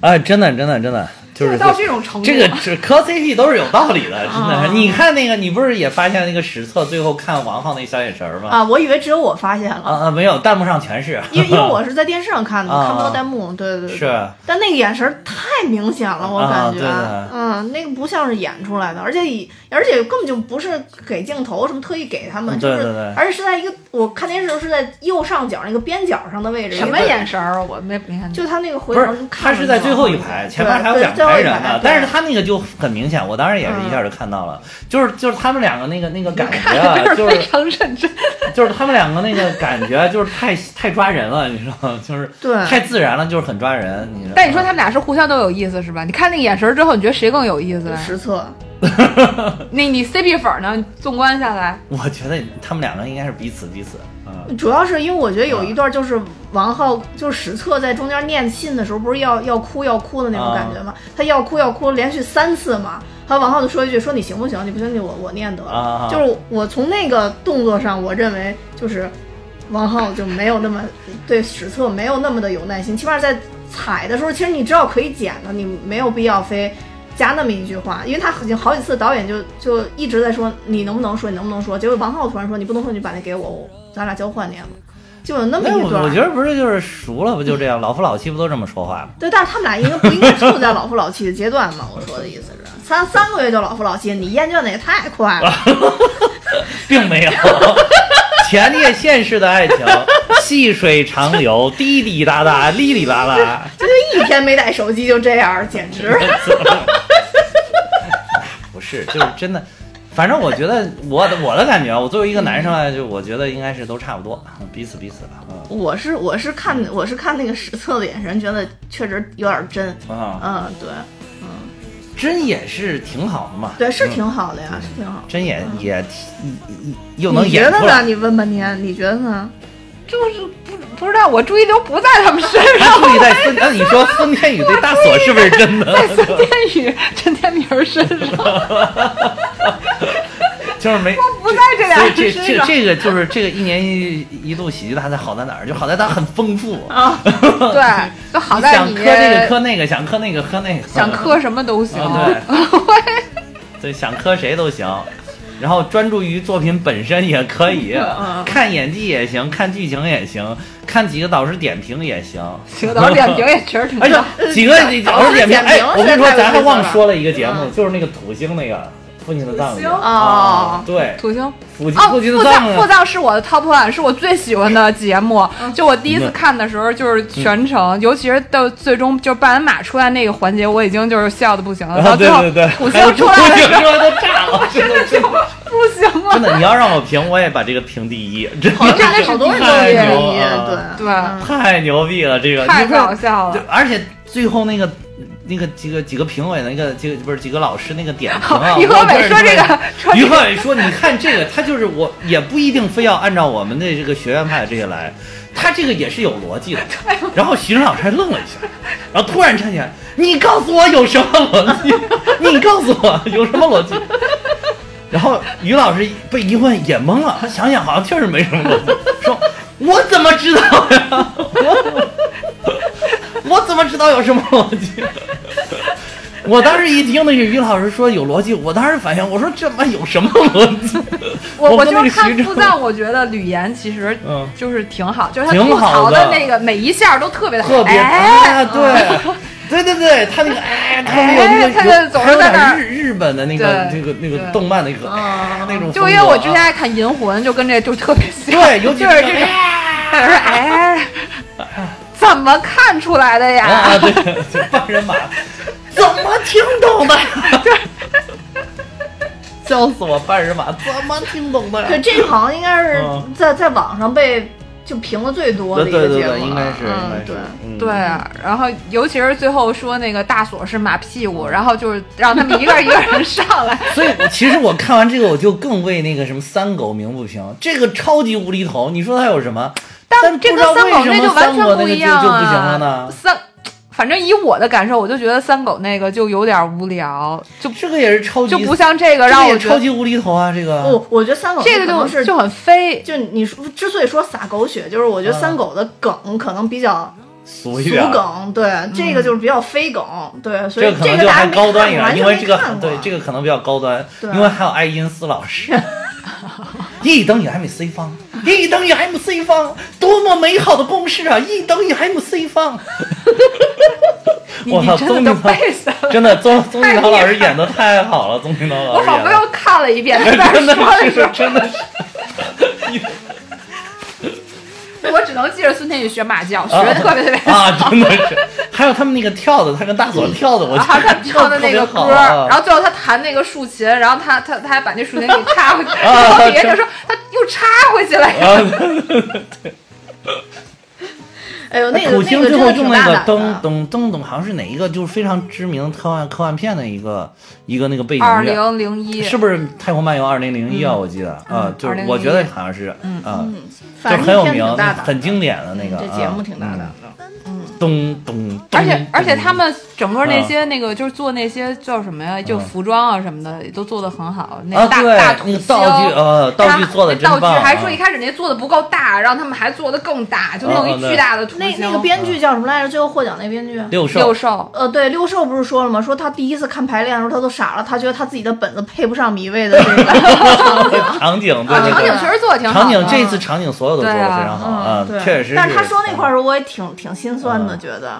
C: 哎，真的真的真的，就是
D: 到这种程度，
C: 这个只磕 CP 都是有道理的，真
B: 啊
C: 的。你看那个，你不是也发现那个史册最后看王浩那小眼神儿吗？
B: 啊，我以为只有我发现
C: 啊
B: 了，
C: 啊，没有，弹幕上全是。
B: 因为因为我是在电视上看的，
C: 啊
B: 看不到弹幕。对对对，
C: 是。
B: 但那个眼神太明显了，我
C: 啊
B: 感觉，
C: 对的
B: 嗯，那个不像是演出来的，而且以而且根本就不是给镜头什么特意给他们，
C: 嗯对
B: 就是
C: 对对
B: 而且是在一个我看电视的时候是在右上角那个边角上的位置，
D: 什么
B: 因为
D: 眼神儿？我没没看见。
B: 就他那个回
C: 不
B: 头
C: 是，他是在最后一排，前面还有
B: 对
C: 两
B: 最后
C: 排
B: 一
C: 人
B: 排对。
C: 呢
B: 嗯
C: 但是他那个就很明显，我当时也是一下就看到了，就是就是他们两个那个那个感觉啊，
D: 就是
C: 就
D: 非
C: 是啊
D: 常认真，
C: 就是他们两个那个感觉啊就是太太抓人了，你知道吗？就是
B: 对
C: 太自然了，就是很抓人。你知道吗
D: 但你说他们俩是互相都有意思是吧？你看那个眼神儿之后，你觉得谁更有意思
B: 就
D: 呀？
B: 实测，
D: 那你 CP 粉儿呢？纵观下来，
C: 我觉得他们两个应该是彼此彼此啊。
B: 主要是因为我觉得有一段就是王浩就是史册在中间念信的时候，不是要要哭要哭的那种感觉吗？他要哭要哭，连续三次嘛。他王浩就说一句：“说你行不行？你不行你我我念得了。
C: 啊
B: 就是我从那个动作上，我认为就是王浩就没有那么对史册没有那么的有耐心，起码在踩的时候，其实你知道可以剪的，你没有必要非。加那么一句话，因为他已经好几次导演就就一直在说你能不能说，你能不能说。结果王浩突然说你不能说，你把那给我，我咱俩交换念吧。就有那么
C: 那
B: 一
C: 我
B: 段。
C: 我觉得不是就是熟了不就这样，老夫老妻不都这么说话吗？
B: 对，但是他们俩应该不应该处在老夫老妻的阶段嘛？我说的意思是，三三个月就老夫老妻，你厌倦的也太快了。
C: 啊并没有，前列腺式的爱情，细水长流，滴滴答答，哩哩啦啦。
B: 这就一天没带手机就这样，简直。
C: 不是，就是真的，反正我觉得我的我的感觉，我作为一个男生啊，就我觉得应该是都差不多，彼此彼此吧。嗯
B: 我是我是看我是看那个史册的眼神，觉得确实有点真。
C: 啊，
B: 嗯，对
C: 真也是挺好的嘛。
B: 对，是挺好的呀，是挺好的。
C: 真也也挺又能
B: 你觉
C: 演
B: 得
C: 出
B: 呢？
C: 来。
B: 你问半天，你觉得呢？
D: 就是不不知道，我注意力都不在他们身
C: 他
D: 上。
C: 注意在孙，那你说孙天宇对大锁是不是 真的？
D: 在孙天宇、陈天明儿 身上，
C: 就是没
D: 不在这俩
C: 所以
D: 人
C: 这
D: 身
C: 这
D: 上。
C: 这个就是这个一年一一度喜剧大赛好在哪儿？就好在它很丰富，
B: 啊，
D: 对，就好在
C: 想
D: 你
C: 磕这个磕那个，想磕那个磕那个，
D: 想磕什么都行。
C: 啊 对，对想磕谁都行。然后专注于作品本身也可
D: 嗯
C: 以，看演技也行，看剧情也行，看几个导师点评也行。
D: 几个导演点评也嗯确实挺
C: 而
D: 高。
C: 且几个导师点评，哎，我跟你说，咱还忘说了一个节目，
B: 嗯
C: 就是那个土星那个父亲的葬礼啊
D: 土星
B: 哦
C: 对，
D: 土星
C: 父亲
D: 哦，
C: 父
D: 父
C: 亲的葬
D: 葬
C: 礼
D: 父葬是我的 top one，是我最喜欢的节目。就我第一次
C: 嗯
D: 看的时候，就是全程，尤其是到最终就半完马出来那个环节，我已经就是笑的不行了。
C: 啊，
D: 到
C: 对
D: 最后
C: 对对，
D: 土星出来的
C: 土
D: 时
C: 星
D: 候
C: 出来都炸了，真的真的
D: 不行
C: 真
D: 了。
C: 的，你要让我评，我也把这个评第一，真
B: 好
C: 的
B: 像看好多人都愿
C: 太牛
B: 意，
C: 了
B: 对
D: 对，
C: 太牛逼了，这个
D: 太
C: 你看
D: 搞笑
C: 对
D: 了。
C: 而且最后那个那个几个几个评委那个几个不是几个老师那个点评啊，
D: 哦于和
C: 我真
D: 伟
C: 是
D: 说这个，说
C: 于
D: 这
C: 和
D: 个，
C: 伟说：“你看这个，他就是我，也不一定非要按照我们的这个学院派的这个来，他这个也是有逻辑的。”然后徐峥老师还愣了一下，然后突然站起来：“你告诉我有什么逻辑？ 你告诉我有什么逻辑？”然后于老师被一问也懵了，他想想好像确实没什么逻辑，说：“我怎么知道呀？我我怎么知道有什么逻辑？”我当时一听那个于老师说有逻辑，我当时反应，我说这妈有什么逻辑？
D: 我
C: 我
D: 我
C: 跟
D: 就
C: 那个
D: 是看
C: 徐
D: 父
C: 峥
D: 藏，我觉得吕岩其实
C: 嗯
D: 就是挺好，就是他
C: 挺
D: 吐槽
C: 好的
D: 的那个每一下都特别 的
C: 特别、
D: 哎，
C: 啊，对。对对对，他那个哎，他那个那
D: 哎
C: 个，
D: 他就
C: 有
D: 总是
C: 还有
D: 在
C: 点
D: 那儿
C: 日日本的那个那
D: 对
C: 个那个
D: 对嗯
C: 动漫的一个哎那种风格啊，
D: 就因为我之前爱看《银魂》，就跟这就特别像。
C: 对尤其
D: 就是是
C: 这
D: 这
C: 个
D: 种，说哎，怎么看出来的
C: 啊
D: 呀？
C: 对，就半人马，怎怎么听懂的？ 笑死我！半人马怎么听懂的
B: 可？这个好像应该是
C: 嗯
B: 在在网上被就评的最多的
C: 对
B: 一个
C: 对对
B: 节目了，
C: 对，应该是，应
B: 嗯
C: 该是
B: 对。，
C: 嗯
D: 啊对，啊，然后尤其是最后说那个大锁是马屁股，然后就是让他们一个一个 人上来，
C: 所以我其实我看完这个，我就更为那个什么三狗鸣不平，这个超级无厘头，你说它有什么？但
D: 这
C: 不
D: 跟
C: 知道
D: 三
C: 为
D: 狗
C: 什么
D: 那就完全
C: 三国那
D: 不
C: 个
D: 一
C: 就
D: 样
C: 就不行
D: 啊
C: 了呢。
D: 三，反正以我的感受，我就觉得三狗那个就有点无聊，就
C: 这个也是超级，
D: 就不像这
C: 这
D: 个
C: 个
D: 让我
C: 也
D: 觉
C: 超
D: 得
C: 级无厘头啊，这个。
B: 我我觉得三狗
D: 这个
B: 可能
D: 就是就很飞。
B: 就你说之所以说撒狗血，就是我觉得三狗的梗可能比较
C: 嗯俗
B: 俗
C: 语啊，
B: 梗，对，这个就是比较非梗，对，所
C: 这
B: 以
C: 个可能
B: 个
C: 就
B: 大
C: 还
B: 家没
C: 高端一
B: 看
C: 点，
B: 过
C: 因为这个很
B: 完全
C: 对
B: 没看过
C: 这个可能比较高端，
B: 对
D: 啊
C: 因为还有爱因斯老师。E 等于 mc 方，E 等于 mc 方，多么美好的公式啊！E 等于 mc 方。
D: 你
C: 我
D: 你
C: 操，宗
D: 真的都
C: 敬涛
D: 背下来
C: 真的宗宗
D: 太
C: 敬涛
D: 厉
C: 老
D: 害
C: 师演的太好了，宗敬涛老
D: 我
C: 师
D: 好
C: 演
D: 不
C: 的
D: 容易看了一遍，在那 儿
C: 真的
D: 说的
C: 是
D: 时候，
C: 真的是
D: 我只能记着孙天宇学马叫，学
C: 啊
D: 的特别特 别
C: 啊，真的是。还有他们那个跳的，他跟大锁跳的，我
D: 然后啊 他唱的那个歌，然
C: 后
D: 后最后他弹那个竖琴，然后他他他还把那竖琴给插回去，
C: 啊
D: 然后底下
C: 真
D: 就说他又插回去了。
C: 啊，
B: 哎呦，那个
C: 土
B: 那
C: 星
B: 个
C: 最
B: 真
C: 后
B: 的
C: 用
B: 挺
C: 那
B: 大
C: 个
B: 胆
C: 噔
B: 的。
C: 噔噔噔，好像是哪一个就是非常知名科幻科幻片的一个一个那个背景
D: 二
C: 乐。
D: 零零一
C: 是不是《太空漫游》二零零一
B: 嗯
C: 啊？我记得啊，就是
D: 2001
C: 我觉得好像是，啊，就
B: 反正
C: 是很有
B: 一天
C: 名
B: 挺大，胆的嗯
C: 很经典的那个啊
B: 这节目挺大胆，的，
C: 嗯咚咚。咚
D: 而且而且他们整个那
C: 啊
D: 些那个就是做那些叫什么呀，就服装啊什么的也都做的很好，那
C: 啊，
D: 个大
C: 对
D: 大土
C: 那个
D: 星
C: 道具呃，道具
D: 他
C: 做的
D: 那
C: 真棒
D: 道具
C: 啊，
D: 还说一开始那做的不够大，让他们还做的更大，就弄
C: 啊啊
D: 一
C: 对
D: 巨大的土
B: 那
C: 嗯
D: 星。
B: 那个编剧叫什么来着？最后获奖那编剧，
C: 六兽
D: 六兽，
B: 呃，对，六兽不是说了吗？说他第一次看排练的时候，他都傻了，他觉得他自己的本子配不上米未的这
C: 啊
B: 个
C: 场景，对
D: 啊
C: 对
D: 场景
C: 对
D: 确实做的挺好的。
C: 场景这次场景所有都做的非常好啊
B: 嗯，对。
C: 确实是。
B: 但是他说那块儿时候，我也挺挺心酸的，
C: 嗯
B: 觉得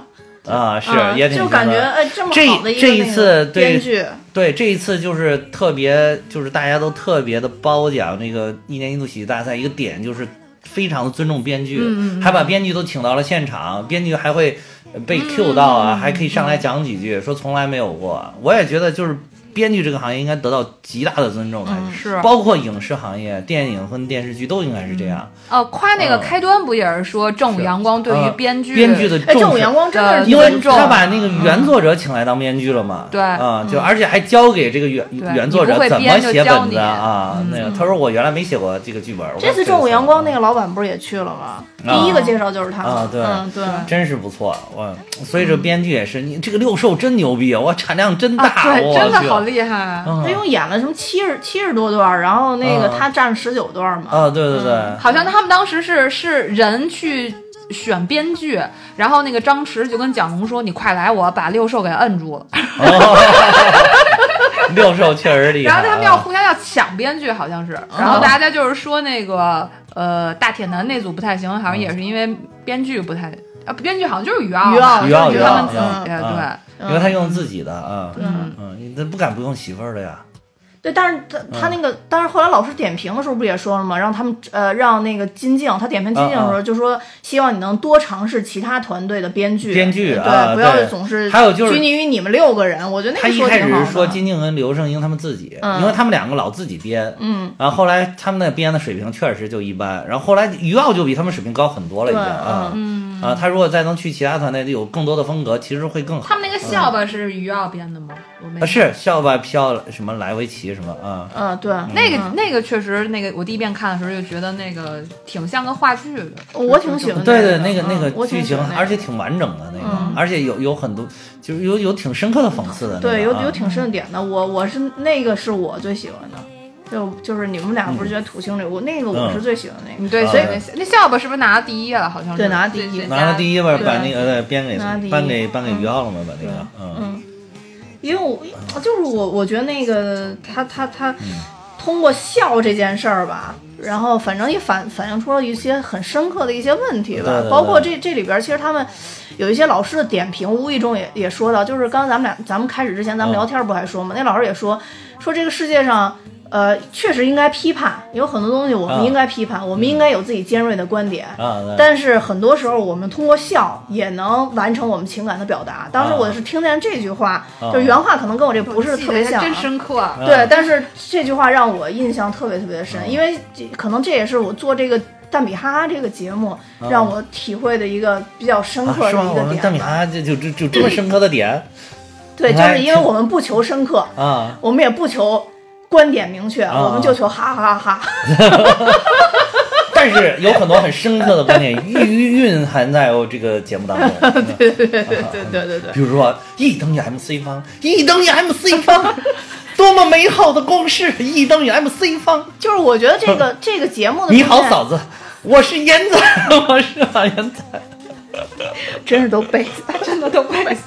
C: 啊，是
B: 嗯
C: 也挺
B: 就感觉哎，
C: 心酸
B: 这么
C: 这
B: 好的一个
C: 这一
B: 那个
C: 次对
B: 编剧，
C: 对这一次就是特别，就是大家都特别的褒奖那个一年一度喜剧大赛，一个点就是非常的尊重编
B: 嗯
C: 剧，还把编剧都请到了现场，编剧还会呃
B: 嗯
C: 被 Q 到啊，还可以上来讲几句，说从来没有过。我也觉得就是。编剧这个行业应该得到极大的尊
B: 嗯
C: 重，还
D: 是
C: 包括影视行业、电影和电视剧都应该是这样。
D: 呃，夸那个
C: 嗯
D: 开端不也是说正午阳光对于
C: 呃
D: 编剧
C: 编剧的
B: 哎，正
C: 重
B: 午
C: 视
B: 阳光真的是
D: 呃
C: 嗯因为
B: 尊重
C: 他把那个原作者请来当编剧了嘛，
D: 嗯对嗯
C: 啊，就而且还教给这个原
D: 对
C: 原作者
D: 你不会
C: 怎么
D: 编就
C: 写
D: 教
C: 本
D: 你嗯
C: 子啊，那个他说我原来没写过这个剧本，我
B: 这次
C: 写
B: 正午
C: 过
B: 阳光那个老板不是也去了吗？
C: 啊
B: 第一个介绍就是他
C: 啊对
B: 嗯对。
C: 真是不错，我所以这编剧也是你这个六兽真牛逼，啊我产量真大，
D: 啊，对，
C: 我
D: 真的
C: 去
D: 好厉害。哎
C: 嗯
B: 他一共演了什么七十七十多段儿，然后那个
C: 啊
B: 他占十九段儿嘛。
C: 啊，对对对，
D: 好像他们当时是是人去选编剧，然后那个张弛就跟蒋龙说：“你快来，我把六兽给摁住了。
C: 哦六兽确实”厉害，嗯
D: 然后他们要
C: 啊
D: 互相要抢编剧，好像是。然后大家就是说那个呃大铁男那组不太行，好像也是因为编剧不太啊，编剧好像就是于傲
B: 于傲
D: 嘛，
C: 于傲
D: 就
C: 于
D: 是
C: 傲
B: 们
D: 他们
C: 于
D: 自己
C: 傲
D: 对嗯
C: 啊。因为他用自己的啊，
B: 嗯
C: 嗯，那不敢不用媳妇儿的呀，
B: 对，但是他他那
C: 嗯
B: 个，但是后来老师点评的时候不也说了吗？让他们呃，让那个金靖，他点评金靖的时
C: 啊
B: 候就说，希望你能多尝试其他团队的编剧，
C: 编剧啊
B: 对，不要
C: 对
B: 总是
C: 还有就是
B: 拘泥于你们六个人。我觉得那
C: 他
B: 个
C: 一
B: 说
C: 开
B: 挺好
C: 始
B: 的。
C: 是说金靖跟刘胜英他们自己，
B: 嗯
C: 因为他们两个老自己编，嗯，然后后来他们那编的水平确实就一般，然后后来于傲就比他们水平高很多了，已经
B: 对
C: 啊，嗯啊，他如果再能去其他团队有更多的风格，其实会更好
D: 他。们那个笑话是于傲编的吗？我没
C: 啊，是校外飘什么莱维奇什么啊，
B: 嗯，对，
D: 那个那个确实，那个我第一遍看的时候就觉得那个挺像个话剧的，
B: 我挺喜欢
C: 对对，
B: 对
C: 那个那
B: 嗯
C: 个
B: 我挺
C: 剧
B: 喜
C: 情
B: 欢那，个嗯
C: 而且挺完整的那个，而且有有很多就是有有挺深刻的讽刺的那个啊，
B: 对，有有挺深的点的。我我是那个是我最喜欢的，就就是你们俩不是觉得土星里我那个我是最喜欢那
D: 你
B: 个。
D: 嗯对，
C: 啊
D: 所以那那笑吧是不是拿了第一了？好像是
B: 对拿了第一
C: 拿了第
D: 一。
C: 一吧，
B: 对
C: 把那个呃编给
B: 拿第一
C: 颁给颁给于傲了嘛，把那个嗯
B: 因为我就是我，我觉得那个他他他
C: 嗯
B: 通过笑这件事儿吧，然后反正也反反映出了一些很深刻的一些问题吧，
C: 对对对
B: 包括这这里边儿其实他们有一些老师的点评，无意中也也说到，就是刚咱们俩咱们开始之前咱们
C: 嗯
B: 聊天儿不还说嘛，那老师也说说这个世界上。呃，确实应该批判，有很多东西我
C: 啊
B: 们应该批判，我们应该有自己尖锐的观点。
C: 啊，对
B: 但是很多时候，我们通过笑也能完成我们情感的表达。当时我是听见这句话，
C: 啊
B: 就是原话可能跟我这不是
D: 记
B: 特
D: 得
B: 别像啊，
D: 真深刻。
B: 对，但是这句话让我印象特别特别的深，
C: 啊
B: 因为这可能这也是我做这个蛋比哈哈这个节目让我体会的一个比较深刻
C: 啊、
B: 的
C: 是吗？
B: 一
C: 我
B: 个
C: 们蛋
B: 点
C: 米
B: 吧。
C: 哈就就就就这么深刻的点
B: 对，就
C: 来
B: 是因为我们不求深刻，
C: 啊！
B: 我们也不求观点明确，
C: 啊
B: 我们就求哈哈哈哈。
C: 但是有很多很深刻的观点蕴蕴含在我这个节目当中，
B: 对对对对对对对。
C: 比如说 E 等于 mc 方，E 等于 mc 方，多么美好的公式，E 等于 mc 方。
B: 就是我觉得这个这个节目的
C: 你好
B: 出现
C: 嫂子，我是烟仔， 我是马烟仔。
B: 真是都背死了，
D: 真的都背死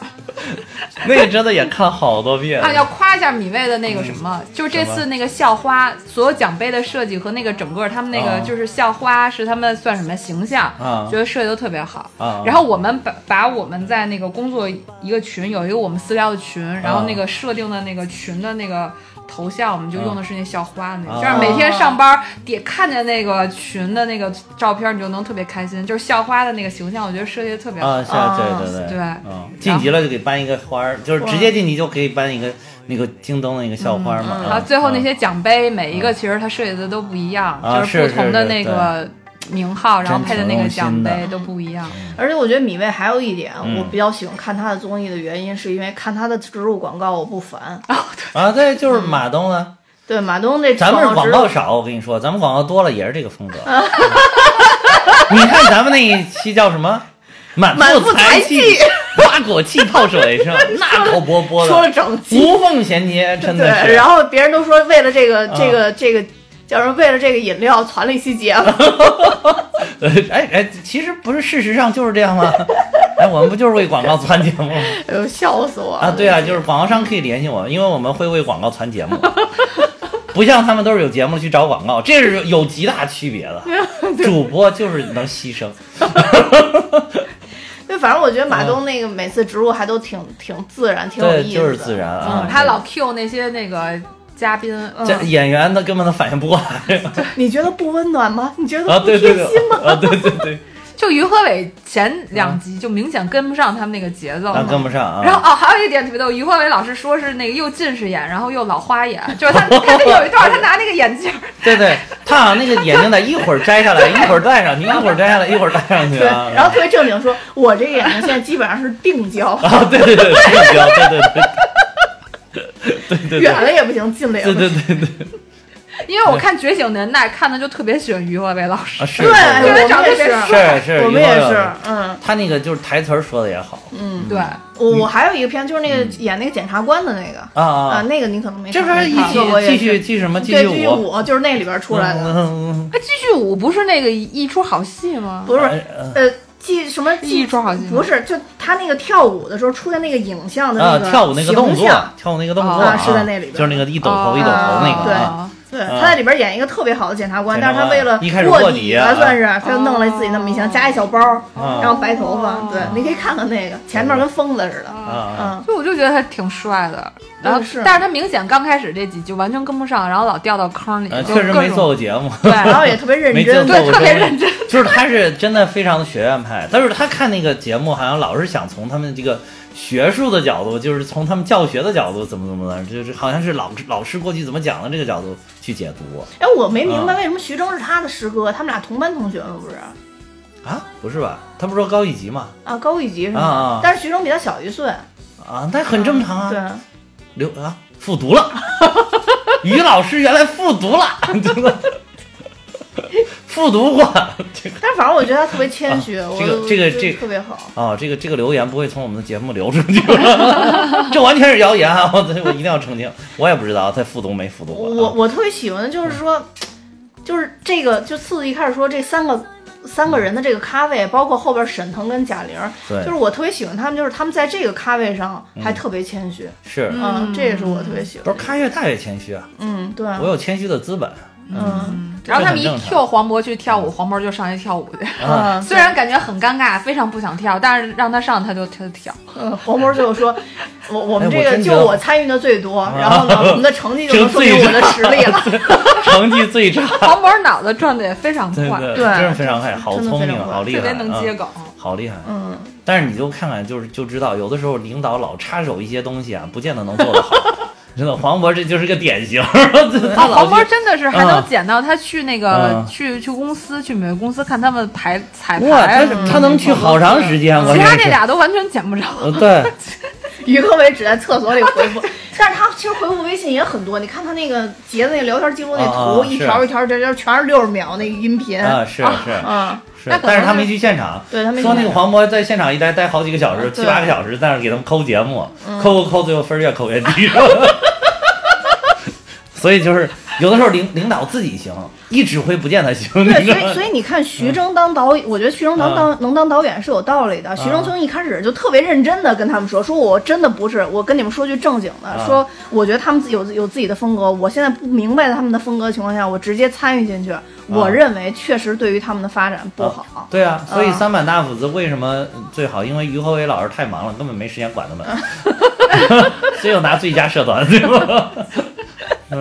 C: 那个真的也看好多遍
D: 啊！要夸一下米未的那
C: 嗯
D: 个什么，就是这次那个校花所有奖杯的设计和那个整个他们那
C: 啊
D: 个就是校花是他们算什么形象
C: 啊
D: 觉得设计都特别好
C: 啊
D: 然后我们把把我们在那个工作一个群有一个我们私聊的群，然
C: 啊
D: 后那个设定的那个群的那个。头像我们就用的是那校花那
C: 啊
D: 个，就是每天上班得看见那个群的那个照片，你就能特别开心。就是校花的那个形象，我觉得设计的特别好。
C: 啊，是啊，对对对
D: 对
C: 嗯，晋级了就给颁一个花儿，就是直接晋级就可以颁一个那个京东的那个校花嘛。
D: 嗯
C: 啊
D: 然后最后那些奖杯，每一个其实它设计的都不一样，
C: 嗯啊
D: 就是不同的那
C: 是
D: 个名号，然后配的那个奖
C: 真挺用
D: 杯
C: 心
D: 都不一样。
B: 而且我觉得米未还有一点，
C: 嗯
B: 我比较喜欢看他的综艺的原因，是因为看他的植入广告我不烦。
C: 啊，对，就是马东呢，
B: 对，马东这
C: 咱们是
B: 植
C: 广
B: 入
C: 告少，我跟你说，咱们广告多了也是这个风格。 你看咱们那一期叫什么？满
B: 满
C: 腹
B: 腹
C: 才
B: 才
C: 气，花果气泡 水是吧？那口播播
B: 说了
C: 的，
B: 整集，
C: 无缝衔接，真的
B: 对，
C: 是
B: 然。后别人都说为了这个、
C: 啊
B: 这个这个叫什么？为了这个饮料传了一期节 目，
C: 呃哎哎，其实不是，事实上就是这样吗？哎，我们不就是为广告攒节目吗？
B: 哎呦，笑死我了
C: 啊，对啊，就是广告商可以联系我，因为我们会为广告传节目，不像他们都是有节目去找广告，这是有极大区别 的。主播就是能牺牲，
B: 对，反正我觉得马东那个每次植入还都挺挺自然，挺有
C: 对，
B: 意思的，嗯
C: 就是自然啊。
D: 嗯他老 Q 那些那个嘉宾，
C: 这
D: 嗯，
C: 演员他根本都反应不过 来
B: 你觉得不温暖吗？你觉得
C: 啊，
B: 不
C: 对
B: 贴
C: 对
B: 心
C: 对
B: 吗？，
C: 啊对对 对，
D: 就于和伟前两集就明显跟不上他们那个节奏
C: 啊
D: 嘛。
C: 跟不上啊。
D: 然后哦，还有一点特别逗，于和伟老师说是那个又近视眼，然后又老花眼，就 是他他有一段他拿那个眼镜儿，
C: 对对，他好像那个眼镜得一会儿摘 下来，一会儿戴上去，一会儿摘下来，一会儿戴上去
B: 对，
C: 啊。
B: 然后特别正经说，我这个眼睛现在基本上是定焦，
C: 啊，对对对，这个标对对对。对对对
B: 远了也不行，近了也不
C: 对
B: 行。
C: 对对对
D: 因为我看《觉醒年代》看的就特别喜欢于和伟老师
C: 啊，，是
B: 对，
C: 是
B: 我
D: 觉
B: 们
D: 得长得
B: 也
D: 特别
B: 是，
C: 是是，
B: 我们
C: 于
B: 也
C: 和伟
B: 是
C: 老师，
B: 嗯
C: 他那个就是台词儿说的也好
B: 嗯。
D: 对，
B: 我我还有一个片，就是那个演那个检察官的那个
C: 嗯啊
B: 啊，
C: 啊，
B: 那个你可能没
C: 这
B: 看过。
C: 不是一
B: 看过我
C: 起
B: 也
C: 继续
B: 是
C: 继续什么继
B: 对继续
C: 续舞
B: 舞，就是那里边出来的，
C: 嗯嗯
D: 哎，继续舞不是那个一出好戏吗？
B: 不是
C: 嗯嗯
B: 呃，记什么记
D: 一出好戏吗
B: 不是，就他那个跳舞的时候出现那个影像的
C: 啊，
B: 个
C: 跳舞那个动
B: 形
C: 作
B: 象，
C: 跳舞那个动作
D: 啊
C: 啊
B: 是在那里边
C: 就是那个一抖头一抖头那个啊，
D: 啊
B: 对，他在里边演一个特别好的检察官，
C: 检察
B: 但是他为了
C: 官一开始卧
B: 卧
C: 底
B: 底
C: 啊
B: 算是他就弄了自己那么一箱，加一小包，
C: 啊
B: 然后白头发
D: 哦，
B: 对，你可以看看那个，前面跟疯子似的，
C: 啊啊，
B: 嗯，
D: 所以我就觉得他挺帅的，然后
B: 嗯是
D: 但是他明显刚开始这几集完全跟不上，然后老掉到坑里，
C: 呃
D: 就
C: 确实
D: 各
C: 没
D: 种
C: 做过节目，
D: 对，
B: 然后也特别认
C: 没见
B: 真，
C: 过
D: 对特别
C: 这种
D: 认真，
C: 就是他是真的非常的学院派，但是他看那个节目好像老是想从他们这个学术的角度，就是从他们教学的角度怎么怎么的，就是好像是老老师过去怎么讲的这个角度去解读
B: 哎，我没明白为什么徐峥是他的师哥，他们俩同班同学吗？不是
C: 啊，不是吧？他不是说高一级吗？
B: 啊，高一级是
C: 啊啊
B: 吗？但是徐峥比他小一岁，
C: 啊，那很正
D: 嗯
C: 常啊。
B: 对，
C: 刘啊，复读了，于老师原来复读了， 真的复读过。 这个
B: 但是反正我觉得他特别谦虚，
C: 啊
B: 我
C: 这个这个
B: 觉得
C: 这个
B: 特别好。
C: 啊、这个这个留言不会从我们的节目流出去吧？ 这完全是谣言啊！我我一定要澄清，我也不知道他复读没复读过。啊
B: 我我特别喜欢的就是说，就是这个就四子一开始说这三个三个人的这个咖位，包括后边沈腾跟贾玲，
C: 对
B: 就是我特别喜欢他们，就是他们在这个咖位上还特别谦虚，啊
C: 是
B: 嗯，这也是我特别喜
C: 不
B: 欢
C: 是，咖越大越谦虚啊？
B: 嗯，对，
C: 我有谦虚的资本。
B: 嗯，
D: 然后他
C: 这很
D: 们一
C: 正常嗯
D: Q 黄渤去跳舞，黄渤就上去跳舞去。
C: 啊
B: 嗯，
D: 虽然感觉很尴尬，非常不想跳，但是让他上他就他就 跳。
B: 呃，黄渤最后说，我我们
C: 哎
B: 这
C: 我
B: 个
C: 真
B: 就
C: 觉得啊
B: 我参与的最多，然后呢，我们的成绩就
C: 这
B: 能
C: 个
B: 说明
C: 最
B: 我的
C: 差
B: 实力了。
C: 成绩最差，
D: 黄渤脑子转的也非常
C: 对
D: 快，
C: 对，
B: 对
C: 真是非常快，好
B: 真的
C: 聪
B: 非
C: 明，
B: 常快
C: 好厉
D: 特别
C: 害，
D: 能接
C: 嗯
D: 梗。
C: 好厉害。啊
B: 嗯，
C: 但是你就看看，就是就知道，有的时候领导老插手一些东西啊，不见得能做得好。 真的，黄渤这就是个典型。
D: 啊，
C: 他老
D: 黄渤
C: 是
D: 真的是还能
C: 嗯
D: 捡到他去那个
C: 嗯
D: 去去公司去美国公司看他们排彩
C: 哇，他
D: 排什么的，
C: 他能去好长时间，我
D: 嗯其他
C: 真
D: 这
C: 是
D: 俩都完全捡不着。
C: 呃对，
B: 于和伟只在厕所里回复，但是他其实回复微信也很多。你看他那个截的那个聊天记录那
C: 啊
B: 图，
C: 啊
B: 一条
C: 是
B: 一条一条一条全是六十秒那个音频
C: 啊是是
B: 啊，
C: 是
D: 那，可能
C: 但是他
D: 是
C: 没去现场。
B: 对他们
C: 说那个黄渤在现场一待待好几个小时，七
B: 对
C: 八个小时，在那儿给他们抠节目，
D: 嗯
C: 抠抠抠，最后分儿越抠越低。 所以就是有的时候领领导自己行，一指挥不见得行。
B: 对，
C: 你知
B: 所
C: 道吗
B: 以 所以你看嗯徐峥当导演，我觉得徐峥能当、能当导演是有道理的。徐峥从一开始就特别认真的跟他们说，说我真的不是，我跟你们说句正经的，
C: 啊
B: 说我觉得他们自己有有自己的风格，我现在不明白他们的风格的情况下，我直接参与进去，我认为确实对于他们的发展不好。
C: 对啊，所以
B: 嗯
C: 三板大斧子为什么最好？因为于和伟老师太忙了，根本没时间管他们， 所以我拿最佳社团，对吧？嗯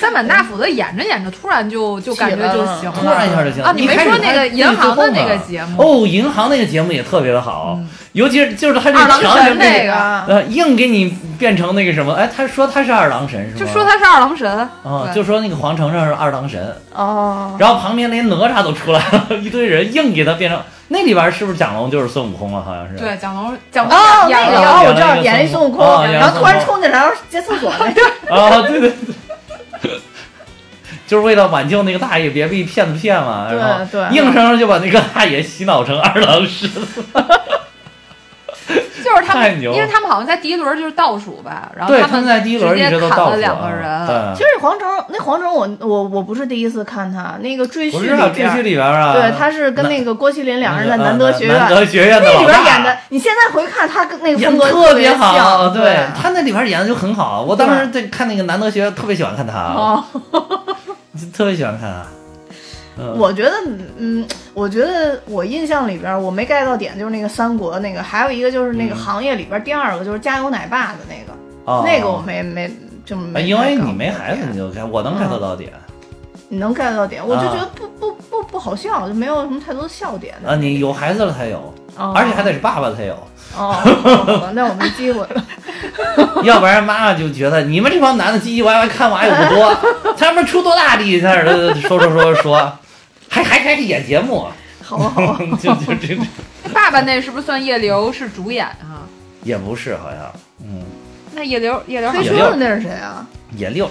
D: 三板大斧子演着演着，突然就就感觉就行了，
C: 突然一下就行了
D: 啊！你没
C: 开始
D: 说那
C: 还
D: 个
C: 是
D: 银行的那
C: 最
D: 个
C: 后
D: 节
C: 嘛
D: 目，嗯
C: 哦，银行那个节目也特别的好，尤其是就是他这
D: 二郎
C: 强
D: 神
C: 人
D: 那
C: 那
D: 个，
B: 啊
C: 呃，硬给你变成那个什么？哎，他说他是二郎神是吗？
D: 就说他是二郎神
C: 啊，
D: 对
C: 就说那个黄丞丞是二郎神，
B: 哦，
C: 然后旁边连哪吒都出来了，一 堆人硬给他变成那里边是不是蒋龙就是孙悟空了？好像是
D: 对蒋龙蒋龙
B: 哦，
D: 演
B: 那
D: 演
B: 个
D: 了
B: 哦，我
C: 演了
B: 知道，
C: 一个
B: 演了一
C: 孙
B: 孙
C: 悟
B: 悟空，
C: 啊演了
B: 然后突然
C: 孙悟
B: 冲进来，然后接厕所那个，
C: 啊，对对对， 就是为了挽救那个大爷，别被骗子骗嘛，
B: 对
C: 然后
B: 对
C: 硬生生就把那个大爷洗脑成二郎神，
D: 就是他
C: 太
D: 们，
C: 牛
D: 因为他们好像在第一轮就是倒数吧，然后
C: 对，
D: 他
C: 他们
D: 们
C: 在第一轮一
D: 直接
C: 直都
D: 砍
C: 倒
D: 了
C: 数
D: 两个人，
C: 啊
B: 其实黄蓉那黄蓉我我我不是第一次看她，那个追
C: 对，
B: 剧里
C: 不是啊，
B: 边
C: 这剧
B: 儿，
C: 里边啊，
B: 对，她是跟
C: 那
B: 那个郭麒麟两人在
C: 那个呃
B: 南德学院。
C: 南德学院的
B: 那里
C: 老
B: 边
C: 大
B: 演的，你现在回看他跟那个
C: 演
B: 风
C: 得
B: 格
C: 特
B: 别
C: 好，
B: 像，
C: 对他那里边演的就很好。我当时在看那个南德学院，特别喜欢看他，
B: 哦，
C: 特别喜欢看他。嗯
B: 我觉得，嗯，我觉得我印象里边我没 get 到点就是那个三国那个，还有一个就是那个行业里边第二个就是加油奶爸的那个，
C: 嗯哦
B: 那个我没没就
C: 哎
B: 没 get 到。
C: 因为你没孩子，你就看，我能看
B: 嗯
C: 得到点
B: 你能 get 到点，我就
C: 啊
B: 觉得不不不不好笑，就没有什么太多的笑点。
C: 啊。你有孩子了才有，
B: 哦
C: 而且还得是爸爸才有，
B: 哦，好 吧那我没机会。
C: 要不然妈妈就觉得你们这帮男的唧唧歪歪，看娃也不多，他们出多大力，在那儿说说说说，还还开始演节目，
B: 好吧，好吧，
C: 就就这这
D: 爸爸那是不是算叶流是主演啊？
C: 也不是好像，嗯，
D: 那叶流叶流好
B: 推
D: 像
B: 车的那是谁啊？
C: 也六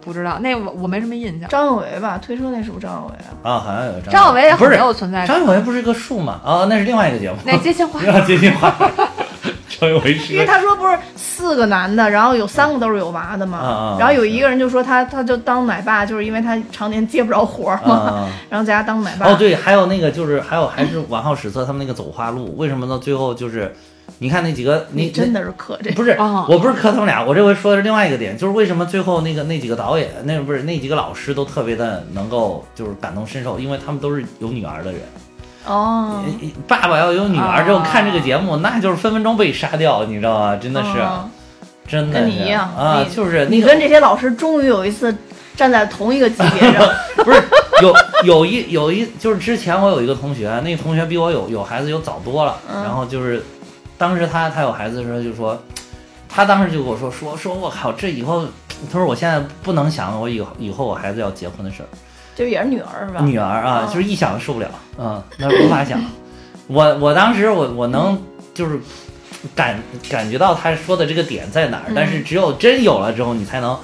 D: 不知道，那我我没什么印象。
B: 张伟伟吧？推车那是不是张伟伟啊？
C: 啊，好像有张
D: 张小维也
C: 不是
D: 很没有存
B: 哎
D: 在感，
C: 张小维不是一个树嘛？啊，那是另外一个 节目，
D: 那接线花
C: 要接近话，张小维是
B: 因为他说不是四个男的，然后有三个都是有娃的嘛，
C: 啊啊啊
B: 然后有一个人就说他他就当奶爸，就是因为他常年接不着活儿嘛，
C: 啊。
B: 然后在家当奶爸。
C: 哦，对，还有那个就是还有还是完浩史册他们那个走花路，为什么到最后就是，你看那几个
B: 你
C: 那
B: 真
C: 的。
B: 的是克这
C: 不是，
D: 哦
C: 我不是磕他们俩，我这回说的是另外一个点，就是为什么最后那个那几个导演，那不是那几个老师都特别的能够就是感同身受，因为他们都是有女儿的人，
B: 哦，
C: 爸爸要有女儿
D: 啊
C: 之后看这个节目，那就是分分钟被杀掉，你知道吗？真的是，啊
B: 哦
C: 真的
B: 跟你
C: 是
B: 一样
C: 啊，
B: 你
C: 就是那
B: 你
C: 个
B: 跟这些老师终于有一次站在同一个级别上，
C: 不是有有一有一就是之前我有一个同学，那个同学比我有有孩子有早多了，
B: 嗯
C: 然后就是当时他他有孩子的时候就说，他当时就跟我说说说我靠这以后，他说我现在不能想我以后以后我孩子要结婚的事儿，
B: 就也是女儿是吧？
C: 女儿啊
B: 哦
C: 就是一想受不了，嗯，那无法想，我我当时我我能就是。感感觉到他说的这个点在哪儿，但
B: 嗯
C: 是只有真有了之后，你才能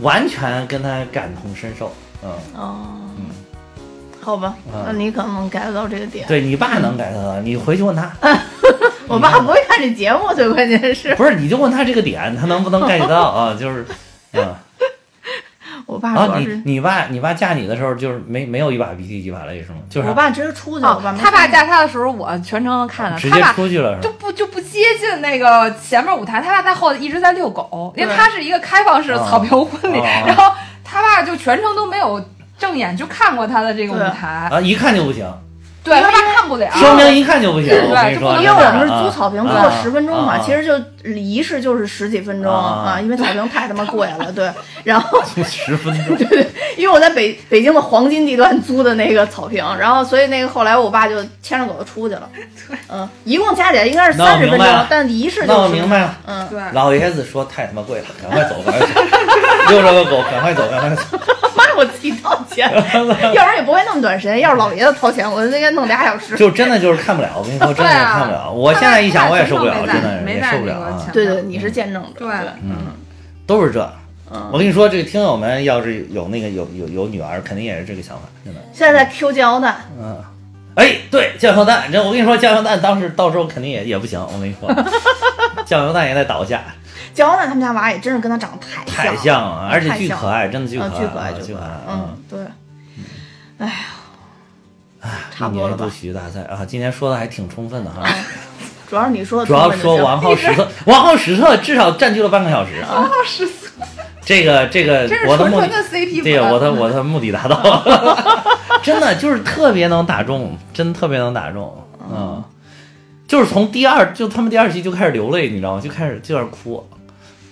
C: 完全跟他感同身受。嗯，
B: 哦，好吧，
C: 嗯
B: 那你可能 get 到这个点。
C: 对你爸能改他的，你回去问他，
B: 嗯
C: 嗯
B: 我爸不会看这节目，最关键是
C: 不是你就问他这个点，他能不能 get 到啊？就是，嗯，
B: 我爸
C: 然
B: 主
C: 后
B: 要
C: 啊 你
B: 是，
C: 你爸你爸嫁你的时候就是没没有一把鼻涕一把泪是吗？就是啊
B: 我爸直接出去了，我爸
D: 哦
B: 没，
D: 他爸
B: 看见
D: 嫁他的时候，我全程看的。
C: 直
D: 他
C: 接
D: 爸
C: 出去了是
D: 就
C: 吗？
D: 不就不接近那个前面舞台，他爸在后头一直在遛狗，因为
B: 对
D: 他是一个开放式
C: 啊
D: 草坪婚礼，
C: 啊
D: 然后他爸就全程都没有正眼就看过他的这个舞台，
C: 啊，一看就不行，
D: 对他怕看不了，
C: 双标一看就不行。
D: 对
C: 我跟你
D: 就
C: 哎说，
D: 不能
B: 因为
C: 真
B: 我
C: 的
B: 们是租
C: 啊
B: 草坪，
C: 啊
B: 坐了十分钟
C: 啊
B: 嘛，
C: 啊
B: 其实就仪式就是十几分钟
C: 啊
B: 啊，因为草坪太他妈贵了，对。然后，
C: 十分 钟，
B: 因为我在北北京的黄金地段租的那个草坪，然后所以那个后来我爸就牵着狗就出去了，嗯，一共加起来应该是
C: 那我
B: 三十分
C: 明白
B: 钟
C: 了，
B: 但仪式就
C: 那我
B: 是
C: 明白了。
B: 嗯，
D: 对，
C: 老爷子说太他妈贵了，赶快走，赶快走，遛着个狗，赶快走，赶快走。
B: 妈，我自己掏 钱，要不然也不会那么短时间。要是老爷子掏钱，我应该弄俩小时。
C: 就真的就是看不了，我跟你说，真的是
B: 啊
C: 看不了。我现在一想，我也受不了，真的是
D: 没
C: 也
D: 在
C: 受不
D: 那
C: 了
D: 个
C: 啊
D: 前。
B: 对对，你是见证者。
D: 对
B: 嗯
C: 都是这。我
B: 嗯，
C: 跟你说，这个听友们要是有那个有有有女儿，肯定也是这个想法，真的。
B: 现在在 Q 煎熬蛋，
C: 嗯，哎，对，酱油蛋，这我跟你说，酱油蛋当时到时候肯定也也不行，我跟 你说，酱油蛋也得倒下，
B: 煎熬蛋他们家娃也真是跟他长得太
C: 太
B: 像
C: 像了，而且巨可爱，真的巨可
B: 了，
C: 爱，
B: 啊，巨可爱，
C: 巨
B: 巨
C: 可
B: 可
C: 爱
B: 爱。，
C: 嗯
B: 嗯，对。哎呀，差
C: 一
B: 不多
C: 年
B: 了
C: 一度
B: 吧？
C: 喜剧大赛啊，今天说的还挺充分 的哈。
B: 主要是你说的
C: 主
B: 多
C: 要
B: 了就
C: 说
B: 行
C: 王浩史册，王浩史册至少占据了半个小时。王浩史册，这个这个
D: 这是，
C: 我的
D: 纯
C: 目
D: 纯
C: 的
D: 的 CP
C: 对，
D: 粉
C: 我的我的目的达到了， 真的就是特别能打中，真特别能打中，嗯，就是从第二就他们第二集就开始流泪，你知道吗？就开始就开始哭，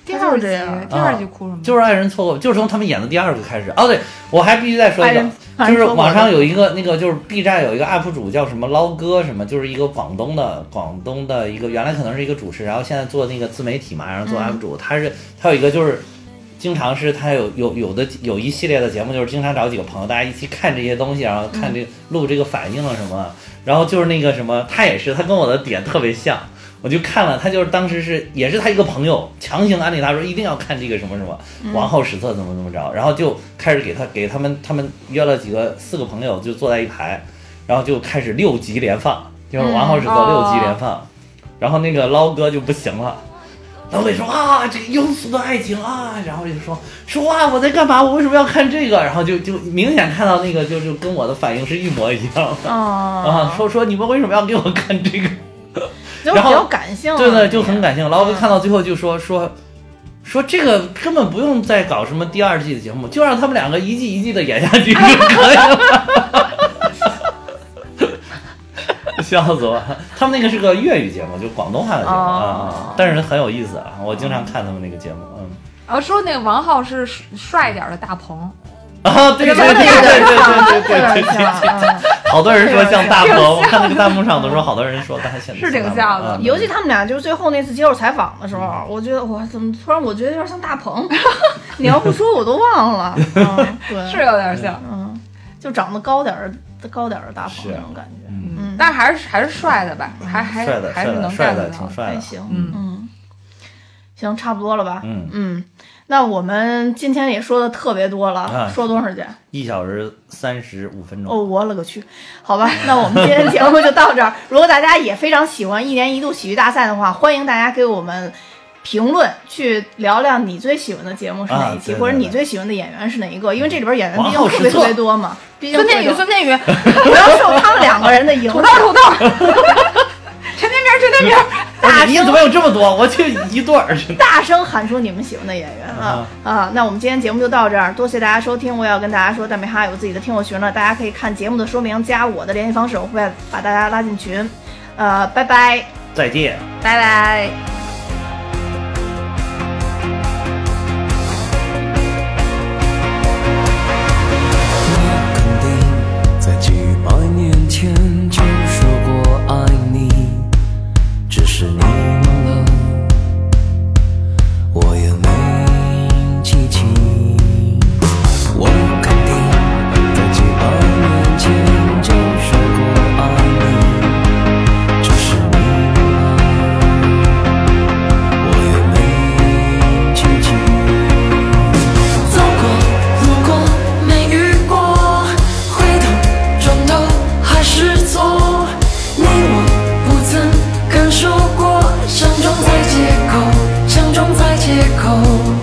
D: 第二集
B: 他就是这样
D: 第二集哭什么？
C: 嗯就是爱人错过，就是从他们演的第二个开始。哦，对，我还必须再说一
B: 爱
C: 个
B: 人，
C: 就
B: 爱
C: 是
B: 人错过
C: 网上有一个那个就是 B 站有一个 UP 主叫什么捞哥什么，就是一个广东的广东的一个原来可能是一个主持，然后现在做那个自媒体嘛，然后做 UP 主，他是他有一个就是。经常是他有有有的有一系列的节目，就是经常找几个朋友，大家一起看这些东西，然后看这录这个反应啊什么，然后就是那个什么，他也是他跟我的点特别像，我就看了，他就是当时是也是他一个朋友强行安利他说一定要看这个什么什么王后史册怎么怎么着，然后就开始给他给他们他们约了几个四个朋友就坐在一排，然后就开始六集连放，就是王后史册六集连放，然后那个捞哥就不行了。老伟说啊，这个庸俗的爱情啊，然后就说说啊，我在干嘛？我为什么要看这个？然后就就明显看到那个就就跟我的反应是一模一样的啊
B: 啊，，
C: 说说你们为什么要给我看这 个？
B: 就比
C: 然后
B: 较感性啊，
D: 嗯
C: 对对，就很感性。老魏
B: 嗯
C: 看到最后就说说说这个根本不用再搞什么第二季的节目，就让他们两个一季一季的演下去就可以了。 笑死我！他们那个是个粤语节目，就广东话的节目啊
B: 哦，
C: 但是很有意思啊，我经常看他们那个节目，嗯。
D: 然后哦说那个王浩是帅一点的大鹏，哦
C: 啊，对对对对对对 对对对，
B: 嗯
C: 好多人说像大鹏，我看那个弹幕上都说好多人说他现在啊
D: 是挺像的
C: 嗯
B: 尤其他们俩就是最后那次接受采访的时候，我觉得我怎么突然我觉得有点像大鹏， 你要不说我都忘 了。嗯，对，
D: 是有点像，
B: 嗯，就长得高点儿、高点儿的大鹏
C: 是
B: 那种感觉，
C: 嗯
B: 嗯，
D: 但还是还是帅的吧，还还
C: 帅的
D: 还
C: 帅
D: 是
C: 的
D: 能
C: 帅
D: get
C: 的
D: 到
C: 挺
D: 的。
C: 帅
B: 还
C: 的，
B: 行，
D: 嗯
B: 嗯，行，差不多了吧，
C: 嗯，
B: 嗯，那我们今天也说的特别多
C: 啊嗯
B: 了，说多长时间？
C: 一小时三十五分钟。
B: 哦，我勒个去！ 好吧，那我们今天节目就到这儿。如果大家也非常喜欢一年一度喜剧大赛的话，欢迎大家给我们评论，去聊聊你最喜欢的节目是哪一期，
C: 啊对对
B: 或者你
C: 对
B: 最喜欢的演员是哪一个，因为这里边演员
C: 王
B: 毕竟
C: 浩
B: 特
C: 实
B: 别特
C: 测
B: 别多嘛。毕竟
D: 孙天宇，
B: 这个
D: 孙天宇，
B: 不要受他们两个人的影
D: 土
B: 响
D: 豆，。土豆，陈天明，陈天明，
C: 我说你怎么有这么多？我就一对儿，真的。
B: 大声喊出你们喜欢的演员啊啊！那我们今天节目就到这儿，多谢大家收听。我也要跟大家说，蛋美哈有自己的听友群了，大家可以看节目的说明，加我的联系方式，我会把大家拉进群。呃，拜拜。
C: 再见。
D: 拜拜。
A: 那肯定在几百年前就说过爱你，只是你忘了，我也没记起。我肯定在几百年前就说过爱你，只是你忘了，我也没记起。
E: 走过，路过，没遇过，回头，转头，还是错。你我不曾感受过，相撞在街口，相撞在街口。哦